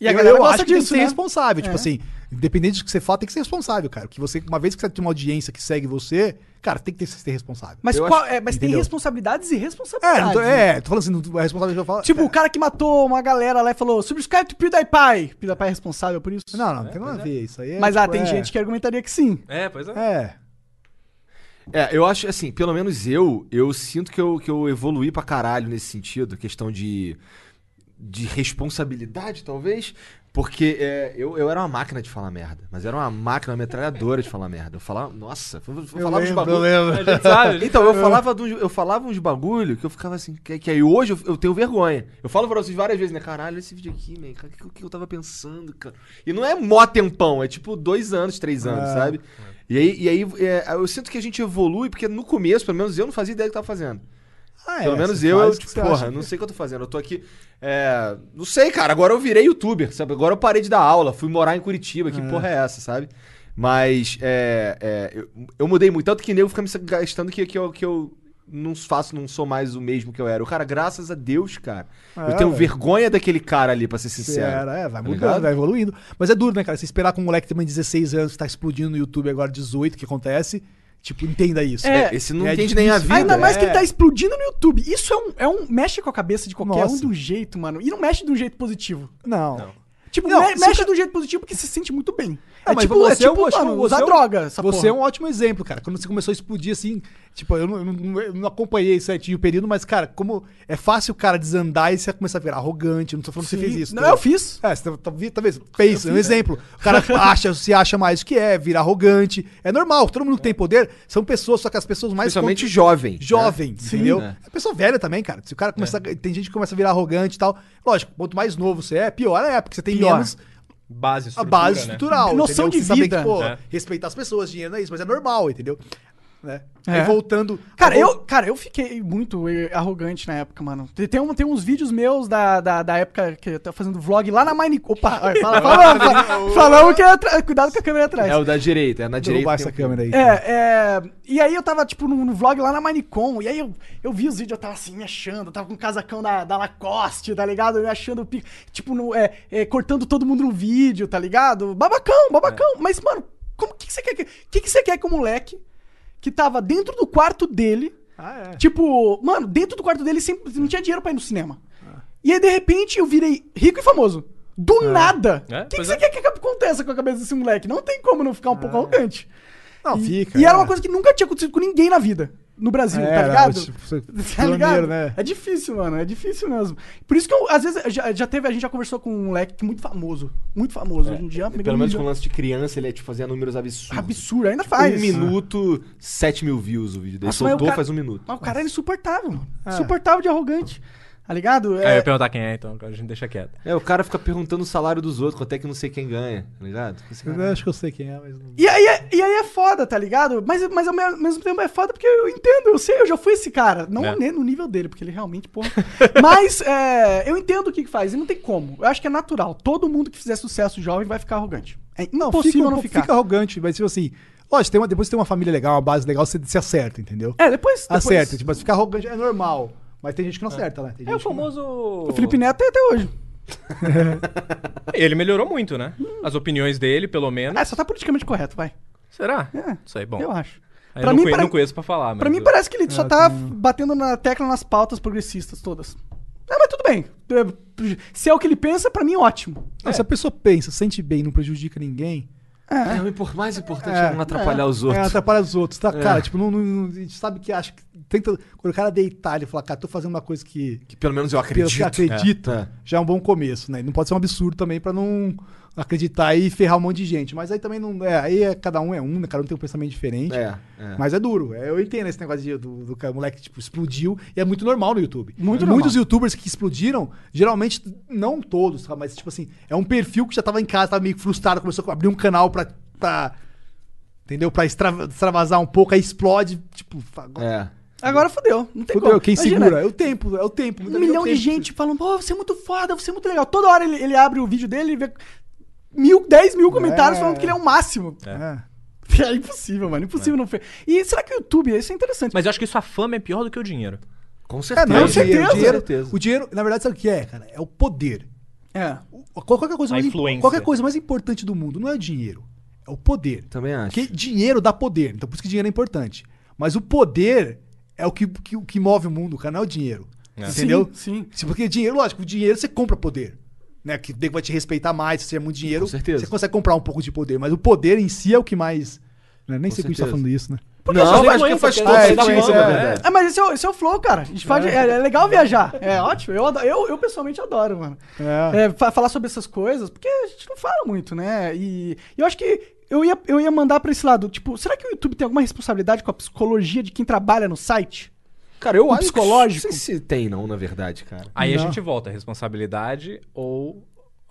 S2: E a
S3: eu,
S2: galera
S3: eu
S2: gosta
S3: acho que tem que
S2: disso,
S3: ser
S2: né?
S3: responsável.
S2: É.
S3: Tipo assim, independente do que você fala, tem que ser responsável, cara. Que você, uma vez que você tem uma audiência que segue você, cara, tem que ter- ser responsável.
S2: Mas,
S3: Eu
S2: qual-
S3: acho-
S2: é, mas tem
S3: entendeu?
S2: responsabilidades e
S3: É,
S2: responsabilidades.
S3: não tô, é, tô falando assim, não- a responsabilidade que eu falo.
S2: Tipo,
S3: é,
S2: o cara que matou uma galera lá e falou: subscribe to PewDiePie. PewDiePie é responsável por isso?
S3: Não, não, não tem nada a ver. Isso aí é,
S2: Mas ah,
S3: tipo,
S2: tem
S3: é-
S2: gente que argumentaria que sim.
S4: É, pois é.
S3: É.
S1: É, eu acho assim, pelo menos eu, eu sinto que eu, que eu evoluí pra caralho nesse sentido, questão de, de responsabilidade, talvez. Porque é, eu, eu era uma máquina de falar merda, mas era uma máquina, uma metralhadora de falar merda. Eu falava, nossa, eu, eu falava uns
S3: lembro, eu
S1: bagulho.
S3: lembro.
S4: A gente sabe, a gente
S1: Então, eu falava, de uns- eu falava uns bagulho que eu ficava assim, que, que aí hoje eu, eu tenho vergonha. Eu falo pra vocês várias vezes, né? Caralho, esse vídeo aqui, man, cara, o que, o que eu tava pensando, cara? E não é mó tempão, é tipo dois anos, três anos,
S3: É.
S1: sabe? E aí, e aí é, eu sinto que a gente evolui, porque no começo, pelo menos eu não fazia ideia do que eu tava fazendo.
S3: Ah, é,
S1: pelo menos
S3: você
S1: eu,
S3: faz
S1: eu
S3: o que
S1: tipo,
S3: você
S1: porra,
S3: acha.
S1: não sei o que eu tô fazendo. Eu tô aqui. é, não sei, cara, agora eu virei youtuber, sabe? Agora eu parei de dar aula, fui morar em Curitiba, que porra é essa, sabe? Mas é, é, eu, eu mudei muito, tanto que nego fica me gastando que, que, eu, que eu não faço, não sou mais o mesmo que eu era. O cara, graças a Deus, cara.
S3: É,
S1: eu tenho
S3: velho.
S1: vergonha daquele cara ali, pra ser
S3: Você
S1: sincero.
S3: era, é, vai
S1: tá
S3: mudando,
S1: ligado?
S3: vai evoluindo. Mas é duro, né, cara? Você esperar com um moleque que tem 16 anos, que tá explodindo no YouTube agora, 18, que acontece. Tipo, entenda isso.
S1: É, esse não
S3: É
S1: entende nem a
S3: difícil.
S1: vida.
S2: Ainda mais que
S1: é.
S2: ele tá explodindo no YouTube. Isso é um. É um mexe com a cabeça de qualquer um
S3: Nossa.
S2: de um jeito, mano. E não mexe de um jeito positivo.
S3: Não.
S2: Tipo,
S3: Não,
S2: me-
S3: se
S2: mexe
S3: o ca-
S2: de um jeito positivo porque se sente muito bem. tipo,
S3: É, mas você é um ótimo-
S2: mano,
S3: você
S2: usar
S3: é um-
S2: droga. Essa
S3: Você
S2: porra.
S3: é um ótimo exemplo, cara. Quando você começou a explodir assim, tipo, eu não, eu não- eu não acompanhei certinho o período, mas, cara, como é fácil o cara desandar e você começar a virar arrogante. Eu não tô falando que você
S2: Sim.
S3: fez isso.
S2: Não,
S3: tá
S2: eu
S3: ligado?
S2: fiz.
S3: É, você tá- tá- talvez fez, um exemplo. O cara acha, se acha mais do que é, vira arrogante. É normal, todo mundo que tem poder são pessoas, só que as pessoas mais.
S1: Principalmente jovem. né?
S3: jovem, entendeu?
S1: né?
S3: É pessoa velha também, cara. Se o cara começa, a- tem gente que começa a virar arrogante e tal. Lógico, quanto mais novo você é, pior é, porque você tem
S2: Pior.
S3: menos
S4: Base
S3: a
S4: estrutura,
S3: base
S4: né?
S3: estrutural,
S2: Noção
S3: entendeu?
S2: de
S3: Você saber
S2: vida.
S3: que, pô,
S4: É.
S3: respeitar as pessoas, dinheiro não é isso, mas é normal, entendeu? Né?
S2: É.
S3: Aí voltando,
S2: Cara,
S3: aí
S2: eu,
S3: vol-
S2: cara, eu fiquei muito eh, arrogante na época, mano. Tem, tem, um- tem uns vídeos meus da, da, da época que eu tava fazendo vlog lá na Mine... Opa,
S1: <laughs>
S2: olha, fala, fala, fala- falamos que é atra- cuidado com a câmera atrás.
S1: É o da direita, é na
S3: Vou roubar
S1: direita.
S3: essa
S1: tem um-
S3: câmera aí. cara.
S2: É, é. E aí eu tava, tipo, no, no vlog lá na Minecon, e aí eu, eu vi os vídeos, eu tava assim, me achando, eu tava com o casacão da, da Lacoste, tá ligado? Eu me achando, o pico, tipo, no, é, é, cortando todo mundo no vídeo, tá ligado? Babacão,
S1: É.
S2: babacão. Mas, mano, como que, que você quer que. que, que você quer que o moleque que tava dentro do quarto dele.
S3: Ah, é.
S2: Tipo, mano, dentro do quarto dele sempre não tinha dinheiro pra ir no cinema. E aí, de repente, eu virei rico e famoso. Do nada! O
S4: É,
S2: que, que
S4: pois
S2: você
S4: é.
S2: quer que aconteça com a cabeça desse moleque? Não tem como não ficar um pouco arrogante.
S3: Não,
S2: E-
S3: fica.
S2: E era
S3: é.
S2: uma coisa que nunca tinha acontecido com ninguém na vida. No Brasil,
S3: É,
S2: tá
S3: era,
S2: ligado?
S3: tipo, você-
S2: <laughs> Tá
S3: pioneiro,
S2: ligado?
S3: né?
S2: É difícil, mano. É difícil mesmo. Por isso que eu, às vezes, já, já teve, a gente já conversou com um moleque muito famoso. Muito famoso. Hoje em dia,
S1: Pelo menos com o
S2: milhão.
S1: lance de criança, ele é tipo, fazia números absurdos.
S2: absurdo. Ainda faz.
S1: Um minuto, 7 mil views o vídeo dele.
S2: Nossa, mas o
S1: Soltou
S2: cara- é
S1: faz um minuto.
S2: Mas o cara era insuportável, mano. Insuportável de arrogante. Tá ligado?
S4: Aí eu
S2: É,
S4: ia perguntar quem é, então, agora a gente deixa quieto.
S1: É, o cara fica perguntando o salário dos outros, quanto é que não sei quem ganha, tá ligado? Fica assim,
S3: Eu acho que eu sei quem é, mas não.
S2: E aí, é- e aí é foda, tá ligado? Mas, mas ao me- mesmo tempo é foda porque eu entendo, eu sei, eu já fui esse cara. Não
S4: É.
S2: né, no nível dele, porque ele realmente, porra. <laughs> mas é, eu entendo o que, que faz, e não tem como. Eu acho que é natural. Todo mundo que fizer sucesso jovem vai ficar arrogante. É
S3: Não,
S2: impossível
S3: fica, um
S2: não
S3: pouco-
S2: ficar.
S3: fica arrogante, mas tipo assim, lógico, tem uma, depois que tem uma família legal, uma base legal, você se acerta, entendeu?
S2: É, depois. depois
S3: Acerta, tipo, ficar arrogante é normal, mas tem gente que não acerta, né? Tem
S4: É
S3: gente que
S4: o
S3: não-
S4: famoso.
S2: O Felipe Neto é até hoje.
S4: Ele melhorou muito, né?
S2: Hum.
S4: As opiniões dele, pelo menos.
S2: É, só tá politicamente correto, vai.
S4: Será?
S2: É.
S4: Isso aí, bom.
S2: eu acho.
S4: Aí
S2: pra
S4: eu não,
S2: mim
S4: conhe-
S2: pare-
S4: não conheço pra falar, mas.
S2: Pra mim parece que ele
S3: É,
S2: só tá batendo na tecla nas pautas progressistas todas. Ah, mas tudo bem. Se é o que ele pensa, pra mim ótimo.
S3: Não, Se a pessoa pensa, sente bem, não prejudica ninguém,
S1: É, o impor- mais importante
S3: É,
S1: é, não atrapalhar os
S3: é,
S1: outros. É.
S3: atrapalha os outros, tá? Cara, tipo, não, não- não- a gente sabe que acha que tenta. Quando o cara deitar, ele fala, cara, tô fazendo uma coisa que
S1: Que pelo menos eu acredito.
S3: que acredita, já é um bom começo, né? Não pode ser um absurdo também pra não acreditar e ferrar um monte de gente. Mas aí também não. É, aí é- cada um é um, né? Cada um tem um pensamento diferente.
S1: É, é.
S3: Mas é duro. É, eu entendo esse negócio de- do, do cara- moleque tipo, explodiu. E é muito normal no YouTube.
S2: Muito
S3: Muitos
S2: normal.
S3: youtubers que explodiram, geralmente, não todos, tá? mas tipo assim, é um perfil que já tava em casa, tava meio frustrado, começou a abrir um canal pra. pra- entendeu? Pra extra- extravasar um pouco, aí explode. Tipo, fa-
S1: É.
S2: Agora fodeu. Não tem
S3: fudeu,
S2: como.
S3: quem
S2: Imagina,
S3: segura? É o tempo, é o tempo.
S2: Um milhão de gente falando, pô, você é muito foda, você é muito legal. Toda hora ele, ele abre o vídeo dele e vê mil, dez mil comentários
S3: É.
S2: falando que ele é o máximo. <laughs>
S3: É.
S2: É, impossível, mano. Impossível não fer. E será que o YouTube, isso é interessante.
S4: Mas eu acho que isso a fama é pior do que o dinheiro.
S1: Com
S3: É,
S1: certeza.
S3: não,
S2: Com
S3: o dinheiro,
S2: certeza.
S3: o dinheiro,
S1: Com certeza.
S3: o dinheiro, na verdade, sabe o que é, cara? É o poder.
S2: É.
S3: O- qual- Qualquer coisa,
S4: A
S3: mais,
S4: influência.
S3: qualquer coisa mais importante do mundo não é o dinheiro, é o poder.
S1: Também acho.
S3: Porque dinheiro dá poder, então por isso que dinheiro é importante. Mas o poder é o que, que, o que move o mundo, cara, não é o dinheiro. Entendeu?
S2: Sim, sim.
S3: Sim, Porque dinheiro, lógico, o dinheiro você compra poder. Né? Que o nego vai te respeitar mais, se você é muito dinheiro,
S1: Com certeza.
S3: você consegue comprar um pouco de poder. Mas o poder em si é o que mais. né? Nem sei que a gente tá
S1: certeza.
S3: falando isso, né?
S1: Não,
S4: Porque
S1: acho que
S4: influência,
S1: faz
S4: porque
S1: todo
S4: é
S1: sentido,
S4: influência,
S1: na
S4: é.
S1: verdade.
S2: Ah, mas esse é, o- esse é o flow, cara. A gente faz- é. é legal viajar. É ótimo. Eu, adoro- eu, eu pessoalmente adoro, mano.
S3: É.
S2: É, fa- falar sobre essas coisas, porque a gente não fala muito, né? E e eu acho que eu ia, eu ia mandar pra esse lado. Tipo, será que o YouTube tem alguma responsabilidade com a psicologia de quem trabalha no site?
S1: Cara, eu
S2: Um
S1: acho que-
S2: psicológico.
S1: Não sei se tem, não, na verdade, cara.
S4: Aí a gente volta, é responsabilidade ou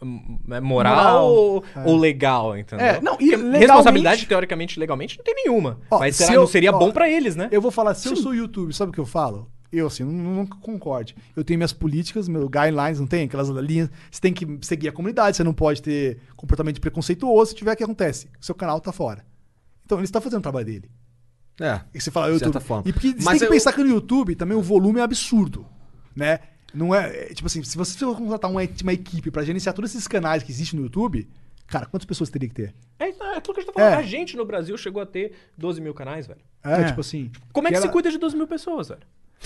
S4: hum, é moral,
S2: Moral.
S4: Ou, ou legal, entendeu?
S2: É, não, e
S4: Porque
S2: legalmente-
S4: responsabilidade, teoricamente, legalmente, não tem nenhuma.
S3: Ó,
S4: Mas
S3: se
S4: será,
S3: eu-
S4: não seria
S3: ó,
S4: bom pra eles, né?
S3: Eu vou falar, se eu sou YouTube, sabe o que eu falo? Eu, assim, nu- nunca concorde. Eu tenho minhas políticas, meus guidelines, não tem? Aquelas linhas. Você tem que seguir a comunidade, você não pode ter comportamento preconceituoso. Se tiver, o que acontece? O seu canal tá fora. Então, ele está fazendo o trabalho dele.
S1: É.
S3: E você fala,
S1: De
S3: YouTube.
S1: certa forma.
S3: E porque você
S1: Mas
S3: tem que
S1: eu-
S3: pensar que no YouTube também o volume é absurdo, né? Não é, é, tipo assim, se você for contratar uma, uma equipe pra gerenciar todos esses canais que existem no YouTube, cara, quantas pessoas teria que ter?
S4: É, isso- é aquilo que a gente tá falando.
S3: É.
S4: A gente no Brasil chegou a ter 12 mil canais, velho.
S3: É,
S2: É.
S3: tipo assim.
S4: Como é que,
S3: era-
S4: se cuida de 12 mil
S3: <laughs>
S4: pessoas, velho?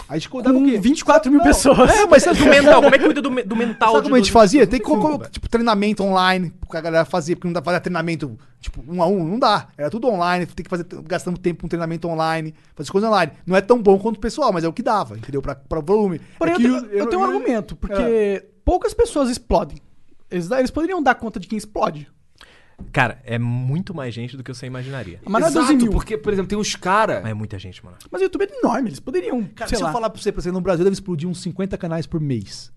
S3: A gente cuidava o
S2: Com
S3: quê?
S2: 24 mil pessoas.
S4: É, mas do mental, como é que cuida do, me- do mental?
S3: Sabe
S4: de
S3: como a gente
S4: 12
S3: fazia?
S4: mil
S3: Tem que
S4: pessoas?
S3: colocar, tipo, treinamento online pra galera fazer, porque não dá pra fazer treinamento, tipo, um a um, não dá. Era tudo online, tem que fazer, gastando tempo com treinamento online, fazer coisa online. Não é tão bom quanto o pessoal, mas é o que dava, entendeu? Pra, pra volume.
S2: Porém,
S3: é
S2: eu,
S3: que é.
S2: tenho- eu tenho um argumento, porque poucas pessoas explodem. Eles, eles poderiam dar conta de quem explode.
S4: Cara, é muito mais gente do que você imaginaria.
S2: Mas não é 12 mil.
S1: porque, por exemplo, tem uns caras...
S4: Mas é muita gente, mano.
S2: Mas o YouTube é enorme, eles poderiam,
S3: Cara,
S2: sei
S3: se
S2: lá.
S3: eu falar pra você, pra você, no Brasil deve explodir uns 50 canais por mês.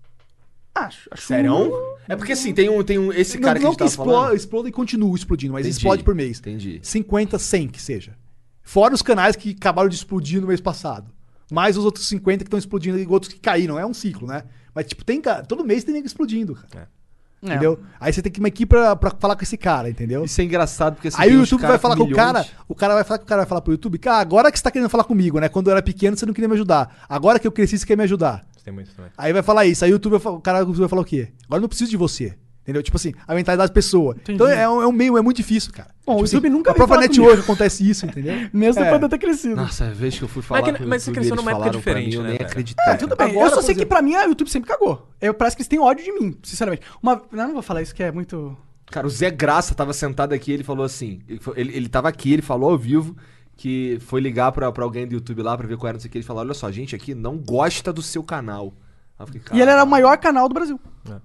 S2: Acho, um acho
S1: Sério? É porque assim, tem um, tem um esse
S3: não,
S1: cara que a
S3: não
S1: gente tava
S3: explo-
S1: falando.
S3: exploda e continua explodindo, mas
S1: Entendi,
S3: explode por mês.
S1: entendi.
S3: 50, 100 que seja. Fora os canais que acabaram de explodir no mês passado. Mais os outros 50 que estão explodindo e outros que caíram. É um ciclo, né? Mas, tipo, tem ca- todo mês tem nego explodindo, cara.
S2: É.
S3: Entendeu? Aí você tem que ir uma equipe pra, pra falar com esse cara, entendeu?
S1: Isso é engraçado, porque assim,
S3: Aí
S1: tem
S3: o
S1: uns
S3: YouTube
S1: cara
S3: vai falar com o
S1: milhões.
S3: cara, o cara vai falar que o cara vai falar pro YouTube, cara, agora que você tá querendo falar comigo, né? Quando eu era pequeno, você não queria me ajudar. Agora que eu cresci, você quer me ajudar.
S4: Isso tem muito também.
S3: Aí vai falar isso. Aí o, YouTube vai fa- o cara do YouTube vai falar o quê? Agora eu não preciso de você. Entendeu? Tipo assim, a mentalidade da pessoa. Então é um, é um meio, é muito difícil, cara.
S2: Bom,
S3: É tipo
S2: o YouTube
S3: assim,
S2: nunca
S3: A
S2: veio
S3: própria
S2: falar
S3: network acontece isso, entendeu?
S2: <laughs> Mesmo
S3: É.
S2: depois de eu ter crescido.
S1: Nossa, a vez que eu fui falar
S4: que-
S1: com o
S4: mas você
S1: YouTube,
S4: cresceu
S1: eles
S4: numa época
S1: falaram pra
S4: diferente,
S1: mim, eu
S4: né,
S1: nem
S4: cara?
S1: acreditava.
S3: é.
S2: Tudo bem,
S3: Agora,
S2: eu só
S3: por
S2: sei que
S3: exemplo-
S2: pra mim a YouTube sempre cagou. Eu parece que eles têm ódio de mim, sinceramente. Uma, não, eu não vou falar isso que é muito.
S1: Cara, o Zé Graça tava sentado aqui, ele falou assim, ele, foi- ele, ele tava aqui, ele falou ao vivo que foi ligar pra, pra alguém do YouTube lá pra ver qual era, não sei o que, ele falou, olha só, a gente aqui não gosta do seu canal. Aí eu fiquei,
S2: E ele era o
S1: "Caralho."
S2: maior canal do Brasil.
S3: Tá.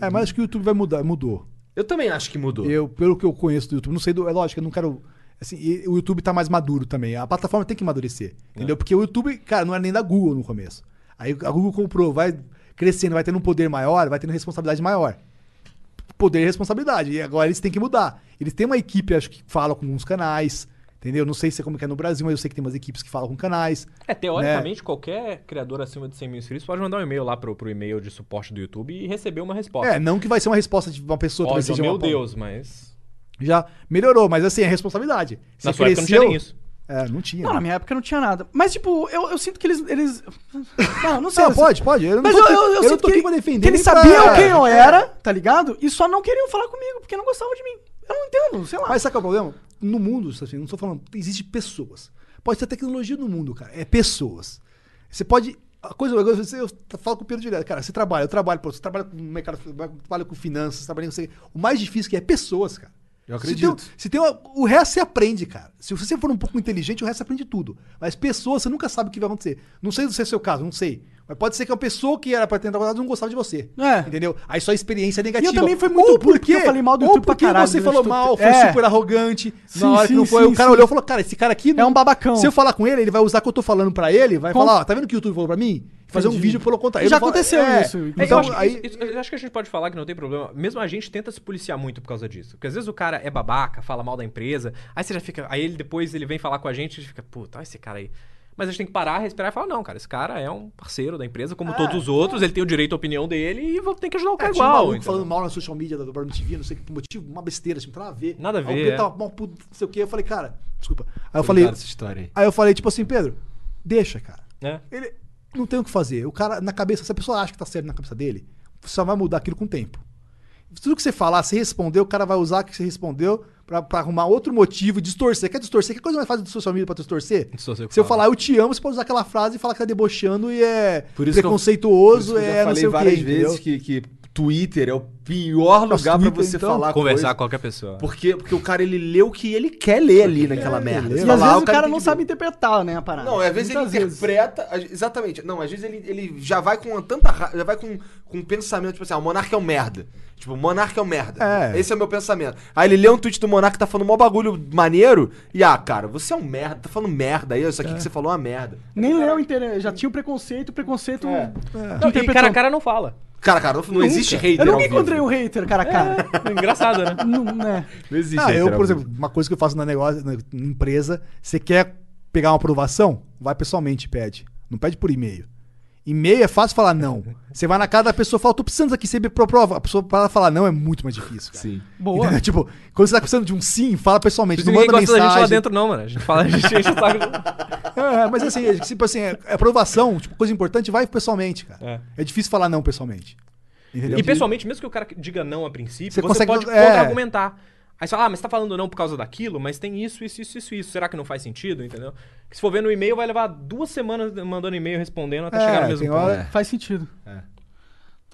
S3: É, mas acho que o YouTube vai mudar, mudou.
S1: Eu também acho que mudou.
S3: Eu, pelo que eu conheço do YouTube, não sei do. É lógico, eu não quero. Assim, e
S4: É.
S3: o YouTube tá mais maduro também. A plataforma tem que amadurecer. Entendeu? Porque o YouTube, cara, não era nem da Google no começo. Aí a Google comprou, vai crescendo, vai tendo um poder maior, vai tendo responsabilidade maior. Poder e responsabilidade. E agora eles têm que mudar. Eles têm uma equipe, acho que fala com alguns canais, entendeu? Não sei se é como que é no Brasil, mas eu sei que tem umas equipes que falam com canais.
S4: É, teoricamente, qualquer criador acima de 100 mil inscritos pode mandar um e-mail lá pro, pro e-mail de suporte do YouTube e receber uma resposta.
S3: É, não que vai ser uma resposta de uma pessoa
S4: Ó,
S3: talvez seja
S4: meu
S3: é uma-
S4: Deus, mas.
S3: Já melhorou, mas assim, é responsabilidade.
S4: Na sua época não tinha nem isso.
S3: É, não tinha.
S2: Não, na
S3: né?
S2: minha época não tinha nada. Mas, tipo, eu, eu sinto que eles. eles... Não, não sei.
S3: Não,
S2: eu
S3: pode, pode. Eu não
S2: Mas
S3: tô
S2: eu,
S3: aqui-
S2: eu, eu
S3: eu não
S2: sinto
S3: tô
S2: que,
S3: aqui pra defender
S2: que eles
S3: nem pra-
S2: sabiam quem eu
S3: É.
S2: era, tá ligado? E só não queriam falar comigo, porque não gostavam de mim. Eu não entendo, sei lá.
S3: Mas sabe qual é o problema? No mundo, assim, não estou falando, existe pessoas. Pode ter tecnologia no mundo, cara. É pessoas. Você pode. A coisa, eu, eu, eu falo com o Pedro direto, cara, você trabalha, eu trabalho, pô, você trabalha com mercado, trabalha com finanças, trabalha com. sei- O mais difícil que é pessoas, cara.
S1: Eu
S3: Se tem, um, se tem uma- o resto você aprende, cara. Se você for um pouco inteligente, o resto você aprende tudo. Mas pessoas, você nunca sabe o que vai acontecer. Não sei se é o seu caso, não sei. Mas pode ser que a pessoa que era pra tentar trabalhar não gostava de você.
S2: É.
S3: Entendeu? Aí só experiência negativa.
S2: também fui muito
S3: É, tipo, Ou
S2: burro, porque eu falei mal do
S3: ou
S2: YouTube pra
S3: porque
S2: caralho
S3: você
S2: durante
S3: falou
S2: todo o
S3: mal,
S2: tempo.
S3: foi
S2: É.
S3: super arrogante.
S2: Sim,
S3: na hora que não
S2: sim,
S3: foi,
S2: sim,
S3: o cara
S2: sim.
S3: olhou e falou: Cara, esse cara aqui. não-
S2: É um babacão.
S3: Se eu falar com ele, ele vai usar o que eu tô falando pra ele, vai
S2: Com-
S3: falar: Ó, Tá vendo o que o YouTube falou pra mim? Fazer um
S2: Entendi.
S3: vídeo pelo contrário.
S2: Já
S3: Ele fala-
S2: aconteceu
S3: é,
S2: isso.
S4: É,
S3: Então,
S4: eu, acho,
S3: aí.
S4: aí... eu acho que a gente pode falar que não tem problema. Mesmo a gente tenta se policiar muito por causa disso. Porque às vezes o cara é babaca, fala mal da empresa, aí você já fica. Aí ele depois ele vem falar com a gente e fica, puta, olha esse cara aí. Mas a gente tem que parar, respirar e falar, não, cara, esse cara é um parceiro da empresa, como todos os outros, ele tem o direito à opinião dele e vou- tem que ajudar o
S3: Ah, É,
S4: cara
S3: tinha um
S4: igual.
S3: maluco
S4: entendeu?
S3: falando mal na social media da Barba TV, não sei que motivo, uma besteira, assim, não tem nada a ver.
S4: Nada a
S3: Aí o
S4: ver,
S3: Pedro
S4: é.
S3: tava mal puto, não sei o que. Eu falei, cara, desculpa. Aí eu falei,
S1: essa história aí.
S3: aí eu falei, tipo assim, Pedro, deixa, cara.
S4: É.
S3: Ele não tem o que fazer. O cara, na cabeça, se a pessoa acha que tá certo na cabeça dele, só vai mudar aquilo com o tempo. Tudo que você falar, você respondeu, o cara vai usar o que você respondeu pra, pra arrumar outro motivo, e distorcer. Quer distorcer? Que coisa mais fácil do social media pra distorcer?
S4: Distorcer o que
S3: Se eu
S4: fala.
S3: falar eu te amo, você pode usar aquela frase e falar que tá debochando e é
S1: Por isso que eu-
S3: preconceituoso,
S1: Por isso que eu já
S3: é não
S1: falei
S3: sei o
S1: várias
S3: que,
S1: vezes que, que Twitter é o pior
S3: Nossa,
S1: lugar pra
S3: Twitter,
S1: você
S3: então?
S1: falar
S4: Conversar
S1: coisa,
S4: com qualquer um. pessoa.
S1: porque porque o cara ele lê o que ele quer ler ali naquela merda.
S3: lê.
S1: Você
S2: E
S1: vai
S2: às
S1: lá,
S2: vezes o cara
S1: tem
S2: não
S1: que-
S2: sabe interpretar, né, a parada.
S1: Não, é, às vezes
S2: Muitas
S1: ele interpreta. às- Exatamente. Não, às vezes ele, ele já vai com uma tanta. ra- Já vai com, com um pensamento, tipo assim, ah, o monarca é um merda. Tipo, o monarca é um merda.
S3: É.
S1: Esse é o meu pensamento. Aí ele lê um tweet do monarca que tá falando mó bagulho maneiro. E, ah, cara, você é um merda, tá falando merda aí, isso aqui que você falou é uma merda.
S2: Nem leu, inter... já tinha o preconceito, o preconceito.
S4: Não, e cara a cara não fala.
S1: Cara, cara, não, não É. existe hater.
S2: Eu
S1: ao
S2: nunca
S1: vivo.
S2: encontrei um hater cara a cara.
S4: Engraçado, né?
S3: <laughs>
S2: Não, né?
S1: Não existe
S3: Ah,
S1: hater
S3: eu,
S1: ao
S3: por
S1: vivo.
S3: exemplo, uma coisa que eu faço na negócio, na empresa, você quer pegar uma aprovação? Vai pessoalmente, e pede. Não pede por e-mail. E-mail é fácil falar não.
S4: <laughs>
S3: Você vai na casa da pessoa e fala, tô precisando disso aqui, você me prova. A pessoa para falar não é muito mais difícil, cara.
S1: Sim.
S2: Boa.
S3: Entendeu? <laughs> tipo, quando você tá precisando de um sim, fala pessoalmente. Não
S4: Ninguém
S3: manda
S4: gosta da gente lá
S3: mensagem.
S4: dentro, não, mano. A gente fala, a gente enche o saco.
S3: É, mas assim, é, tipo assim, é aprovação, tipo, coisa importante, vai pessoalmente, cara. É, difícil falar não pessoalmente. Entendeu?
S4: E pessoalmente, mesmo que o cara diga não a princípio,
S3: é um Você
S4: você,
S3: consegue-
S4: pode
S3: é.
S4: contra-argumentar. Aí você fala, ah, mas você tá falando não por causa daquilo, mas tem isso, isso, isso, isso, isso. Será que não faz sentido? Entendeu? Que se for ver no e-mail, vai levar duas semanas mandando e-mail respondendo até
S3: É,
S4: chegar no mesmo
S3: tem
S4: ponto.
S3: hora-
S2: Faz sentido.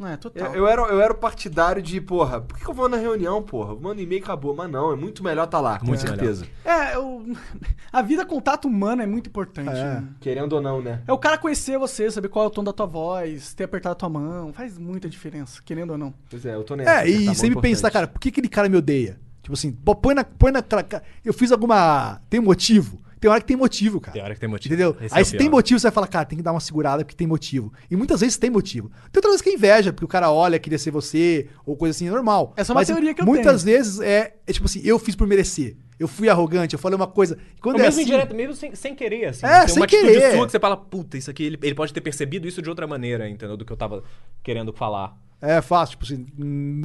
S2: É. total.
S1: Eu, eu era, eu era o partidário de, porra, por que, que eu vou na reunião, porra? Manda e-mail e acabou. Mas não, é muito melhor tá lá, com
S4: Muito
S1: certeza.
S2: É, eu... <laughs> a vida, contato humano é muito importante. né?
S1: Querendo ou não, né?
S2: É. o cara conhecer você, saber qual é o tom da tua voz, ter apertado a tua mão. Faz muita diferença, querendo ou não.
S1: Pois é, eu tô nessa.
S3: É, e
S1: tá bom,
S3: sempre
S1: importante.
S3: pensar, cara, por que aquele cara me odeia? Tipo assim, pô, põe na. Põe na cara, cara, eu fiz alguma. Tem um motivo? Tem hora que tem motivo, cara.
S4: Tem hora que tem motivo.
S3: Entendeu?
S4: Esse é
S3: Aí
S4: o
S3: se
S4: pior.
S3: tem motivo, você vai falar, cara, tem que dar uma segurada porque tem motivo. E muitas vezes tem motivo. Tem outra vez que é inveja, porque o cara olha, queria ser você, ou coisa assim, é normal.
S2: Essa é uma
S3: Mas
S2: teoria que eu
S3: Muitas vezes é, é tipo assim, eu fiz por merecer. Eu fui arrogante, eu falei uma coisa. Quando
S4: Ou
S3: é
S4: mesmo
S3: assim,
S4: indireto, mesmo sem, sem querer, assim.
S3: É,
S4: tem
S3: sem
S4: uma
S3: querer.
S4: atitude sua que você fala, puta, isso aqui, ele, ele pode ter percebido isso de outra maneira, entendeu? Do que eu tava querendo falar.
S3: É fácil, tipo assim. hum,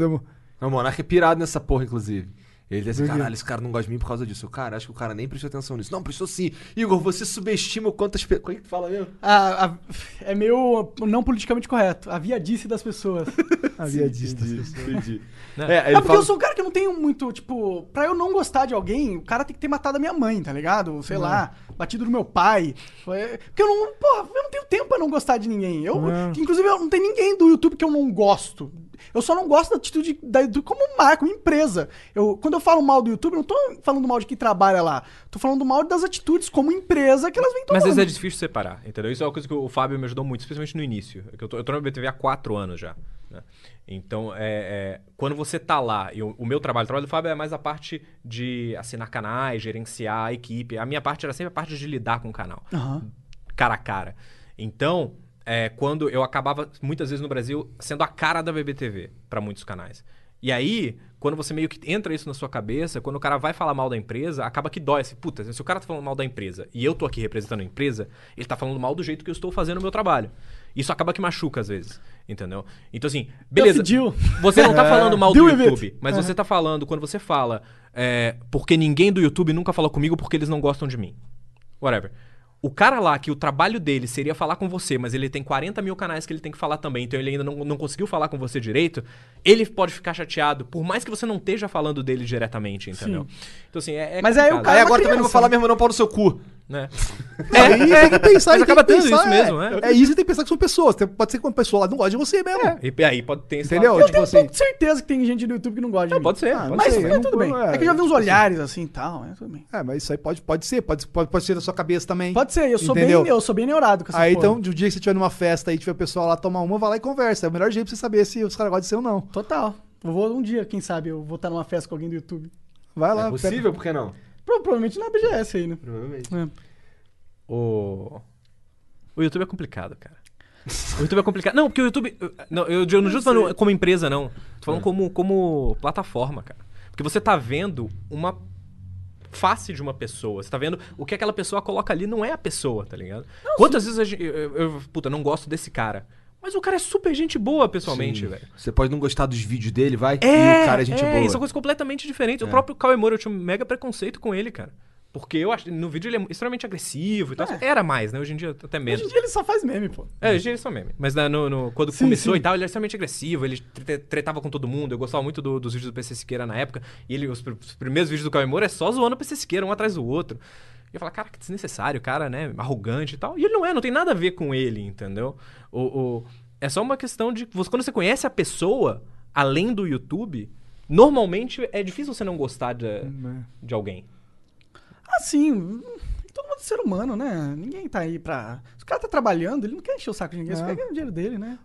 S3: não-
S1: O Monarca é pirado nessa porra, inclusive. Ele diz assim, caralho, esse cara não gosta de mim por causa disso. Cara, acho que o cara nem prestou atenção nisso. Não, prestou sim. Igor, você subestima o quantas pessoas... Como é que tu fala mesmo?
S2: A- a- é meio não politicamente correto. A viadice
S1: <laughs>
S2: das pessoas.
S3: Havia disso.
S1: Entendi.
S2: É,
S1: É, ele
S2: porque
S1: fala...
S2: eu sou um cara que não tenho muito, tipo, pra eu não gostar de alguém, o cara tem que ter matado a minha mãe, tá ligado? Sei lá, batido no meu pai. Foi- Porque eu não, porra, eu não tenho tempo pra não gostar de ninguém. Eu, Inclusive, eu não tem ninguém do YouTube que eu não gosto. Eu só não gosto da atitude da, do, como marca, uma empresa. Eu, quando eu falo mal do YouTube, eu não tô falando mal de quem trabalha lá. Tô falando mal das atitudes como empresa que elas vêm tomando.
S4: Mas às vezes é difícil separar, entendeu? Isso é uma coisa que o Fábio me ajudou muito, especialmente no início. É que Eu tô, eu tô na BTV há quatro anos já. né? Então, é, é, quando você tá lá, e o- o meu trabalho, o trabalho do Fábio é mais a parte de assinar canais, gerenciar a equipe. A minha parte era sempre a parte de lidar com o canal, cara a cara. Então, é, quando eu acabava, muitas vezes no Brasil, sendo a cara da BBTV para muitos canais. E aí, quando você meio que entra isso na sua cabeça, quando o cara vai falar mal da empresa, acaba que dói. Assim, Puta, se o cara tá falando mal da empresa e eu tô aqui representando a empresa, ele tá falando mal do jeito que eu estou fazendo o meu trabalho. Isso acaba que machuca às vezes, entendeu? Então, assim, beleza.
S2: Decidiu.
S4: Você não tá falando mal
S2: Deal
S4: do
S2: with it.
S4: YouTube, mas você tá falando, quando você fala, é, porque ninguém do YouTube nunca falou comigo porque eles não gostam de mim. Whatever. O cara lá que o trabalho dele seria falar com você, mas ele tem 40 mil canais que ele tem que falar também, então ele ainda não, não conseguiu falar com você direito, ele pode ficar chateado, por mais que você não esteja falando dele diretamente, entendeu? Então, assim, é. é
S2: Mas aí o
S4: complicado,
S2: cara-
S1: Aí
S2: é uma
S1: agora também não vou
S2: criança,
S1: falar mesmo, não, pau no seu cu.
S2: <laughs>
S4: Né? <laughs>
S3: Aí
S2: é
S3: tem que pensar,
S4: Mas
S3: e tem
S4: acaba
S3: que
S4: tendo
S3: pensar,
S4: isso mesmo,
S3: é.
S4: né? É.
S3: É isso que tem que pensar que são pessoas. Tem- Pode ser que uma pessoa lá não gosta de você mesmo.
S4: E aí pode ter esse
S3: Entendeu?
S4: lado-
S3: Tipo
S2: Eu tenho
S3: assim.
S2: certeza que tem gente no YouTube que não gosta de mim.
S4: Pode ser, pode
S2: Mas
S4: ser.
S3: eu
S2: é,
S3: não-
S2: tudo bem.
S3: é,
S2: É que eu já vi uns
S3: tipo assim.
S2: olhares assim e tal, é tudo bem.
S3: É, mas isso aí pode, pode ser, pode, pode, pode ser da sua cabeça também.
S2: Pode ser, eu sou
S3: Entendeu?
S2: bem eu sou bem neurado com essa
S3: Aí
S2: porra.
S3: então, de um dia que você estiver numa festa e tiver o pessoal lá tomar uma, vai lá e conversa. É o melhor jeito pra você saber se os caras gostam de você ou não.
S2: Total. Eu vou um dia, quem sabe, eu vou estar numa festa com alguém do YouTube.
S3: Vai
S2: Ah,
S3: lá,
S1: É possível, por que não?
S2: Pro- Provavelmente na BGS aí, né?
S1: Provavelmente.
S4: O... o YouTube é complicado, cara. O YouTube é complicado. Não, porque o YouTube. eu- Não, eu, eu não estou falando como empresa, não. Tô falando como, como plataforma, cara. Porque você tá vendo uma face de uma pessoa. Você tá vendo o que aquela pessoa coloca ali não é a pessoa, tá ligado? Quantas vezes a gente, eu, eu- eu- puta, não gosto desse cara. Mas o cara é super gente boa pessoalmente,
S1: Sim.
S4: velho.
S1: Você pode não gostar dos vídeos dele, vai.
S4: É,
S1: e o cara é gente
S4: é,
S1: boa. É.
S4: são coisas completamente diferentes. O próprio Cauê Moura, eu tinha um mega preconceito com ele, cara. Porque eu acho, no vídeo ele é extremamente agressivo e tal. Era mais, né? Hoje em dia até menos.
S2: É. Hoje em dia ele só faz meme, pô.
S4: É, hoje ele só meme. Mas na- no, no- quando começou e tal, ele era extremamente agressivo, ele tre- tretava com todo mundo. Eu gostava muito do- dos vídeos do PC Siqueira na época. E ele, os, pr- os primeiros vídeos do Cauê Moura é só zoando o PC Siqueira, um atrás do outro. E eu falava, cara, que desnecessário, cara, né? Arrogante e tal. E ele não é, não tem nada a ver com ele, entendeu? O, o- é só uma questão de. você- Quando você conhece a pessoa, além do YouTube, normalmente é difícil você não gostar de, de alguém.
S2: Assim, todo mundo é ser humano, né? Ninguém tá aí pra. Se o cara tá trabalhando, ele não quer encher o saco de ninguém, só
S3: É.
S2: quer ganhar o dinheiro dele, né?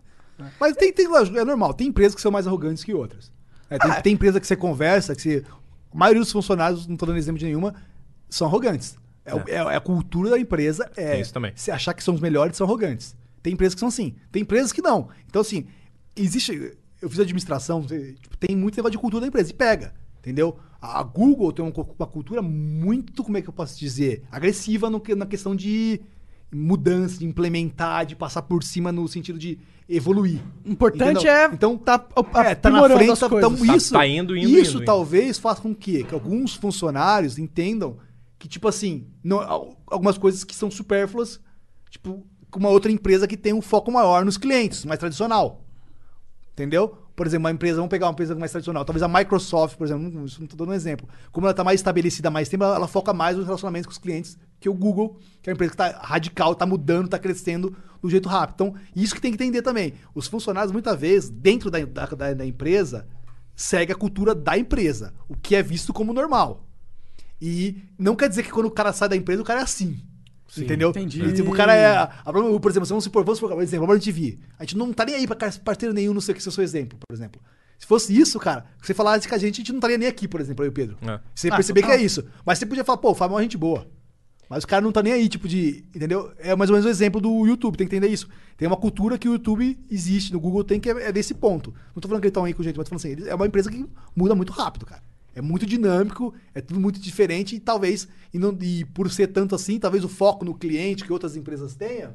S3: Mas tem, tem, lógico, é normal, tem empresas que são mais arrogantes que outras. É, tem,
S4: Ah.
S3: tem empresa que você conversa, que você, a maioria dos funcionários, não tô dando exemplo de nenhuma, são arrogantes. É, o- é- é a cultura da empresa. É,
S4: Tem isso também.
S3: Se achar que são os melhores, são arrogantes. Tem empresas que são assim, tem empresas que não. Então, assim, existe. Eu fiz administração, tipo, tem muito negócio de cultura da empresa, e pega. Entendeu? A Google tem uma, cu- uma cultura muito, como é que eu posso dizer? Agressiva no que- na questão de mudança, de implementar, de passar por cima no sentido de evoluir.
S2: O importante
S3: Entendeu?
S2: é
S3: então tá,
S2: a-
S3: é, tá na
S2: aprimorando
S3: frente,
S2: as
S3: tá,
S2: coisas.
S3: então
S4: Tá-
S3: isso,
S4: tá indo, indo,
S3: isso
S4: indo, indo.
S3: talvez faça com que, que alguns funcionários entendam que tipo assim, não- al- algumas coisas que são supérfluas, tipo com uma outra empresa que tem um foco maior nos clientes, mais tradicional. Entendeu? Por exemplo, uma empresa, vamos pegar uma empresa mais tradicional, talvez a Microsoft, por exemplo, não- isso não estou dando um exemplo. Como ela está mais estabelecida há mais tempo, ela, ela foca mais nos relacionamentos com os clientes que o Google, que é uma empresa que está radical, está mudando, está crescendo do jeito rápido. Então, isso que tem que entender também. Os funcionários, muitas vezes, dentro da, da- da- da empresa, segue a cultura da empresa, o que é visto como normal. E não quer dizer que quando o cara sai da empresa, o cara é assim. entendeu?
S2: entendi.
S3: E, tipo, o cara é. a- a- por exemplo, vamos supor, vamos supor, por exemplo, a Bora TV. A gente não tá nem aí pra cara- parceiro nenhum, não sei o que, se eu sou exemplo, por exemplo. Se fosse isso, cara, se você falasse que a gente, a gente não estaria nem aqui, por exemplo, aí o Pedro.
S4: É.
S3: Você ia
S2: Ah,
S3: perceber que
S2: total.
S3: é isso. Mas você podia falar, pô, o Fábio é uma gente boa. Mas o cara não tá nem aí, tipo, de. Entendeu? É mais ou menos o exemplo do YouTube, tem que entender isso. Tem uma cultura que o YouTube existe, no Google tem que é, é desse ponto. Não tô falando que eles estão aí com o jeito, mas tô falando assim, eles- é uma empresa que muda muito rápido, cara. É muito dinâmico, é tudo muito diferente e talvez, e, não- e por ser tanto assim, talvez o foco no cliente que outras empresas tenham,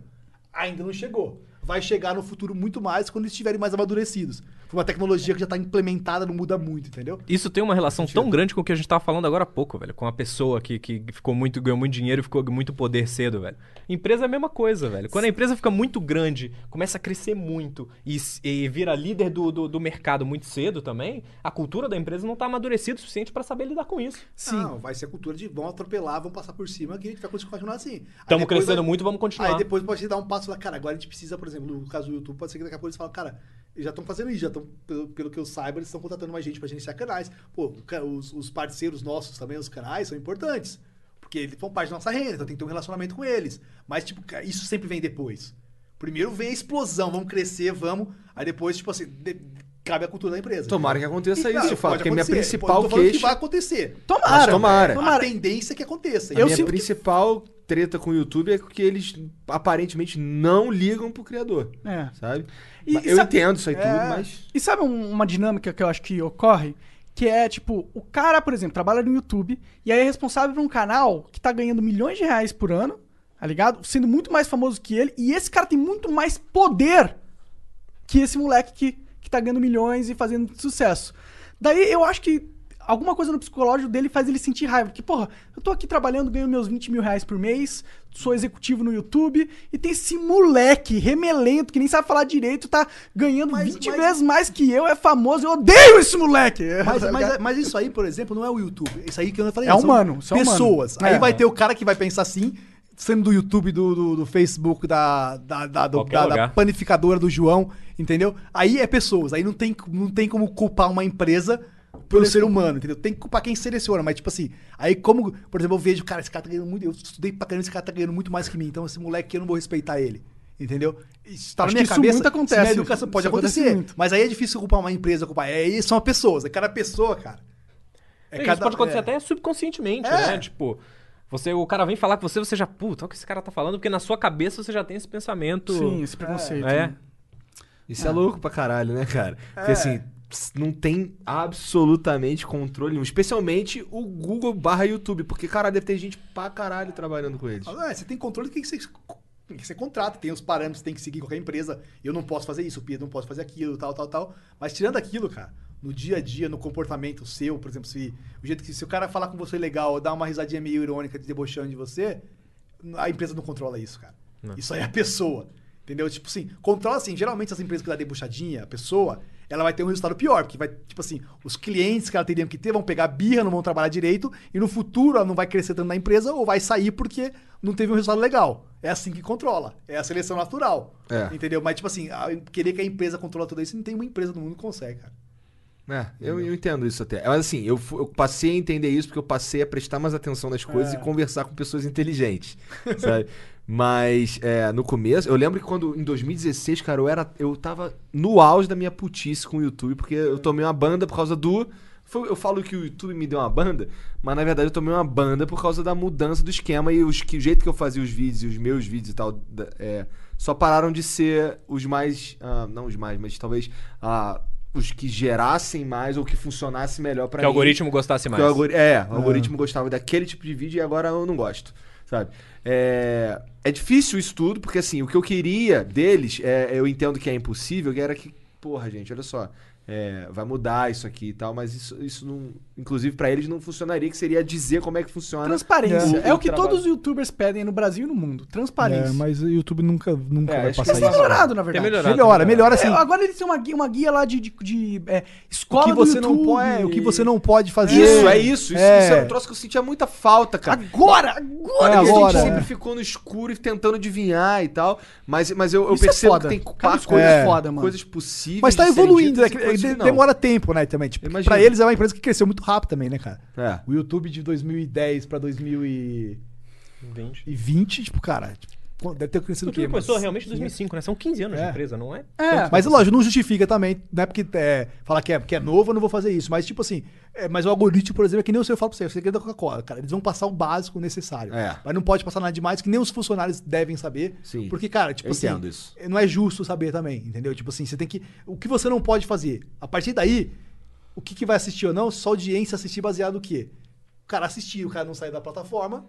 S3: ainda não chegou. Vai chegar no futuro muito mais quando eles estiverem mais amadurecidos. Foi uma tecnologia que já tá implementada, não muda muito, entendeu?
S4: Isso tem uma relação tão grande com o que a gente tava falando agora há pouco, velho. Com a pessoa que, que ficou muito, ganhou muito dinheiro e ficou com muito poder cedo, velho. Empresa é a mesma coisa, velho. Quando a empresa fica muito grande, começa a crescer muito e, s- e vira líder do, do, do mercado muito cedo também, a cultura da empresa não tá amadurecida o suficiente para saber lidar com isso.
S3: Sim. Não, vai ser a cultura de vão atropelar, vão passar por cima, que a gente vai continuar assim. Aí
S4: Estamos
S3: depois
S4: crescendo
S3: vai-
S4: muito, vamos continuar.
S3: Aí depois pode dar um passo lá, cara, agora a gente precisa, por exemplo, no caso do YouTube, pode ser que daqui a pouco eles falem, cara, eles já estão fazendo isso, já estão, pelo, pelo que eu saiba, eles estão contratando mais gente pra gerenciar canais. Pô, o ca- os, os parceiros nossos também, os canais, são importantes. Porque eles são parte da nossa renda, então tem que ter um relacionamento com eles. Mas, tipo, ca- isso sempre vem depois. Primeiro vem a explosão, vamos crescer, vamos. Aí depois, tipo assim, de- cabe a cultura da empresa.
S1: Tomara que aconteça
S2: Então,
S3: Não,
S1: isso, de fato,
S3: pode
S1: que é minha
S3: acontecer. Pô,
S1: principal
S3: eu tô falando
S1: queixa.
S3: que vai acontecer.
S2: Tomara.
S1: Mas tomara.
S3: A tendência é que aconteça.
S1: A minha
S2: sinto que-
S1: principal treta com o YouTube é que eles aparentemente não ligam pro criador,
S2: É.
S1: sabe?
S2: E-
S1: Mas
S2: e
S1: eu
S2: sabe-
S1: entendo isso aí tudo,
S2: É.
S1: mas.
S2: E sabe um- uma dinâmica que eu acho que ocorre? Que é, tipo, o cara, por exemplo, trabalha no YouTube e aí é responsável por um canal que tá ganhando milhões de reais por ano, tá ligado? Sendo muito mais famoso que ele, e esse cara tem muito mais poder que esse moleque que, que tá ganhando milhões e fazendo sucesso. Daí eu acho que alguma coisa no psicológico dele faz ele sentir raiva. Porque, porra, eu tô aqui trabalhando, ganho meus 20 mil reais por mês, sou executivo no YouTube, e tem esse moleque remelento que nem sabe falar direito, tá ganhando 20 vezes mais que eu, é famoso, eu odeio esse moleque! <laughs>
S3: Mas, é, mas- mas isso aí, por exemplo, não é o YouTube. Isso aí que eu falei.
S2: É
S3: são
S2: humano, isso é humano.
S3: Pessoas. Aí
S2: É.
S3: vai ter o cara que vai pensar assim, sendo do YouTube, do, do, do Facebook, da, da, da, do-
S4: Qualquer
S3: da- da
S4: lugar.
S3: panificadora do João, entendeu? Aí é pessoas. Aí não tem, não tem como culpar uma empresa pelo ser humano, entendeu? Tem que culpar quem seleciona, mas tipo assim, aí como, por exemplo, eu vejo, cara, esse cara tá ganhando muito, eu estudei pra caramba, esse cara tá ganhando muito mais que mim, então esse moleque aqui eu não vou respeitar ele. Entendeu? Isso tá
S2: Acho
S3: na minha
S2: que isso
S3: cabeça.
S2: muito
S3: se minha
S2: acontece.
S3: educação pode
S2: Isso acontece
S3: acontecer.
S2: muito.
S3: Mas aí é difícil culpar uma empresa, culpar. É, são pessoas, é cada pessoa, cara. É
S4: Isso pode acontecer até subconscientemente,
S3: É.
S4: né? Tipo, você, o cara vem falar com você, você já, puta, olha o que esse cara tá falando, porque na sua cabeça você já tem esse pensamento.
S2: Sim, esse preconceito.
S4: É.
S1: Isso é louco pra caralho, né, cara? Porque assim, ps- não tem absolutamente controle nenhum. Especialmente o Google barra YouTube, porque, cara, deve ter gente pra caralho trabalhando com eles.
S3: Ah, é, você tem controle do que você, do que você contrata, tem os parâmetros, tem que seguir qualquer empresa. Eu não posso fazer isso, o Pedro não pode fazer aquilo, tal, tal, tal. Mas tirando aquilo, cara, no dia a dia, no comportamento seu, por exemplo, se o jeito que se o cara falar com você legal, ou dar uma risadinha meio irônica, te debochando de você, a empresa não controla isso, cara. Isso aí é a pessoa. Entendeu? Tipo assim, controla assim, geralmente as empresas que dá debuchadinha, a pessoa, ela vai ter um resultado pior, porque vai, tipo assim, os clientes que ela teria que ter vão pegar birra, não vão trabalhar direito, e no futuro ela não vai crescer tanto na empresa ou vai sair porque não teve um resultado legal. É assim que controla, é a seleção natural.
S1: É.
S3: Entendeu? Mas, tipo assim, a- querer que a empresa controle tudo isso, não tem uma empresa no mundo que consegue, cara.
S1: É, eu, eu entendo isso até. Mas assim, eu, fu- eu passei a entender isso porque eu passei a prestar mais atenção nas coisas e conversar com pessoas inteligentes, <laughs> sabe? Mas é, no começo, eu lembro que quando em 2016, cara, eu era eu tava no auge da minha putice com o YouTube, porque eu tomei uma banda por causa do foi- eu falo que o YouTube me deu uma banda, mas na verdade eu tomei uma banda por causa da mudança do esquema e os, que, o jeito que eu fazia os vídeos e os meus vídeos e tal, da- é, só pararam de ser os mais. ah, não os mais, mas talvez ah, os que gerassem mais ou que funcionasse melhor pra
S4: Que o
S1: mim.
S4: algoritmo gostasse
S1: Que
S4: mais. Ah.
S1: o algori- é, o algoritmo gostava daquele tipo de vídeo e agora eu não gosto, sabe? É, é difícil isso tudo, porque assim, o que eu queria deles, é, eu entendo que é impossível, que era que, porra, gente, olha só, é, vai mudar isso aqui e tal, mas isso, isso não, inclusive pra eles não funcionaria, que seria dizer como é que funciona.
S2: Transparência.
S1: o-
S2: É o que
S1: trabalho.
S2: todos os youtubers pedem no Brasil e no mundo. Transparência.
S3: É, mas o YouTube nunca, nunca
S1: É,
S3: vai
S1: acho que
S3: passar
S2: Tem
S1: isso.
S3: isso.
S2: melhorado, na
S4: Tem
S2: verdade.
S4: melhorado.
S3: Melhora,
S4: tem
S3: melhora
S2: É,
S3: assim.
S2: agora eles têm uma guia, uma guia lá de, de, de, é, escola
S1: que
S2: do
S1: você não
S2: YouTube.
S1: pode-
S3: é, o que você não pode fazer.
S1: Isso, é isso. Isso,
S3: É.
S1: isso era um troço que eu sentia muita falta, cara.
S2: Agora! Agora!
S3: É,
S1: Porque a
S3: agora,
S1: gente sempre
S3: é.
S1: ficou no escuro e tentando adivinhar e tal. Mas, mas eu, eu
S2: Isso é
S1: percebo
S2: foda.
S1: que tem
S2: Cada
S1: quatro
S2: escolha
S1: coisas,
S3: é
S2: foda, mano.
S1: coisas possíveis.
S3: Mas tá
S1: de serem
S3: evoluindo, né?
S1: ditas e coisas
S3: de-
S1: que não.
S3: demora tempo, né, também. Tipo,
S1: Imagino.
S3: pra eles é uma empresa que cresceu muito rápido também, né, cara?
S1: É.
S3: O YouTube de 2010 pra 2020,
S4: Entendi.
S3: tipo, cara, tipo, deve ter crescido
S4: O
S3: o quê?
S4: YouTube começou
S3: Mas-
S4: realmente em 2005, né? São 15 anos de
S3: É.
S4: empresa, não é?
S2: É,
S3: Mas, lógico, não justifica também, não é porque é, falar que é, que é novo, eu não vou fazer isso. Mas, tipo assim, é, mas o algoritmo, por exemplo, é que nem o seu, eu falo pra você, o segredo da Coca-Cola, cara, eles vão passar o básico necessário.
S1: É.
S3: Mas não pode passar nada demais, que nem os funcionários devem saber.
S1: Sim.
S3: Porque, cara, tipo
S1: Eu
S3: assim,
S1: entendo isso.
S3: não é justo saber também, entendeu? Tipo assim, você tem que. O que você não pode fazer? A partir daí, o que, que vai assistir ou não, só audiência assistir baseado no quê? O cara assistir, o cara não sair da plataforma,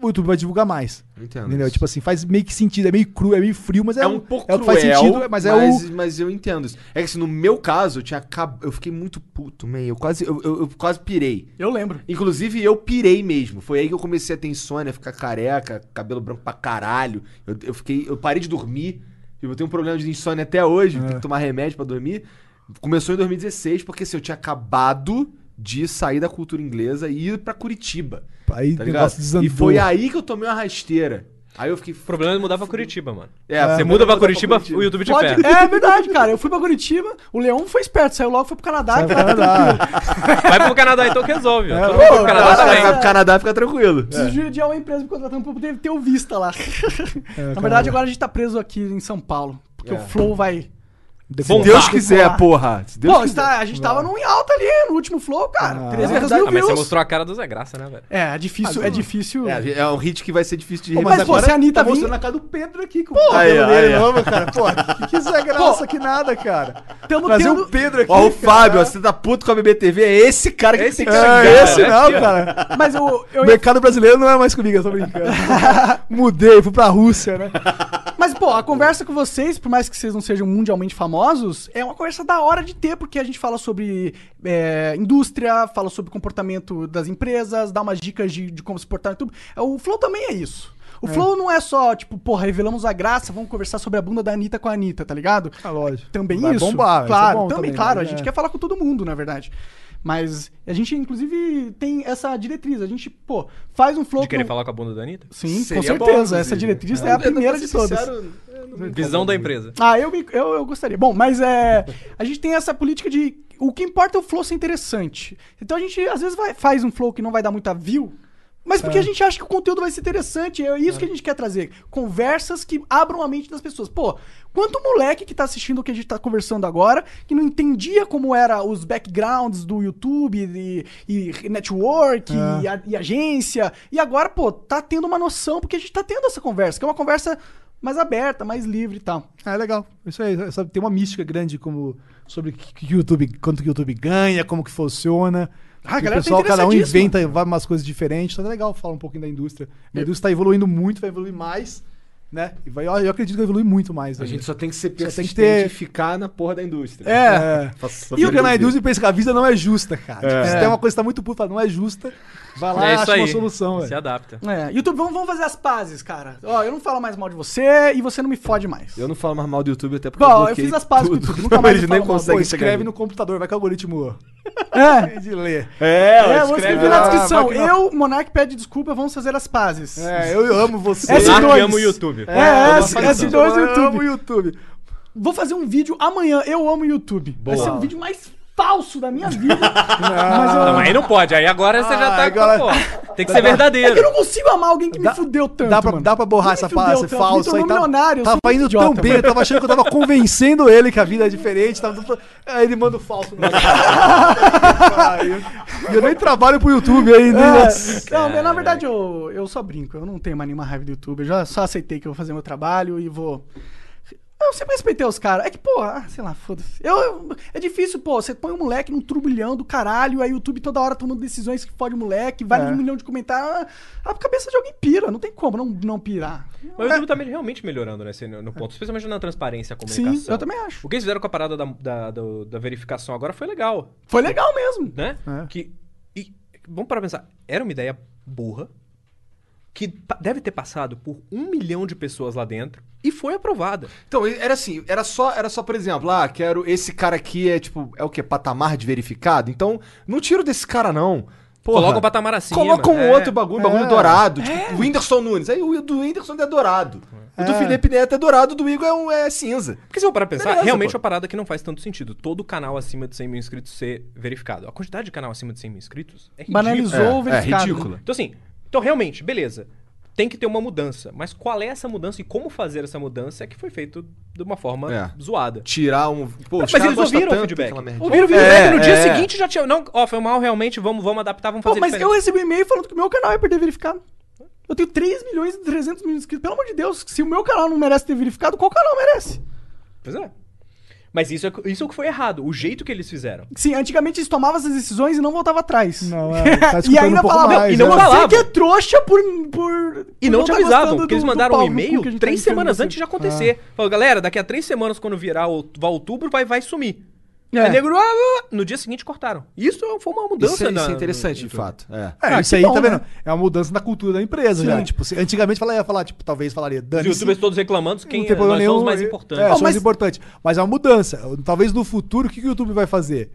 S3: o YouTube vai divulgar mais.
S1: Entendo
S3: Entendeu?
S1: isso.
S3: Tipo assim, faz meio que sentido, é meio cru, é meio frio, mas é,
S1: É um
S3: o-
S1: pouco
S3: é o que faz
S1: cruel,
S3: sentido, mas, é o.
S1: mas eu entendo isso. É que assim, no meu caso, eu tinha acab... eu fiquei muito puto, man. Eu quase, eu, eu- eu quase pirei.
S2: eu lembro.
S1: Inclusive, eu pirei mesmo. Foi aí que eu comecei a ter insônia, ficar careca, cabelo branco pra caralho. Eu, eu fiquei, eu parei de dormir. Eu tenho um problema de insônia até hoje,
S3: É.
S1: tenho que tomar remédio pra dormir. Começou em 2016, porque assim, eu tinha acabado de sair da cultura inglesa e ir pra Curitiba.
S3: Aí
S1: Tá ligado?
S3: o negócio desandou.
S1: E foi aí que eu tomei uma rasteira. Aí eu fiquei.
S4: O problema é mudar pra Curitiba, mano.
S1: É,
S4: Você
S1: eu vou
S4: muda pra
S1: mudar pra
S4: Curitiba,
S1: Curitiba.
S4: o YouTube de
S2: Pode-
S4: pé.
S2: É verdade, cara. Eu fui pra Curitiba, o Leão foi esperto, saiu logo, foi pro Canadá.
S3: Vai
S2: cara.
S3: pra lá.
S4: Vai pro Canadá então que resolve. ó. Todo mundo
S3: pô,
S4: vai pro Canadá
S1: Vai
S4: também.
S1: pro Canadá, É. fica tranquilo.
S2: Preciso de uma empresa me contratando pra poder ter o vista lá. Na
S3: cara.
S2: verdade, agora a gente tá preso aqui em São Paulo. Porque o Flow vai
S3: decolar.
S5: Se Deus quiser, porra. Se Deus
S2: Pô,
S1: tá-
S5: quiser.
S2: está- a gente tava num em alta ali, no último flow, cara. 300 mil
S4: Ah, mas você
S2: views.
S4: mostrou a cara do Zé Graça, né, velho?
S2: É, é difícil, é difícil.
S5: É, é um hit que vai ser difícil de
S3: Pô,
S2: mas,
S3: mas
S2: pô,
S3: agora
S2: se a Anitta
S3: tá
S2: vir...
S3: mostrando a cara do Pedro aqui com o
S5: Aí,
S3: cabelo
S5: ó,
S3: dele
S5: aí, ó.
S3: novo, cara. Pô, que, que desgraça, que nada, cara.
S2: Tamo
S3: Trazer
S2: tendo-
S3: o Pedro aqui,
S5: Ó, o
S3: cara.
S5: Fábio,
S1: assim,
S5: ó, você tá puto com a BBTV, é esse cara que
S4: Esse
S5: tem que
S4: cara
S5: xingar.
S3: É esse
S4: Cara,
S3: não,
S4: aqui, ó.
S3: cara.
S2: Mas eu, eu
S3: O
S2: ia-
S3: mercado brasileiro não é mais comigo, eu tô brincando. Mudei, fui pra Rússia, né?
S2: Mas, pô, a conversa com vocês, por mais que vocês não sejam mundialmente famosos, é uma conversa da hora de ter, porque a gente fala sobre é, indústria, fala sobre comportamento das empresas, dá umas dicas de, de como se portar e tudo. É, O Flow também é isso. O Flow não é só, tipo, porra, revelamos a graça, vamos conversar sobre a bunda da Anitta com a Anitta, tá ligado?
S3: Ah, lógico.
S2: Também
S3: Vai
S2: isso.
S3: bombar, vai ser
S2: claro,
S3: bom
S2: também,
S3: também,
S2: claro.
S3: né?
S2: A gente
S3: É.
S2: quer falar com todo mundo, na verdade. Mas a gente, inclusive, tem essa diretriz. A gente, pô, faz um flow.
S4: De querer
S2: que-
S4: falar com a bunda da Anitta?
S2: Sim,
S5: Seria
S2: com
S5: bom,
S2: certeza.
S5: inclusive.
S2: essa diretriz é a primeira de todas.
S4: Visão da empresa.
S2: Ah, eu, me- eu, eu gostaria. Bom, mas é. A gente tem essa política de. O que importa é o flow ser interessante. Então a gente, às vezes, vai- faz um flow que não vai dar muita view. Mas porque a gente acha que o conteúdo vai ser interessante, é isso que a gente quer trazer. Conversas que abram a mente das pessoas. Pô, quanto moleque que tá assistindo o que a gente tá conversando agora, que não entendia como era os backgrounds do YouTube e, e network e, a- e agência, e agora, pô, tá tendo uma noção porque a gente tá tendo essa conversa, que é uma conversa mais aberta, mais livre e tal.
S3: Ah, é legal. Isso aí, sabe, tem uma mística grande como sobre que que o YouTube, quanto que o YouTube ganha, como que funciona.
S2: Ah, a
S3: Que
S2: galera tá
S3: o pessoal, cada um
S2: interessadíssima.
S3: inventa vai umas coisas diferentes. Então é legal falar um pouquinho da indústria. A indústria está evoluindo muito, vai evoluir mais, né? E vai, eu acredito que vai evoluir muito mais.
S1: A
S3: ainda.
S1: gente só tem que ser
S3: Só tem
S1: persistente
S3: que ter-
S1: e ficar na porra da indústria.
S3: É.
S1: Faça-
S3: E o canal
S1: faça-
S3: indústria pensa que a vida não é justa, cara. Tipo, se tem uma coisa que tá muito puta, não é justa, vai lá e
S4: é isso
S3: acha
S4: aí.
S3: Ah, uma solução,
S4: Se
S3: velho.
S4: adapta.
S2: É, YouTube, vamos, vamos fazer as pazes, cara. Ó, eu não falo mais mal de você e você não me fode mais.
S1: Eu não falo mais mal do YouTube até porque
S2: Bom, eu
S1: bloqueei
S2: fiz as pazes com o
S1: tudo.
S2: YouTube,
S1: <laughs>
S2: nunca mais
S1: Eles
S2: eu
S1: nem
S2: falo mal.
S3: Pô,
S1: conseguem chegar.
S3: escreve
S1: em mim.
S3: no computador, vai que o algoritmo
S2: É,
S3: de ler.
S1: É,
S2: é,
S1: ó,
S2: vou
S1: escreve
S2: escrever na
S3: Ah,
S1: lá.
S2: descrição.
S3: máquina-
S2: Eu, Monark, pede desculpa, vamos fazer as pazes.
S3: É, eu amo você.
S2: Esse
S4: Lá
S2: dois.
S4: que ama o YouTube.
S2: É, S- S2
S3: eu
S2: YouTube.
S3: amo o YouTube.
S2: Vou fazer um vídeo amanhã, eu amo o YouTube. Vai ser o vídeo mais falso da minha
S3: <laughs>
S2: vida. mas eu,
S4: Não, mas aí não pode. Aí agora você já
S3: Ah,
S4: tá
S3: agora-
S4: com pô, Tem que ser verdadeiro.
S2: É eu não consigo amar alguém que me
S3: Dá-
S2: fudeu tanto,
S3: Dá pra,
S2: mano.
S3: dá pra borrar
S2: Me
S3: essa
S2: fudeu
S3: farsa
S2: tanto,
S3: falsa
S2: me tornou
S3: e tal.
S2: é um milionário, eu sou
S3: tá- tava
S2: muito
S3: indo
S2: idiota,
S3: tão bem,
S2: mano.
S3: eu tava achando que
S2: <laughs>
S3: eu tava convencendo ele que a vida é diferente. Tava... Aí ele manda o
S2: <laughs>
S3: falso. no- Pariu. e eu nem trabalho pro YouTube ainda. hein? Nossa.
S2: É, não, na verdade eu, eu só brinco, eu não tenho mais nenhuma raiva do YouTube, eu já só aceitei que eu vou fazer meu trabalho e vou. Eu sempre respeitei os caras. É que, pô, ah, sei lá, foda-se. Eu, eu- é difícil, pô, você põe um moleque num turbilhão do caralho, aí o YouTube toda hora tomando decisões que fode o moleque, vale um milhão de comentários. ah, A a cabeça de alguém pira, não tem como não, não pirar.
S4: Mas o YouTube tá realmente melhorando nesse, no ponto, especialmente na transparência, a comunicação.
S2: Sim, eu também acho.
S4: O que eles fizeram com a parada da, da, do- da verificação agora foi legal,
S2: Foi legal mesmo.
S4: né?
S1: É.
S4: Que, e, vamos para pensar, era uma ideia burra, que pa- deve ter passado por um milhão de pessoas lá dentro e foi aprovada.
S1: Então, era assim, era só, era só, por exemplo, ah, quero. Esse cara aqui é tipo, é o quê? Patamar de verificado? Então, não tiro desse cara, não. Porra,
S4: Coloca um patamar acima.
S1: Coloca um
S4: É.
S1: outro bagulho, bagulho dourado. Tipo, o Whindersson Nunes. Aí o do Whindersson é dourado. O do Felipe Neto é dourado, o do Igor é, um, é cinza.
S4: Porque se eu parar pra pensar,
S1: Beleza,
S4: realmente
S1: pô.
S4: é uma parada que não faz tanto sentido. Todo canal acima de 100 mil inscritos ser verificado. A quantidade de canal acima de 100 mil inscritos é ridícula.
S1: um
S2: Banalizou o verificado. né?
S4: Então, assim, então realmente, beleza. Tem que ter uma mudança. Mas qual é essa mudança e como fazer essa mudança é que foi feito de uma forma
S1: É.
S4: zoada.
S1: Tirar um. Pô, os
S4: mas
S1: caras
S4: eles
S1: gostam
S4: ouviram o
S1: tanto
S4: feedback.
S1: daquela merda.
S4: Ouviram o feedback
S1: É,
S4: no dia
S1: é.
S4: seguinte já tinha. Não, ó, foi mal realmente, vamos, vamos adaptar, vamos
S2: Pô,
S4: fazer
S2: mas
S4: diferente.
S2: eu recebi um e-mail falando que o meu canal ia perder verificado. Eu tenho 3 milhões e 300 mil inscritos. Pelo amor de Deus, se o meu canal não merece ter verificado, qual canal merece?
S4: Pois é. Mas isso é, isso é o que foi errado, o jeito que eles fizeram.
S2: Sim, antigamente eles tomavam essas decisões e não voltavam atrás. <laughs>
S3: Não, é, tá
S2: e
S3: escutando
S2: ainda
S3: um pouco
S2: falavam,
S3: mais,
S2: e não
S3: né?
S2: você
S4: Falava.
S2: que é trouxa por... por
S4: E
S2: por
S4: não, te
S2: tá
S4: avisavam,
S2: gostando
S4: porque eles
S2: do- do
S4: mandaram um
S2: pau no cu
S4: e-mail
S2: que a gente tá
S4: três
S2: enfiando
S4: semanas
S2: você.
S4: antes de acontecer. Falou, galera, daqui a três semanas, quando virar o, vai outubro, vai, vai sumir. Aí, negro, ah, ah, no dia seguinte cortaram. Isso foi uma mudança.
S1: Isso, é-
S4: na-
S1: isso é interessante, de
S4: no-
S1: fato. É.
S3: É, isso
S2: que
S3: aí,
S2: bom,
S3: tá vendo?
S2: né?
S3: É uma mudança na cultura da empresa já. Tipo, se- antigamente falaria, ia falar, tipo, talvez falaria,
S4: Os
S3: dane
S4: youtubers todos reclamando, quem
S3: não tem problema
S4: nós
S3: nenhum.
S4: somos mais
S3: é-
S4: importantes.
S3: É,
S2: Não,
S3: somos
S2: mas-
S3: importantes. Mas é uma mudança. Talvez no futuro, o que, que o YouTube vai fazer?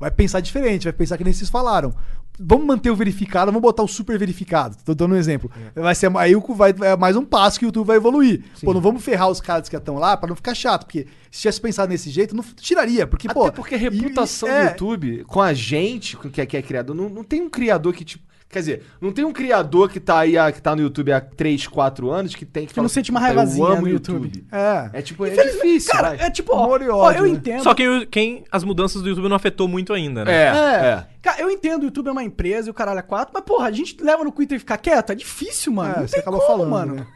S3: Vai pensar diferente, vai pensar que nem vocês falaram. Vamos manter o verificado, vamos botar o super verificado. Tô dando um exemplo. Vai ser aí o cu- vai, é mais um passo que o YouTube vai evoluir. Pô, não vamos ferrar os caras que estão lá pra não ficar chato, porque se tivesse pensado nesse jeito, não tiraria, porque
S1: Até
S3: pô,
S1: porque
S3: e-
S1: a reputação
S3: é,
S1: do YouTube com a gente, com quem é, que é criador, não, não tem um criador que, tipo, Quer dizer, não tem um criador que tá aí, há- que tá no YouTube há 3, 4 anos, que tem que, assim,
S2: não sente uma raivazinha
S1: eu amo
S2: no
S1: YouTube.
S2: YouTube.
S3: É.
S1: É tipo, é
S2: Infelizmente,
S1: difícil,
S2: cara,
S1: vai.
S2: é tipo, ó,
S3: Amor e
S2: ó,
S3: ódio,
S2: eu
S3: né?
S2: entendo.
S4: Só que quem, as mudanças do YouTube não afetou muito ainda, né?
S1: é. é.
S2: Cara, eu entendo, o YouTube é uma empresa e o caralho é quatro, mas porra, a gente leva no Twitter e fica quieto? É difícil, mano.
S3: É,
S2: não
S3: você
S2: tem
S3: acabou
S2: como,
S3: falando,
S2: mano.
S3: né?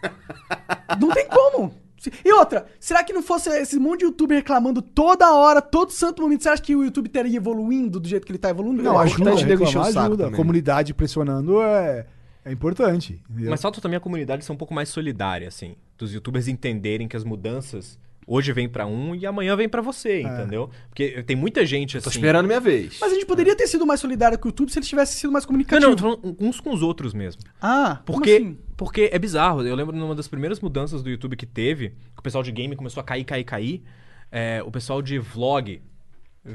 S2: Não tem como. Se- E outra, será que não fosse esse monte de youtuber reclamando toda hora, todo santo momento, você acha que o YouTube teria evoluindo do jeito que ele tá evoluindo?
S3: Não,
S2: acho
S3: ajuda,
S1: importante
S3: ajuda,
S1: nego encher o
S3: reclamar
S1: saco
S3: ajuda. A
S1: também.
S3: comunidade pressionando é, é importante. entendeu?
S4: Mas falta também a comunidade ser um pouco mais solidária, assim. Dos youtubers entenderem que as mudanças hoje vêm pra um e amanhã vêm pra você, entendeu? Porque tem muita gente assim.
S1: Tô esperando minha vez.
S2: Mas a gente poderia ter sido mais solidário com o YouTube se eles tivessem sido mais
S4: Não,
S2: comunicativo.
S4: não, tô falando uns com os outros mesmo.
S2: Ah, como
S4: Porque,
S2: assim?
S4: porque é bizarro. Eu lembro numa das primeiras mudanças do YouTube que teve, que o pessoal de game começou a cair, cair, cair. é, o pessoal de vlog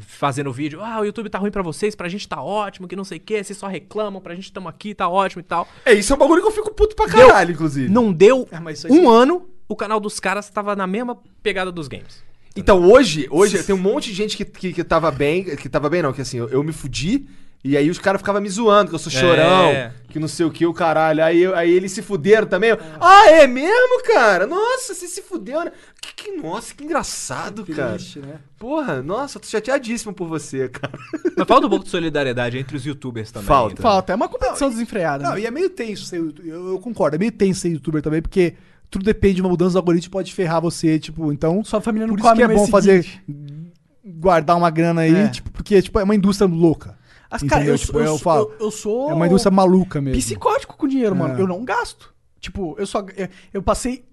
S4: fazendo vídeo. Ah, o YouTube tá ruim pra vocês, pra gente tá ótimo, que não sei o quê, vocês só reclamam, pra gente tamo aqui, tá ótimo e tal.
S1: É, isso é um bagulho que eu fico puto pra caralho, inclusive.
S4: Não deu
S3: mas isso aí
S4: um ano, o canal dos caras tava na mesma pegada dos games.
S1: Então, hoje, hoje tem um monte de gente que, que, que tava bem, que tava bem não, que assim, eu, eu me fudi, e aí os caras ficavam me zoando, que eu sou chorão,
S4: É.
S1: que não sei o que, o caralho. Aí, eu- aí eles se fuderam também. eu, Ah, é mesmo, cara? Nossa, você se fudeu, né? Que, que- nossa, que engraçado, cara.
S3: né?
S1: Porra, nossa, eu tô chateadíssimo por você, cara.
S4: Mas falta um pouco de solidariedade entre os youtubers também.
S1: Falta.
S4: então.
S2: Falta, é uma competição desenfreada.
S3: Não,
S2: né?
S3: e é meio tenso ser youtu- eu, eu concordo, é meio tenso ser youtuber também, porque tudo depende de uma mudança do algoritmo, pode ferrar você, tipo, então...
S2: Sua família não
S3: Por isso
S2: come
S3: que é
S2: mês
S3: bom fazer...
S2: seguinte.
S3: Guardar uma grana aí,
S2: É.
S3: tipo, porque tipo, é uma indústria louca.
S2: As, cara,
S3: Entendeu?
S2: eu,
S3: Tipo,
S2: sou- eu,
S3: eu
S2: sou-
S3: falo,
S2: eu- eu sou.
S3: É uma indústria maluca mesmo.
S2: psicótico com dinheiro, mano.
S3: É.
S2: Eu não gasto. Tipo, eu só. eu- Eu passei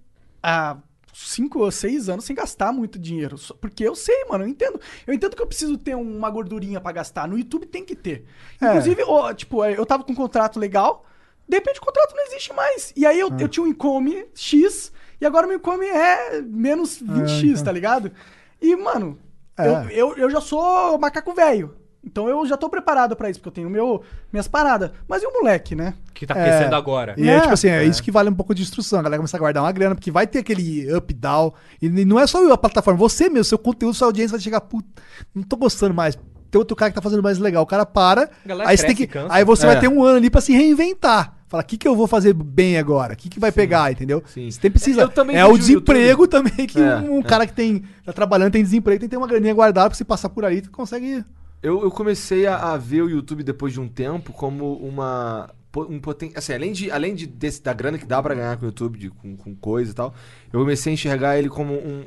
S2: há cinco ou seis anos sem gastar muito dinheiro. Só- Porque eu sei, mano, eu entendo. Eu entendo que eu preciso ter uma gordurinha pra gastar. No YouTube tem que ter.
S3: É.
S2: Inclusive, ó, tipo, é, eu tava com um contrato legal, de repente o contrato não existe mais. E aí eu,
S3: É.
S2: eu tinha um income X, e agora o meu income é menos 20x,
S3: então.
S2: tá ligado? E, mano,
S3: É.
S2: eu, eu, eu já sou macaco velho. Então eu já tô preparado pra isso, porque eu tenho meu, minhas paradas. Mas e o moleque, né?
S4: Que tá
S3: É.
S4: crescendo agora.
S3: E
S2: É.
S3: é, tipo assim, é, isso que vale um pouco de instrução. A galera começa a guardar uma grana, porque vai ter aquele up e down. E não é só eu, a plataforma, você mesmo, seu conteúdo, sua audiência vai chegar, puta, não tô gostando mais. Tem outro cara que tá fazendo mais legal. O cara para,
S4: galera
S3: aí você, tem
S4: cresce,
S3: que,
S4: cansa.
S3: aí você
S1: É.
S3: vai ter um ano ali pra se reinventar. Fala, o que, que eu vou fazer bem agora? O que, que vai pegar, entendeu?
S1: Sim.
S3: Você tem precisa.
S1: Eu também
S3: é o
S1: vejo o YouTube.
S3: desemprego também, que
S1: É,
S3: um
S1: é.
S3: cara que tem tá trabalhando, tem desemprego, tem que ter uma graninha guardada, porque se passar por aí, tu consegue.
S1: Eu, eu comecei a, a ver o YouTube depois de um tempo como uma. po- Um poten... assim, além de, além de desse- da grana que dá pra ganhar com o YouTube, de- com, com coisa e tal, eu comecei a enxergar ele como um-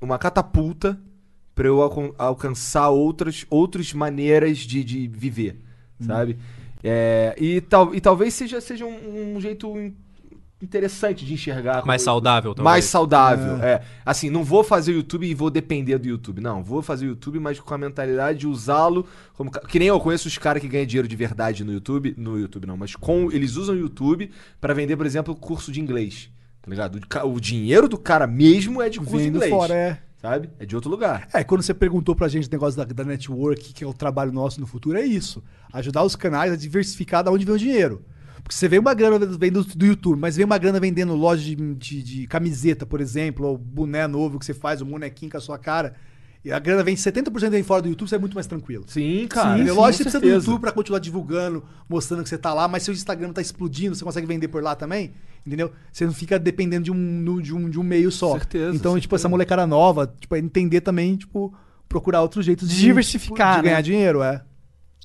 S1: uma catapulta pra eu alcan- alcançar outras, outras maneiras de, de viver, sabe? É, e, tal, e talvez seja, seja um, um jeito in- interessante de enxergar.
S4: Mais
S1: como-
S4: saudável, talvez.
S1: mais saudável, é. Assim, não vou fazer o YouTube e vou depender do YouTube. Não, vou fazer o YouTube, mas com a mentalidade de usá-lo como. ca- Que nem eu conheço os caras que ganham dinheiro de verdade no YouTube. No YouTube não, mas com. Eles usam o YouTube pra vender, por exemplo, curso de inglês. Tá ligado? O ca- O dinheiro do cara mesmo é de curso de
S3: Vindo
S1: inglês.
S3: fora, é.
S1: Sabe? É de outro lugar.
S3: É, quando você perguntou pra gente o negócio da, da network, que é o trabalho nosso no futuro, é isso. Ajudar os canais a diversificar da onde vem o dinheiro. Porque você vê uma grana vendo do YouTube, mas vem uma grana vendendo loja de, de- de camiseta, por exemplo, ou boné novo que você faz, um bonequinho com a sua cara. E a grana vem 70% vem fora do YouTube, você é muito mais tranquilo.
S1: Sim,
S3: Sim,
S1: Sim,
S3: lógico que você precisa do
S1: certeza.
S3: YouTube pra continuar divulgando, mostrando que você tá lá, mas seu Instagram tá explodindo, você consegue vender por lá também, entendeu? Você não fica dependendo de um, no- de um, de um meio só.
S1: Certeza,
S3: Então, tipo, essa molecada nova, tipo, é entender também, tipo, procurar outros jeitos de
S2: Diversificar,
S3: de ganhar
S2: né?
S3: dinheiro, é.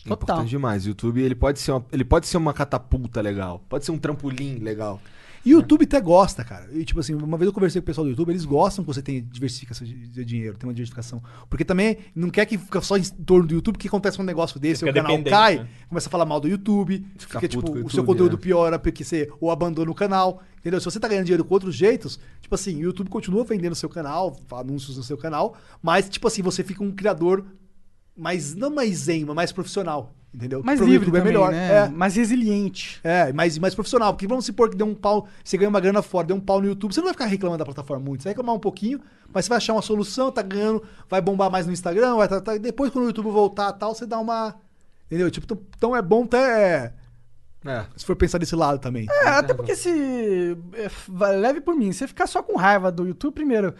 S2: Total.
S1: Importante demais. O YouTube ele pode, ser uma, ele pode ser uma catapulta legal. Pode ser um trampolim legal.
S3: E o YouTube até gosta, cara. E, tipo assim, uma vez eu conversei com o pessoal do YouTube, eles gostam que você tenha diversificação de, de dinheiro, tem uma diversificação. Porque também não quer que fica só em torno do YouTube, que acontece um negócio desse,
S4: Fica
S3: o canal
S4: dependente,
S3: cai,
S4: né?
S3: começa a falar mal do YouTube, fica,
S1: puto
S3: tipo,
S1: com o
S3: o
S1: YouTube,
S3: seu conteúdo
S1: né?
S3: piora porque você ou abandona o canal, entendeu? Se você tá ganhando dinheiro com outros jeitos, tipo assim, o YouTube continua vendendo seu canal, anúncios no seu canal, mas, tipo assim, você fica um criador mais, não mais zen, mas mais profissional, entendeu?
S2: Mais
S3: Pro
S2: livre
S3: YouTube
S2: também,
S3: é melhor,
S2: né?
S3: é.
S2: Mais resiliente.
S3: É, mas mais profissional. Porque vamos supor que deu um pau, você ganha uma grana fora, deu um pau no YouTube, você não vai ficar reclamando da plataforma muito. Você vai reclamar um pouquinho, mas você vai achar uma solução, tá ganhando, vai bombar mais no Instagram, vai tá, tá- depois quando o YouTube voltar tal, você dá uma. Entendeu? Tipo, então- então é bom até.
S1: É.
S3: Se for pensar desse lado também.
S2: É, até porque se. é, f- vai- Leve por mim, você ficar só com raiva do YouTube, primeiro.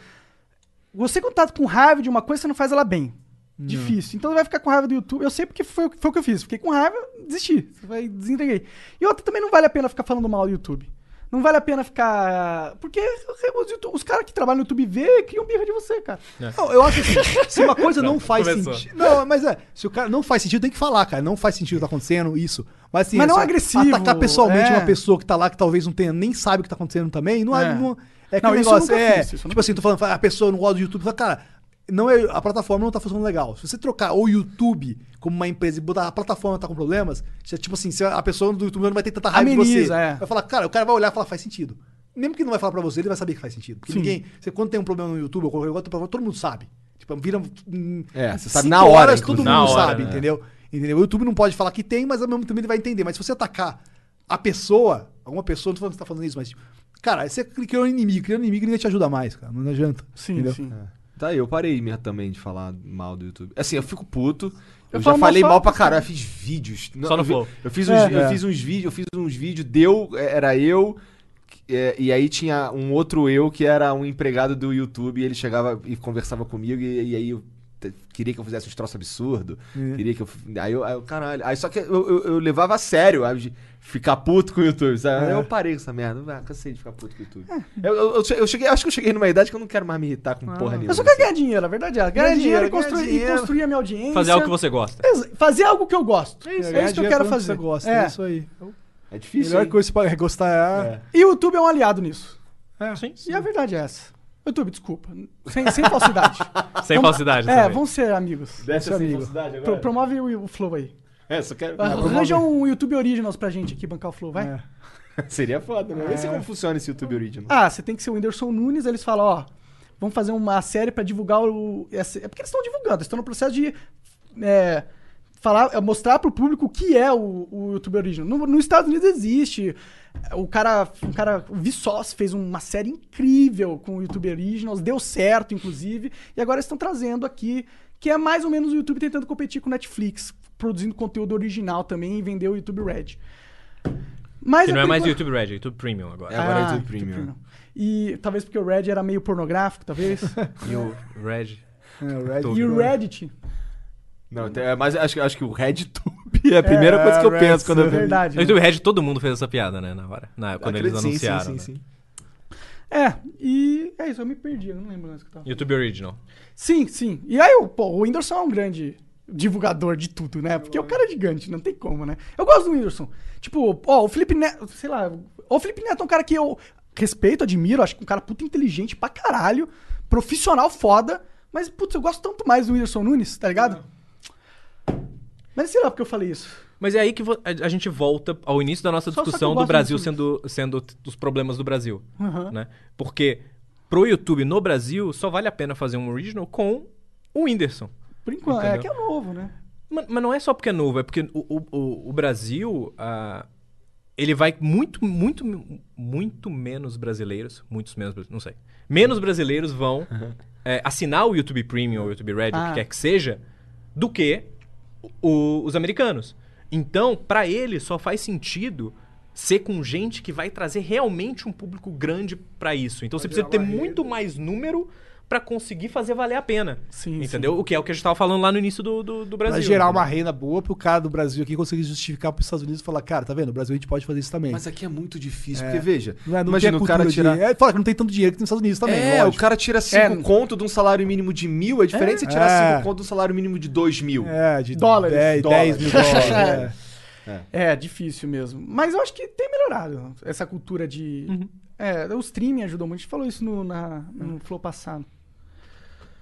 S2: Você contato com raiva de uma coisa, você não faz ela bem. Difícil. Então vai ficar com raiva do YouTube. Eu sei porque foi, o que- foi o que eu fiz. Fiquei com raiva, desistir. Você vai desintegrei. E outra, também não vale a pena ficar falando mal do YouTube. Não vale a pena ficar. Porque os, YouTube- os caras que trabalham no YouTube vê criam birra de você, cara.
S3: Não, eu acho assim, se uma coisa não faz
S4: começou.
S3: sentido. Não, mas é, se o cara não faz sentido, tem que falar, cara. Não faz sentido tá acontecendo isso. Mas assim,
S2: Mas não é
S3: só
S2: agressivo,
S3: Atacar pessoalmente
S2: é.
S3: uma pessoa que tá lá que talvez não tenha, nem sabe o que tá acontecendo também, não
S2: É.
S3: é. Não, é que
S2: Não,
S3: o
S2: isso eu
S3: negócio
S2: nunca
S3: é.
S2: fiz, isso eu
S3: tipo
S2: nunca
S3: assim, tu falando, a pessoa não gosta do YouTube, fala, cara, não é, a plataforma não tá funcionando legal. Se você trocar o YouTube como uma empresa e botar a plataforma tá com problemas, você, tipo assim, se a pessoa do YouTube não vai ter tanta raiva de você.
S2: Ameniza, é.
S3: Vai falar, cara, o cara vai olhar e falar, faz sentido. Mesmo que não vai falar pra você, ele vai saber que faz sentido. Porque ninguém. Você, quando tem um problema no YouTube ou qualquer outra plataforma, todo mundo sabe. Tipo, vira. um
S1: É, você sabe
S3: cinco
S1: na hora,
S3: horas, todo
S1: inclusive.
S3: mundo
S4: Na hora,
S3: sabe,
S4: né?
S3: entendeu? Entendeu? O YouTube não pode falar que tem, mas ao mesmo tempo ele vai entender. Mas se você atacar a pessoa, alguma pessoa, não tô falando que você tá falando isso, mas. tipo, Cara, você criou um inimigo, criou um inimigo e ninguém te ajuda mais, cara. Não adianta.
S2: Sim,
S3: entendeu?
S2: sim.
S1: Tá aí, eu parei mesmo também de falar mal do YouTube. Assim, eu fico puto. Eu,
S2: Eu
S1: já
S2: falo mal
S1: falei
S2: só-
S1: mal pra caralho. Eu fiz vídeos.
S4: Só no
S1: eu vi-
S4: Flow.
S1: Eu fiz uns,
S3: É,
S1: eu
S3: é.
S1: fiz uns vídeos, eu fiz uns vídeos, deu, era eu. é, e aí tinha um outro eu que era um empregado do YouTube e ele chegava e conversava comigo e, e aí eu te- queria que eu fizesse uns troços absurdos. Queria que eu. f- Aí eu, aí eu, caralho. Aí só que eu, eu- eu levava a sério a de ficar puto com o YouTube,
S3: É.
S1: sabe? Aí eu parei com essa merda. Ah, cansei de ficar puto com o YouTube. Eu, eu- eu che- eu cheguei, acho que eu cheguei numa idade que eu não quero mais me irritar com porra nenhuma.
S2: É. Ah. Eu só quero ganhar dinheiro, a verdade é. Ganhar,
S3: Ganhar
S2: dinheiro, e,
S3: dinheiro, ganhar
S2: construir, e
S3: dinheiro.
S2: construir a minha audiência.
S4: Fazer algo que você gosta.
S2: Exa- Fazer algo que eu gosto. É isso, que eu
S3: Ganhar
S2: quero
S3: dinheiro
S2: fazer.
S3: Você gosta,
S2: É.
S3: é. isso aí.
S1: É difícil.
S3: Melhor
S1: hein?
S3: coisa pra gostar é.
S2: E o YouTube é um aliado nisso.
S4: Sim,
S2: E a verdade é essa. YouTube, desculpa. Sem, sem
S4: <laughs>
S2: falsidade.
S4: Sem falsidade.
S2: É,
S4: também.
S2: vamos ser amigos. Vamos
S1: Desce
S2: ser
S1: essa
S2: amigos.
S1: falsidade agora?
S2: Pro- promove o, o Flow aí.
S1: É, só quero.
S2: Arranja um YouTube Originals pra gente aqui bancar o Flow, vai.
S1: <laughs> Seria foda, né? Vê se como funciona esse YouTube Original.
S2: Ah, você tem que ser o Whindersson Nunes, eles falam, ó, vamos fazer uma série pra divulgar o. essa- É porque eles estão divulgando, eles estão no processo de. é, falar, é, mostrar pro público o que é o, o YouTube Original. No, nos Estados Unidos existe. O cara, um cara, o Vsauce fez uma série incrível com o YouTube Originals, deu certo, inclusive, e agora eles estão trazendo aqui, que é mais ou menos o YouTube tentando competir com o Netflix, produzindo conteúdo original também e vender o YouTube Red. Mas
S4: Que não
S2: é
S4: é
S2: por
S4: mais
S2: enquanto-
S4: YouTube Red, é YouTube Premium agora.
S1: agora é
S2: ah,
S1: YouTube Premium.
S2: E talvez porque o Red era meio
S1: <laughs>
S2: pornográfico, talvez.
S4: E o Red.
S3: É, o Red-
S2: e o Reddit.
S1: Não, tem- é, mas acho, que- acho que o RedTube é a primeira coisa que eu penso quando eu vejo.
S2: Verdade.
S4: No YouTube Red todo mundo fez essa piada, né? Na hora. Na, quando
S1: Acredito-
S4: eles
S1: sim, sim,
S4: anunciaram.
S1: sim,
S4: né?
S1: sim.
S2: É, e é isso, eu me perdi, eu não lembro mais o que eu tava.
S4: YouTube Original.
S2: Sim, sim. E aí, o- pô, o Whindersson é um grande divulgador de tudo, né? Porque o cara é gigante, não tem como, né? Eu gosto do Whindersson. Tipo, ó, o Felipe Neto, sei lá, o Felipe Neto é um cara que eu respeito, admiro, acho que um cara puta inteligente pra caralho, profissional foda, mas, putz, eu gosto tanto mais do Whindersson Nunes, tá ligado? Mas sei lá porque eu falei isso.
S4: Mas é aí que vo- a a gente volta ao início da nossa
S2: Só- só que eu
S4: discussão do
S2: gosto
S4: Brasil
S2: de
S4: sendo, sendo t- os problemas do Brasil. Né? Porque pro YouTube no Brasil só vale a pena fazer um original com o Whindersson.
S2: Por enquanto, é
S4: Entendeu?
S2: que é novo, né?
S4: Mas, mas não é só porque é novo, é porque o, o- o- o Brasil. ah, ele vai muito, muito, muito menos brasileiros. Muitos menos, brasileiros, não sei. Menos
S2: <laughs>
S4: brasileiros vão eh, assinar o YouTube Premium ou o YouTube Red, o
S2: Ah.
S4: que quer que seja, do que o- os americanos. Então, pra ele só faz sentido ser com gente que vai trazer realmente um público grande pra isso. Então você precisa ter muito mais número pra conseguir fazer valer a pena.
S2: Sim,
S4: entendeu? O que é o que a gente tava falando lá no início do, do, do Brasil.
S3: Pra gerar uma
S4: entendeu?
S3: renda boa pro cara do Brasil aqui conseguir justificar pros Estados Unidos e falar, cara, tá vendo? O Brasil a gente pode fazer isso também.
S1: Mas aqui é muito difícil, porque veja,
S3: Não é, não
S1: imagina
S3: tem a
S1: o cara
S3: cultura
S1: tirar.
S3: De... É, fora que não tem tanto dinheiro que tem nos Estados Unidos também.
S1: É,
S3: lógico.
S1: o cara tira 5 conto de um salário mínimo de mil, a diferença é, tirar
S3: É.
S1: 5 conto de um salário mínimo de 2 mil.
S3: É, de
S2: Dólares.
S3: 10,
S2: Dólares.
S3: 10 mil dólares. é.
S2: É, difícil mesmo. Mas eu acho que tem melhorado essa cultura de. É, o streaming ajudou muito. A gente falou isso no, na, no flow passado.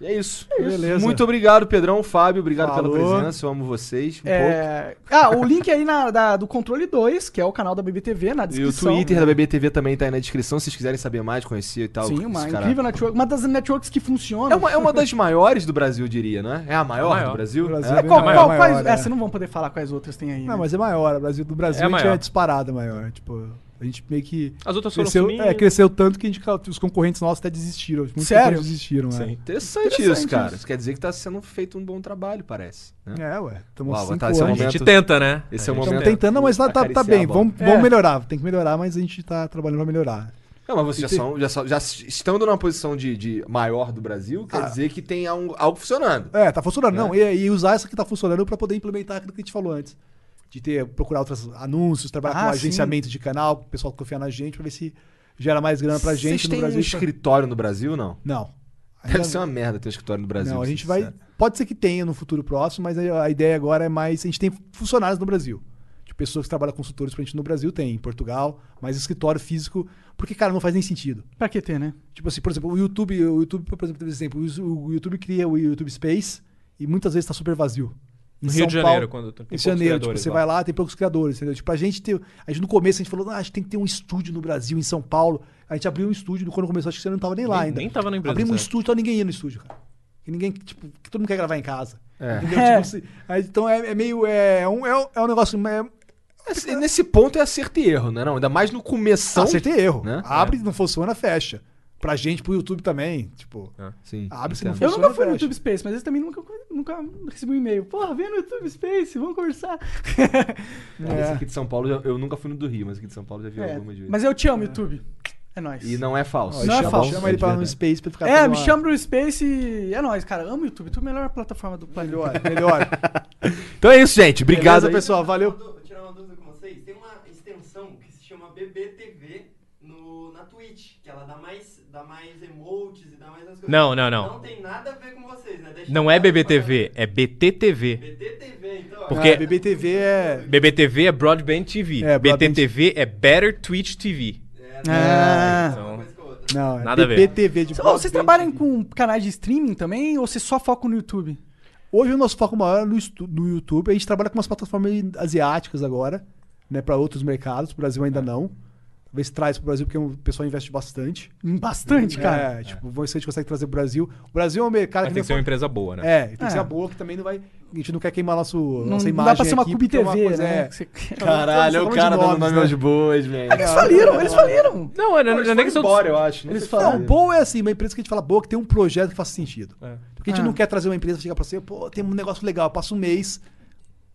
S1: É isso.
S3: Beleza.
S1: Muito obrigado, Pedrão, Fábio, obrigado pela
S3: Falou.
S1: presença, eu amo vocês. Um pouco.
S2: É, ah, o link aí na, da- do controle 2, que é o canal da BBTV, na
S1: E o
S2: descrição.
S1: Twitter da BBTV também tá aí na descrição, se vocês quiserem saber mais, conhecer e tal.
S2: Sim, uma
S1: esse cara-
S2: incrível network. Uma das networks que funciona.
S1: É uma, é uma das maiores do Brasil, eu diria, né? É a maior,
S4: A maior.
S1: do Brasil?
S3: O Brasil
S1: É.
S3: bem
S2: Qual,
S3: maior,
S2: qual,
S3: maior,
S2: quais-
S3: é.
S2: é, você não vão poder falar quais outras tem aí.
S3: Não,
S2: né?
S3: mas é maior. O Brasil, do Brasil
S4: É
S3: a gente
S4: maior.
S3: é disparada maior. Tipo, a gente meio que.
S4: As outras foram
S3: Cresceu,
S4: sumindo.
S3: é, cresceu tanto que a gente, os concorrentes nossos até desistiram. Muitos
S2: Sério?
S3: concorrentes desistiram, né?
S4: Sim.
S1: Interessante, isso, cara. Isso quer dizer que tá sendo feito um bom trabalho, parece. né?
S3: é. É, ué. Estamos
S1: Uau,
S3: cinco
S1: tá,
S3: anos.
S1: esse é um
S4: A
S1: momento-
S4: gente tenta, né?
S1: Esse é
S4: A
S1: o
S4: gente
S1: momento.
S3: Estamos
S4: tenta.
S3: tentando, mas lá tá, tá
S1: Acariciar a
S3: bem.
S1: bola. É.
S3: Vamos, vamos melhorar. Tem que melhorar, mas a gente tá trabalhando pra melhorar.
S1: Não, mas vocês já, são, já, são- já s- estando numa posição de, de maior do Brasil,
S3: Ah.
S1: quer dizer que tem um- algo funcionando.
S3: É, tá funcionando. Não, e, e usar essa que tá funcionando pra poder implementar aquilo que a gente falou antes. de ter procurar outros anúncios, trabalhar
S2: Ah,
S3: com
S2: sim.
S3: agenciamento de canal, o pessoal confiar na gente pra ver se gera mais grana pra gente
S1: Vocês
S3: no
S1: têm
S3: Brasil.
S1: um escritório no Brasil, não?
S3: Não.
S1: Deve
S3: Ainda-
S1: ser uma merda ter um escritório no Brasil.
S3: Não, a
S1: pra
S3: gente
S1: ser
S3: vai.
S1: sincero.
S3: Pode ser que tenha no futuro próximo, mas a a ideia agora é mais. A gente tem funcionários no Brasil. Tipo, pessoas que trabalham consultores pra gente no Brasil tem, em Portugal, mas escritório físico. Porque, cara, não faz nem sentido.
S2: Pra que ter, né?
S3: Tipo assim, por exemplo, o YouTube, o YouTube, por exemplo, teve esse exemplo, o o YouTube cria o YouTube Space e muitas vezes tá super vazio. Em
S4: No
S3: São
S4: Rio de
S3: Paulo-
S4: Janeiro, quando tem
S3: em
S4: poucos
S3: janeiro, tipo,
S4: criadores
S3: você
S4: lá.
S3: vai lá, tem poucos criadores, entendeu? Tipo, a gente tem, a gente no começo a gente falou, "Ah, a gente tem que ter um estúdio no Brasil, em São Paulo. A gente abriu um estúdio, quando começou acho que você não tava nem lá
S4: Nem-
S3: ainda.
S4: nem tava na empresa,
S3: Abrimos um
S4: sabe?
S3: estúdio, tava ninguém ia no estúdio, cara. E ninguém, tipo, que todo mundo quer gravar em casa. Entendeu?
S2: É.
S3: Tipo, se- aí, então é, é meio, é um, é um, é um negócio, é,
S1: Assim, nesse ponto é acerto e erro, né? Não, ainda mais no começão.
S3: Então, acertei erro.
S1: né?
S3: Abre, não funciona, fecha. Pra gente, pro YouTube também, tipo...
S1: É, sim.
S3: Abre, se não
S1: entendo.
S3: for-
S2: Eu
S3: Funciona,
S2: nunca fui no
S3: fecha.
S2: YouTube Space, mas esse também nunca, nunca recebi um e-mail. Porra, vem no YouTube Space, vamos conversar.
S1: É, Esse aqui de São Paulo, eu, eu nunca fui no do Rio, mas aqui de São Paulo já vi
S2: É,
S1: algumas vezes.
S2: mas eu te amo, YouTube. É nóis.
S1: E não é falso.
S2: Não é
S3: chama,
S2: falso.
S3: Chama ele pra
S1: não
S3: no Space pra ele ficar...
S2: É,
S3: fazendo
S2: me
S3: uma-
S2: chama pro Space e é nóis, cara. Amo o YouTube, tu é a melhor plataforma do planeta.
S3: Melhor,
S4: <laughs>
S3: melhor.
S1: Então é isso, gente. Obrigado,
S3: Beleza,
S1: aí.
S3: pessoal. Valeu.
S6: Vou tirar uma dúvida com vocês. Tem uma extensão que se chama BBTV no, na Twitch, que ela dá mais, dá mais emotes e dá mais as coisas.
S4: Não, não, não.
S6: Não tem nada a ver com vocês, né? Deixa
S4: Não
S6: eu
S4: é
S6: falar.
S4: BBTV, é BTTV.
S6: BTTV, então.
S4: Porque-
S3: Ah, BBTV é...
S4: BBTV é Broadband TV.
S3: É, Broadband-
S4: BTTV é Better Twitch TV.
S2: Ah.
S4: Então,
S3: Não, é
S4: Nada a ver.
S3: BBTV de
S2: Ô, vocês trabalham com um canais de streaming também ou vocês só focam no YouTube?
S3: Hoje o nosso foco maior é no, estu- no YouTube. A gente trabalha com umas plataformas asiáticas agora, né? Pra outros mercados. O Brasil ainda não. Talvez traz pro Brasil, porque o pessoal investe bastante.
S2: Hum, Bastante, cara.
S3: É, tipo, vamos ver se a gente consegue trazer o Brasil. O Brasil é um mercado
S4: mas tem que ser
S3: não
S4: uma empresa boa, né?
S3: É, tem que
S2: É.
S3: ser uma boa que também não vai. A gente não quer queimar nosso,
S2: Não,
S3: nossa
S2: não
S3: imagem.
S2: dá pra ser uma
S3: aqui,
S2: Cube
S3: porque é uma
S2: TV,
S3: coisa-
S2: né?
S3: é.
S2: Que você-
S1: Caralho, é o
S3: Falando de
S1: cara dando
S3: nomes,
S1: nome
S3: né?
S1: aos bois, velho.
S2: Eles faliram, É, eles faliram.
S4: Não, eu não, eu nem que sou.
S1: Embora, eu acho. Não
S3: Eles
S1: sei se
S3: falam,
S4: um
S1: faliram.
S3: boa é assim, uma empresa que a gente fala boa, que tem um projeto que faça sentido.
S4: É.
S3: Porque a gente
S2: Ah.
S3: não quer trazer uma empresa que chega pra você, pô, tem um negócio legal, passa um mês,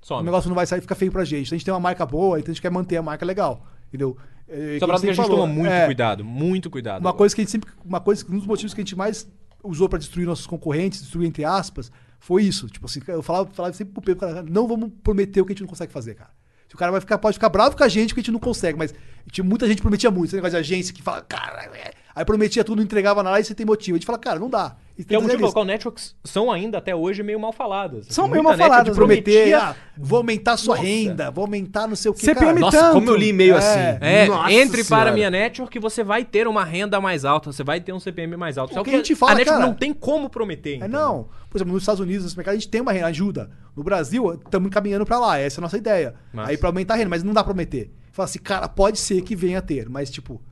S3: o
S4: Some.
S3: Um negócio não vai sair, fica feio pra gente. A gente tem uma marca boa, então a gente quer manter a marca legal. Entendeu? É,
S4: Só pra
S3: que
S4: que a gente
S3: falou,
S4: toma muito
S3: é,
S4: cuidado, muito cuidado.
S3: Uma coisa que a gente sempre. Uma coisa, que um dos motivos que a gente mais usou pra destruir nossos concorrentes, destruir entre aspas, foi isso. Tipo assim, eu falava, falava sempre pro Pedro, cara, não vamos prometer o que a gente não consegue fazer, cara. Se o cara vai ficar, pode ficar bravo com a gente porque a gente não consegue, mas tinha muita gente que prometia muito. Esse negócio de agência que fala, cara, é. aí prometia tudo, não entregava nada, aí você tem motivo. A gente fala, cara, não dá. E
S4: Que é o motivo pelo
S3: realista.
S4: qual networks são ainda até hoje meio mal faladas.
S2: São
S4: Muita
S2: meio mal
S4: network
S2: faladas,
S3: prometer,
S4: prometia-
S3: ah, vou aumentar sua renda, vou aumentar não sei o que.
S2: CPM
S3: cara.
S1: Nossa, como eu li e-mail assim.
S4: É,
S1: Nossa
S4: entre para
S1: senhora.
S4: a minha network que você vai ter uma renda mais alta, você vai ter um CPM mais alto.
S3: O
S4: Só
S3: que
S4: que,
S3: a gente fala,
S4: network
S3: cara?
S4: não tem como prometer.
S3: É,
S4: entendeu?
S3: não. Por exemplo, nos Estados Unidos, nesse mercado, a gente tem uma renda, ajuda. No Brasil, estamos caminhando para lá, essa é a nossa ideia.
S4: Massa.
S3: Aí para aumentar a renda, mas não dá pra prometer. Fala assim, cara, pode ser que venha a ter, mas tipo.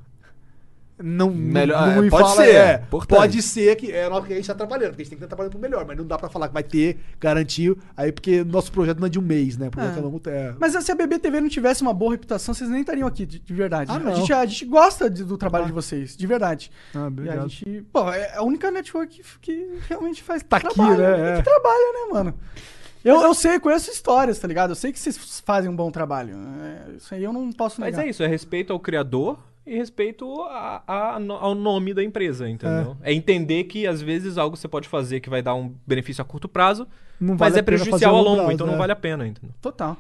S3: Não,
S1: Melhor-
S3: não me
S1: é, pode
S3: fala,
S1: ser,
S3: é,
S1: importante.
S3: pode ser que é o que a gente tá trabalhando, porque a gente tem que estar trabalhando pro melhor, mas não dá pra falar que vai ter, garantir, aí porque nosso projeto não é de um mês, né? Projeto
S2: Ah.
S3: é longo é,
S2: Mas se a BBTV não tivesse uma boa reputação, vocês nem estariam aqui, de, de verdade.
S3: Ah,
S2: né?
S3: não.
S2: A, gente, a gente gosta de- do trabalho de vocês, de verdade.
S3: Ah,
S2: E
S3: obrigado.
S2: a gente. Pô, é a única network que, que realmente faz.
S3: Tá aqui,
S2: trabalho,
S3: né?
S2: Que
S3: É.
S2: trabalha, né, mano? Eu, eu sei, conheço histórias, tá ligado? Eu sei que vocês fazem um bom trabalho. É, isso aí eu não posso negar.
S4: Mas é isso, é respeito ao criador e respeito a- a- no- ao nome da empresa, entendeu? É. entender que às vezes algo você pode fazer que vai dar um benefício a curto prazo,
S3: Não
S4: mas
S3: vale
S4: é
S3: a pena
S4: prejudicial
S3: fazer
S4: a
S3: a
S4: longo,
S3: longo prazo,
S4: então não
S3: né?
S4: vale a pena, entendeu?
S2: Total.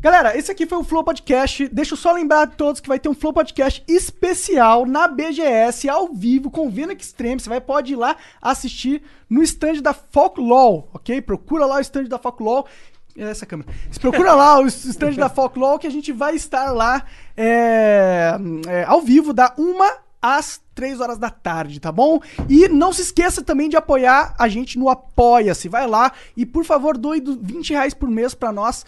S2: Galera, esse aqui foi o Flow Podcast. Deixa eu só lembrar a todos que vai ter um Flow Podcast especial na BGS, ao vivo, com Vena Extreme. Você vai, pode ir lá assistir no stand da Folklore, ok? Procura lá o stand da Folklore. É Essa câmera. Você Procura lá o stand da Folklore que a gente vai estar lá é, é, ao vivo, da uma às 3 horas da tarde, tá bom? E não se esqueça também de apoiar a gente no Apoia-se. Vai lá e, por favor, doe do- 20 reais por mês pra nós.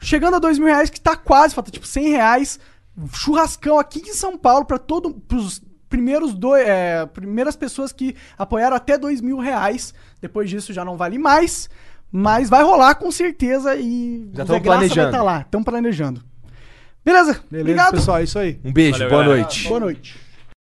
S2: Chegando a 2 mil reais, que tá quase, falta tipo 100 reais. Churrascão aqui em São Paulo pra todo, pros primeiros dois, é, primeiras pessoas que apoiaram até 2 mil reais. Depois disso já não vale mais. Mas vai rolar com certeza e
S1: Já
S2: o
S1: tão
S2: Zé Graça vai
S1: planejando.
S2: estar lá. Estão planejando. Beleza?
S3: Beleza,
S2: Obrigado.
S3: pessoal, é isso aí.
S1: Um beijo,
S4: Valeu,
S1: boa
S4: galera.
S1: noite.
S2: Boa noite.